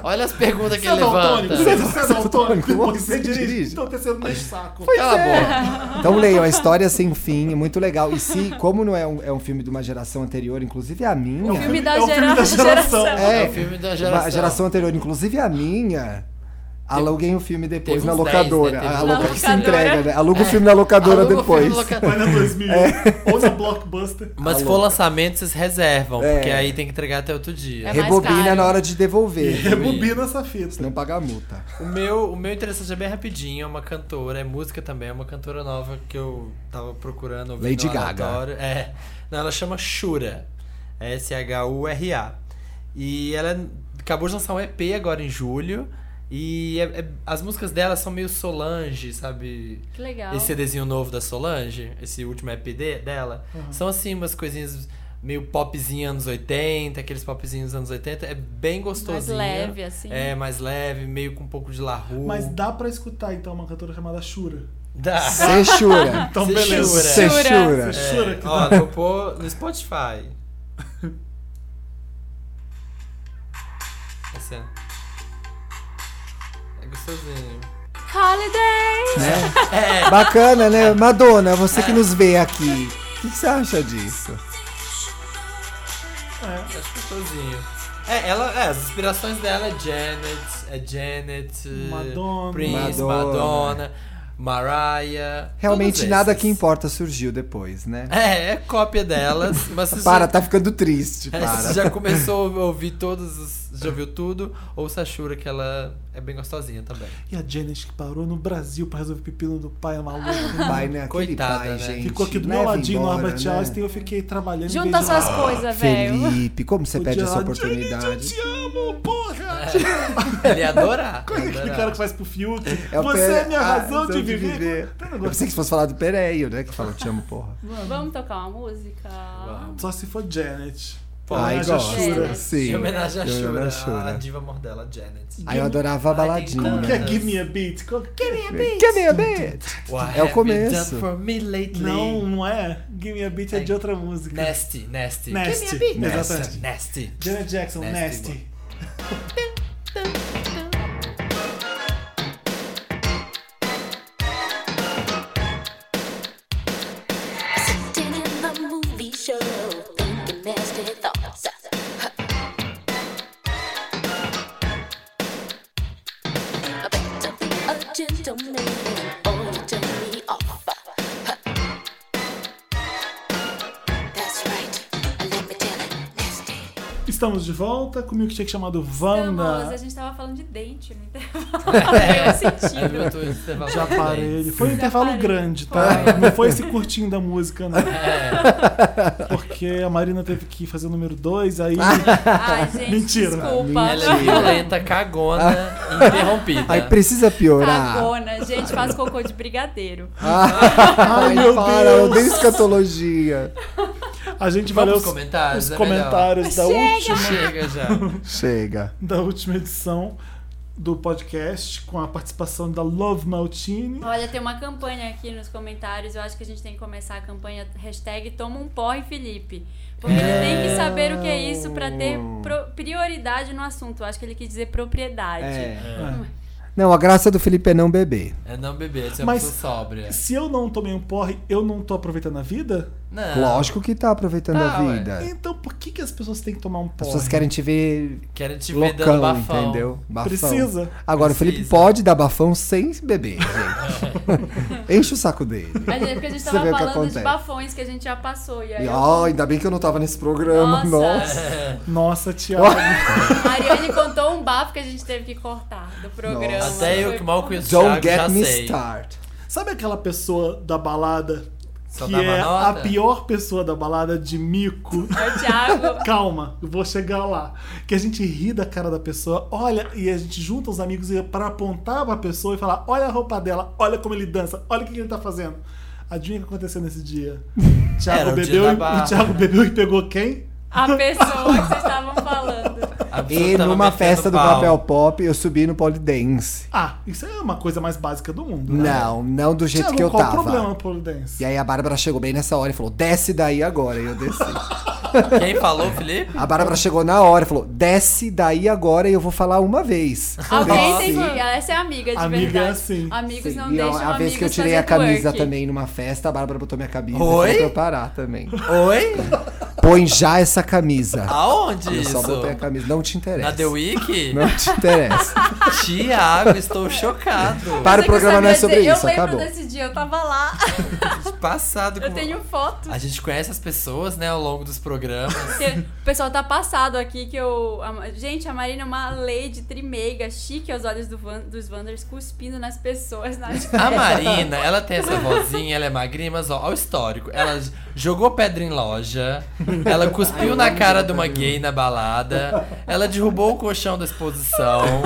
Olha as perguntas que
Você é
ele
daltônico?
levanta.
Você você é daltônico?
Você
Você dirige?
dirige.
Então tecendo no saco.
Cala a boca.
Então leiam a história sem fim, é muito legal. E se, como não é um, é um filme de uma geração anterior, inclusive a
um
O
minha.
filme da,
é o filme
gera-
da geração.
geração.
É o filme da
uma
geração.
anterior, inclusive a minha. Aluguem o filme depois
teve
na
uns
locadora.
10, né? Teve
A
uns
louca
10.
que se entrega, né? Aluga o filme na locadora
Aluga o filme
depois.
no loca-
Vai na 2000. um.
É.
Ou na Blockbuster.
Mas se for lançamento, vocês reservam,
É.
porque aí tem que entregar até outro dia.
É mais
Rebobina
caro.
na hora de
E
devolver.
rebobina essa fita.
Não paga a multa.
O meu, o meu interessante é bem rapidinho, é uma cantora, é música também, é uma cantora nova que eu tava procurando ouvir
Lady
no
Gaga.
aleatório. É. Não, ela chama Shura. É S-H-U-R-A. E ela é, acabou de lançar um EP agora em julho. E é- é- as músicas dela são meio Solange, sabe?
Que legal.
é
Uhum.
Esse CDzinho novo da Solange, esse último EP de- dela, são assim umas coisinhas meio popzinho anos 80, aqueles popzinhos anos 80. É bem gostosinho.
leve, assim.
É, mais leve, meio com um pouco de larru.
Mas dá pra escutar, então, uma cantora chamada Shura.
Dá.
Sechura.
Então,
Cê
beleza.
Shura.
Cê
Sechura.
Shura que
É, Ó,
dá.
vou pôr no Spotify. Esse é. É gostosinho.
Holiday!
Né?
É.
Bacana, né? Madonna, você que nos vê aqui. O que que você acha disso?
É gostosinho. É, ela, é, as inspirações dela é Janet, é Janet, eh,
Madonna.
Prince, Madonna,
Madonna.
Mariah.
Realmente
todos
nada
esses.
que importa surgiu depois, né?
É, é cópia delas, mas você
Para,
já,
tá ficando triste,
é,
para.
você já começou a ouvir todos os, já ouviu tudo, ouça a Shura que ela é bem gostosinha também.
E a Janet que parou no Brasil pra resolver pepino do pai maluco. né?
Pai, né? Aquele
Coitada,
pai,
né?
gente.
Ficou aqui do meu
Leva
ladinho no
embora,
Albert
né?
Einstein e eu fiquei trabalhando. em vez
Junta
de-
suas
Ah,
coisas, velho.
Felipe, como você
O
pede essa
Janet, Eu
oportunidade?
te amo, porra!
Ele ia adorar.
Como é aquele
adorar.
cara que faz pro Fiuk?
o
Você
Pere-
é minha
Ah,
razão de viver. Tem um
Eu
negócio-
pensei que você fosse falar do Pereio, né? Que fala, te amo, porra.
Vamos tocar uma música?
Só se for Janet.
Pô,
Ai,
mas
gosto.
Shura.
Sim.
Em homenagem à
Em
Shura,
homenagem à Shura.
a diva mordela Janet.
Aí eu adorava a
Ai, tem
baladinha.
Que é
tantas.
Give Me a Beat. Qual- Give Me a Beat.
Give me a bit.
What
É o
have you
começo.
done for me lately?
Não, não é. Give Me a Beat é de outra música.
Nasty, nasty. é
Nasty.
Nasty.
Exatamente.
nasty.
Janet Jackson,
Nasty
Nasty.
Sitting in the movie show, thinking nasty thoughts. I better be a gentleman or you turn me off. That's right. Let me tell it, nasty.
Estamos de volta com o milkshake chamado
Vamos, a
Wanda.
gente tava falando de dente no intervalo. Não fez
É
Aí eu
sentido.
tô intervalo
Já
também.
parei. ele. Foi um
Já
intervalo
parei.
grande, tá? Não foi esse curtinho da música, não.
É,
Porque a Marina teve que fazer o número 2, aí.
Ah, Ai, gente,
Mentira.
desculpa.
Ela é violenta, cagona,
É.
interrompida.
Aí precisa
Tá
piorar.
Cagona, gente, faz cocô de brigadeiro.
Ai,
Ai,
meu
para, eu
Deus!
odeio escatologia.
A gente vai
Vamos
ler
os
os
comentários,
os
é
comentários da última,
Chega já.
Chega.
da última edição do podcast com a participação da Love Maltini.
Olha, tem uma campanha aqui nos comentários. Eu acho que a gente tem que começar a campanha hashtag Toma um porre, Felipe. Porque ele tem que saber o que é isso pra ter pro- prioridade no assunto. Eu acho que ele quis dizer propriedade.
É.
É.
Não, a graça do Felipe é não beber.
É não beber, você é uma
Mas-
pessoa sóbria.
Se eu não tomei um porre, eu não tô aproveitando a vida?
Não.
Lógico que tá aproveitando
Ah,
a
ué.
vida. As
Então por que, que as pessoas têm que tomar um porre?
É. pessoas querem te ver
Querem te ver dando
loucão,
bafão.
entendeu? Bafão.
Precisa.
Agora, o Felipe
Precisa.
pode dar bafão sem beber, gente.
É.
Enche o saco dele.
A gente, é porque a gente
Você
tava
vê o que
falando de
acontece.
bafões que a gente já passou. E aí,
E,
eu-
ó, ainda bem que eu não tava nesse programa,
nossa,
nossa.
Nossa, Tiago.
a Ariane contou um bafo que a gente teve que cortar do programa.
Nossa.
Até eu
Foi-
que mal conheço o
Don't
Thiago, já
get me
sei.
started.
Sabe aquela pessoa da balada
Só
que
dava
é
nota?
a pior pessoa da balada de mico?
É o Thiago.
Calma, eu vou chegar lá. Que a gente ri da cara da pessoa, olha, e a gente junta os amigos e- é pra apontar pra pessoa e falar: olha a roupa dela, olha como ele dança, olha o que que ele tá fazendo. Adivinha o que aconteceu nesse dia?
Era
Thiago
um
o dia
bebeu,
da
e,
barra.
o Thiago bebeu e pegou quem?
A pessoa que vocês estavam falando.
A pessoa
E
tava
numa
metendo
festa do
pau.
papel pop, eu subi no polidense.
Ah, isso é uma coisa mais básica do mundo. né?
Não, não do jeito
Thiago,
que eu
qual
tava.
o problema, Polidense?
E aí a Bárbara chegou bem nessa hora e falou: desce daí agora. E eu desci.
Quem falou, Felipe?
a Bárbara chegou na hora e falou: desce daí agora e eu vou falar uma vez.
Alguém tem
Desci.
que. Essa é amiga de
Amiga é
verdade.
assim.
Amigos não
e
deixam
a
amigos
vez que eu tirei a
fazer twerk.
camisa também numa festa, a Bárbara botou minha camisa
Oi?
e falou pra eu parar também.
Oi?
Põe já essa camisa.
Aonde
eu
Ah, isso?
só botei a camisa. Não te interessa.
Na The Week?
Não te interessa.
Tiago, estou chocado.
Para o
Você que
programa não é
sabia
sobre
dizer,
isso,
Eu lembro
acabou.
desse dia, eu tava lá,
Passado com
eu tenho foto.
A gente conhece as pessoas, né, ao longo dos programas.
Tem- O pessoal tá passado aqui que eu. a- gente, a Marina é uma lady trimeiga, chique aos olhos do Van- dos Wanders, cuspindo nas pessoas. Na
A Marina, ela tem essa vozinha, ela é magrinha, mas ó, olha o histórico. Ela j- jogou pedra em loja, ela cuspiu na cara de uma gay na balada, ela derrubou o colchão da exposição.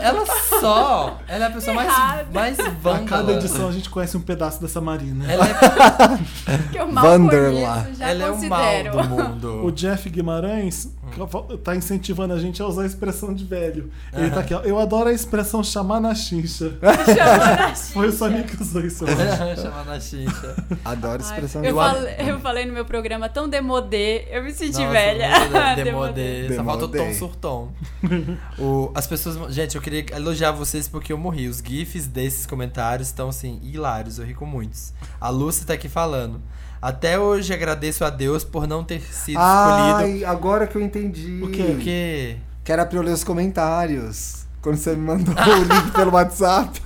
Ela só. Ela é a pessoa mais,
Errado.
mais
A cada
vândala.
edição a gente conhece um pedaço dessa Marina. né?
Ela é,
Que eu mal
Wanderla.
conheço, já
ela é o mal
considero.
do mundo.
O Jeff Guimarães tá incentivando a gente a usar a expressão de velho. Ele tá aqui, ó. Eu adoro a expressão chamar na chincha. Foi o Samir que usou isso. eu
É.
acho.
Chamar na xixa.
Adoro
Ai,
expressão
eu,
de
ad-
falei, eu falei no meu programa tão demodê, eu me senti
Nossa,
velha.
muito de-
Demodê.
Demodê. Só falta o tom
Demodê.
surtom. O- as pessoas. Gente, eu queria elogiar vocês porque eu morri. Os GIFs desses comentários estão, assim, hilários. Eu ri com muitos. A Lúcia tá aqui falando. Até hoje agradeço a Deus por não ter sido escolhido.
Ai, agora que eu entendi.
O quê?
Porque.
Que era pra eu ler os comentários. Quando você me mandou o link pelo WhatsApp.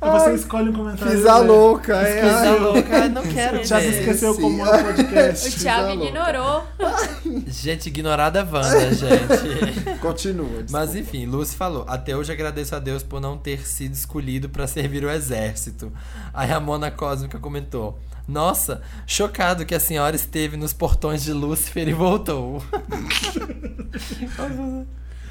Aí Você escolhe um
Tá
comentário.
Fiz a
né?
louca. é.
Coisa louca, eu não quero.
O Thiago
ver.
esqueceu como é o
O
podcast.
Thiago
louca.
ignorou.
Gente, ignorada é Wanda, gente.
Continua.
Mas
desculpa.
enfim, Lucy falou: Até hoje agradeço a Deus por não ter sido escolhido pra servir o exército. Aí a Mona Cósmica comentou: Nossa, chocado que a senhora esteve nos portões de Lúcifer e voltou.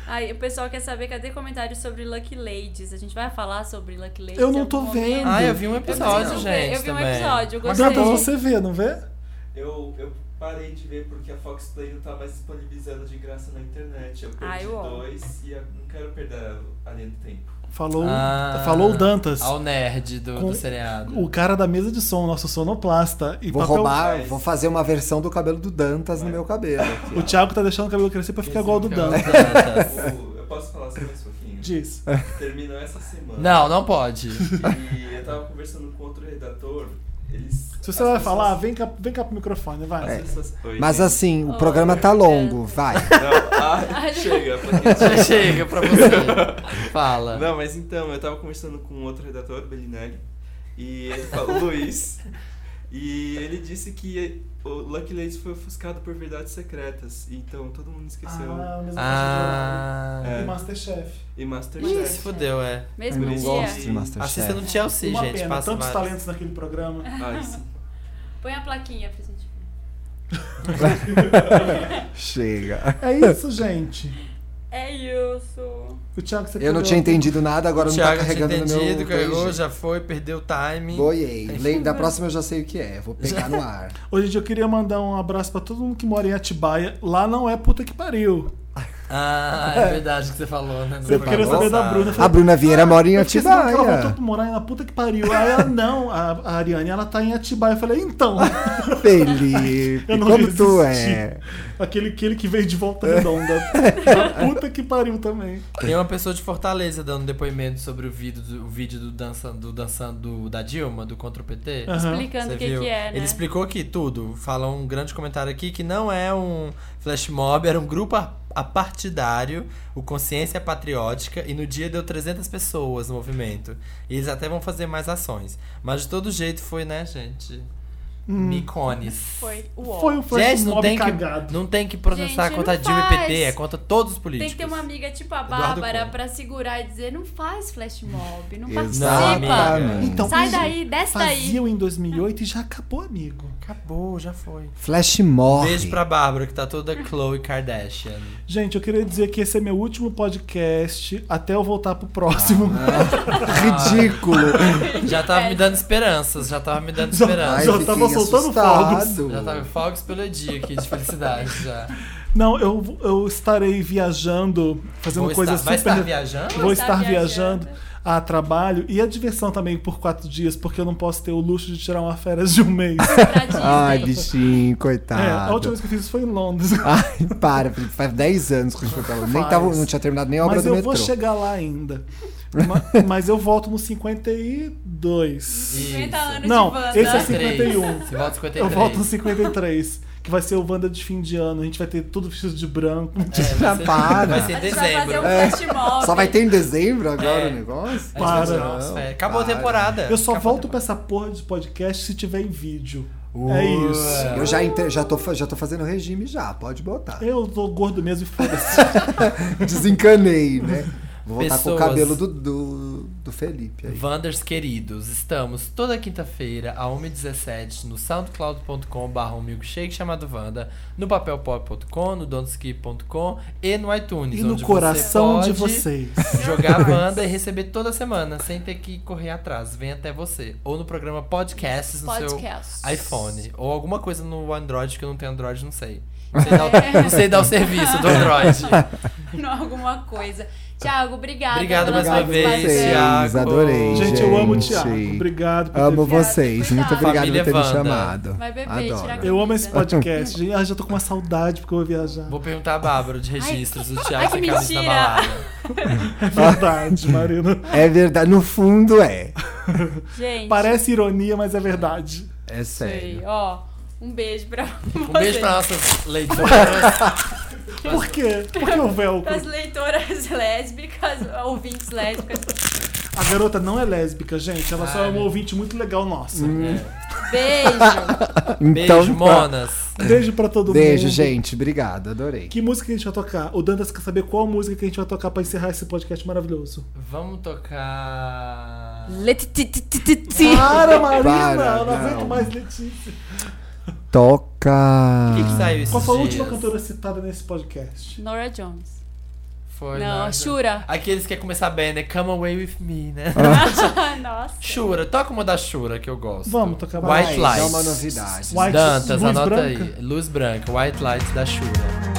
Aí o pessoal quer saber, cadê comentários sobre Lucky Ladies? A gente vai falar sobre Lucky Ladies.
Eu
em
não
algum
tô
momento.
vendo.
Ah, eu vi um episódio,
preciso ver.
gente.
Eu vi um
também.
episódio, eu
Mas
gostei.
Dantas, você vê, não vê?
Eu, eu parei de ver porque a Fox Play não tá mais disponibilizando de graça na internet. Eu perdi
Ai, uó.
dois e eu não quero perder a- a linha do tempo.
Falou,
Ah,
falou o Dantas.
Ao nerd do,
Com-
do seriado.
O cara da mesa de som, nosso sonoplasta. E
Vou
papel-
roubar,
Mas-
vou fazer uma versão do cabelo do Dantas no meu cabelo.
O Thiago tá deixando o cabelo crescer pra ficar igual ao do
é
Dantas.
O- eu posso falar sobre isso, fofinho?
Diz.
É.
Terminou essa semana.
Não, não pode.
E eu tava conversando com outro redator. Eles.
Se você
É.
vai falar, "Ah, É. vem cá, vem cá pro microfone, vai.
É. Mas assim, o
Ô,
programa tá longo, vai.
Não, ah, chega, porque
Já chega pra você. Fala.
Não, mas então, eu tava conversando com outro redator, Bellinelli, e ele falou, Luiz, e ele disse que o Lucky Ladies foi ofuscado por verdades secretas, então todo mundo esqueceu.
mesmo
Ah.
que eu
É.
E Masterchef.
E
Ih, se
Masterchef.
fudeu, é.
Eu
Mesmo
não
Bonitinho.
dia.
gosto de Masterchef.
Assista no Chelsea,
Tá Uma
gente.
pena,
passa
tantos
vários.
talentos naquele programa.
É.
Ai, sim.
Põe a plaquinha pra gente ver.
Chega.
É isso, gente.
É isso.
O Thiago, você
Eu não
perdeu.
tinha entendido nada, agora não tá
Thiago tinha
carregando no meu.
entendido, carregou,
3G.
já foi, perdeu o time.
Boiei. Lei- Da próxima eu já sei o que é. Vou pegar no ar.
Hoje em dia eu queria mandar um abraço pra todo mundo que mora em Atibaia. Lá não é puta que pariu.
Ah, é verdade que você falou, né?
Eu queria saber da Bruna.
A Bruna Vieira mora em
Ah, Eu fiquei sabendo que ela voltou
Atibaia.
pra morar na puta que pariu. Aí ela, não, a, a Ariane, ela tá em Atibaia. Eu falei, então,
Felipe,
Eu não
como tu
resisti.
é?
aquele, aquele que veio de volta redonda. Da puta que pariu também.
Tem uma pessoa de Fortaleza dando depoimento sobre o vídeo do, o vídeo do dançando, do dançando da Dilma, do contra o PT.
Aham.
Explicando
Você
o que,
viu?
que é, né?
Ele explicou aqui tudo. Fala um grande comentário aqui que não é um flash mob, era um grupo a- apartidário, o Consciência é Patriótica, e no dia deu 300 pessoas no movimento. E eles até vão fazer mais ações. Mas de todo jeito foi, né, gente? Micones.
Foi o ó.
Hum. Foi um flash
Gente, não
mob
tem,
cagado.
que, não tem que processar
Gente,
contra
não
Dilma e
faz.
PT, é contra todos os
Tem
políticos.
que ter uma amiga tipo a
Eduardo
Bárbara
Cunha.
pra segurar e dizer, não faz flash mob, não
Não,
participa.
amiga.
Exatamente.
Então,
Sai
isso
daí, desce daí.
Faziam em 2008 e já acabou, amigo.
Acabou, já foi.
Flash morre.
Beijo pra Bárbara, que tá toda Chloe Kardashian.
Gente, eu queria dizer que esse é meu último podcast até eu voltar pro próximo.
Ah.
Ah,
Ridículo.
Já tava me dando esperanças, já tava me dando
Já-
esperanças.
já
fiquei
tava soltando
assustado.
Já tava fogos pelo dia aqui, de felicidade já.
Não, eu, eu estarei viajando, fazendo
Vou
coisas
estar, vai
super.
estar viajando?
Vou
estar
estar
viajando.
viajando a trabalho e a diversão também por quatro dias, porque eu não posso ter o luxo de tirar uma férias de um mês.
Pra Disney.
Ai, bichinho, coitado.
É, a última vez que eu fiz isso foi em Londres.
Ai, para, Felipe, faz 10 anos que a gente foi pra lá. Nem
Faz.
tava, não tinha terminado nem a obra
Mas
do
eu
metrô.
vou chegar lá ainda. Ma- Mas eu volto no 52.
50
Isso.
anos
Não,
de
esse
banda.
é
Três.
51.
Você volta 53.
Eu volto no 53, que vai ser o Wanda de fim de ano. A gente vai ter tudo vestido de branco.
É, vai ser-
Para.
Vai ser
A
em
gente vai fazer
dezembro.
um
É,
flash mob.
Só vai ter em dezembro agora
É.
o negócio?
A gente vai tirar
Para.
umas férias. Acabou a
Para.
temporada.
Eu só
É, Acabou a
volto pra essa porra de podcast se tiver em vídeo.
Ua.
É isso.
Eu já, entre- já, tô, fa- já tô fazendo regime já, pode botar.
Eu tô gordo mesmo e foda-se.
Desencanei, né? Vou voltar com o
Pessoas.
cabelo do, do, do Felipe aí.
Wanders queridos, estamos toda quinta-feira a 1h17 no soundcloud.com/barra um milkshake chamado Wanda, no papelpop.com, no donski.com e no iTunes.
E no
onde você
coração de
pode
vocês.
Jogar a Wanda e receber toda semana, sem ter que correr atrás. Vem até você. Ou no programa Podcasts no
Podcasts.
seu iPhone. Ou alguma coisa no Android, que eu não tenho Android, não sei.
É.
Não sei dar, o- não sei dar o serviço do Android.
Não, alguma coisa. Tiago, obrigada.
Obrigado
pela
mais
sua
uma vez,
participação.
Thiago.
adorei.
Gente, eu amo o
gente.
Thiago. Obrigado por
Amo
ter vindo.
vocês. Muito
Cuidado.
obrigado por
Família
ter me
Wanda.
chamado.
Vai beber, tirar
Adoro.
a
Eu amo esse
Obrigada.
podcast. Gente, ah, já tô com uma saudade porque eu vou viajar.
Vou perguntar a Bárbara de registros do
ai,
Thiago
que
Sacalis na
mentira.
balada.
É verdade, Marina.
É verdade, no fundo é.
Gente,
Parece ironia, mas é verdade.
É
sei.
sério.
Ó, um beijo pra vocês.
Um beijo pra nossas leitoras.
Por quê? Por que o velcro?
Pras leitoras lésbicas, ouvintes lésbicas.
A garota não é lésbica, gente. Ela só é uma ouvinte muito legal nossa.
Hum.
Beijo.
Beijo,
Então, tá.
monas.
Beijo pra todo mundo.
beijo, gente. Obrigado, adorei.
Que música que a gente vai tocar? O Dantas quer saber qual música que a gente vai tocar pra encerrar esse podcast maravilhoso.
Vamos tocar...
Letititititi.
Para, Marina!
Para,
eu não,
não.
aguento mais Letícia.
Toca.
O que, que saiu esses
Qual foi a
dias?
última cantora citada nesse podcast?
Nora Jones.
Foi,
Não,
nossa.
Shura.
Aqueles que ia começar bem, né? Come away with me, né?
Ah.
Nossa.
Shura, toca uma da Shura que eu gosto.
Vamos tocar
White Lies.
mais.
É uma novidade.
White-
Dantas,
Luz
anota
branca?
aí. Luz branca, White Lights da Shura.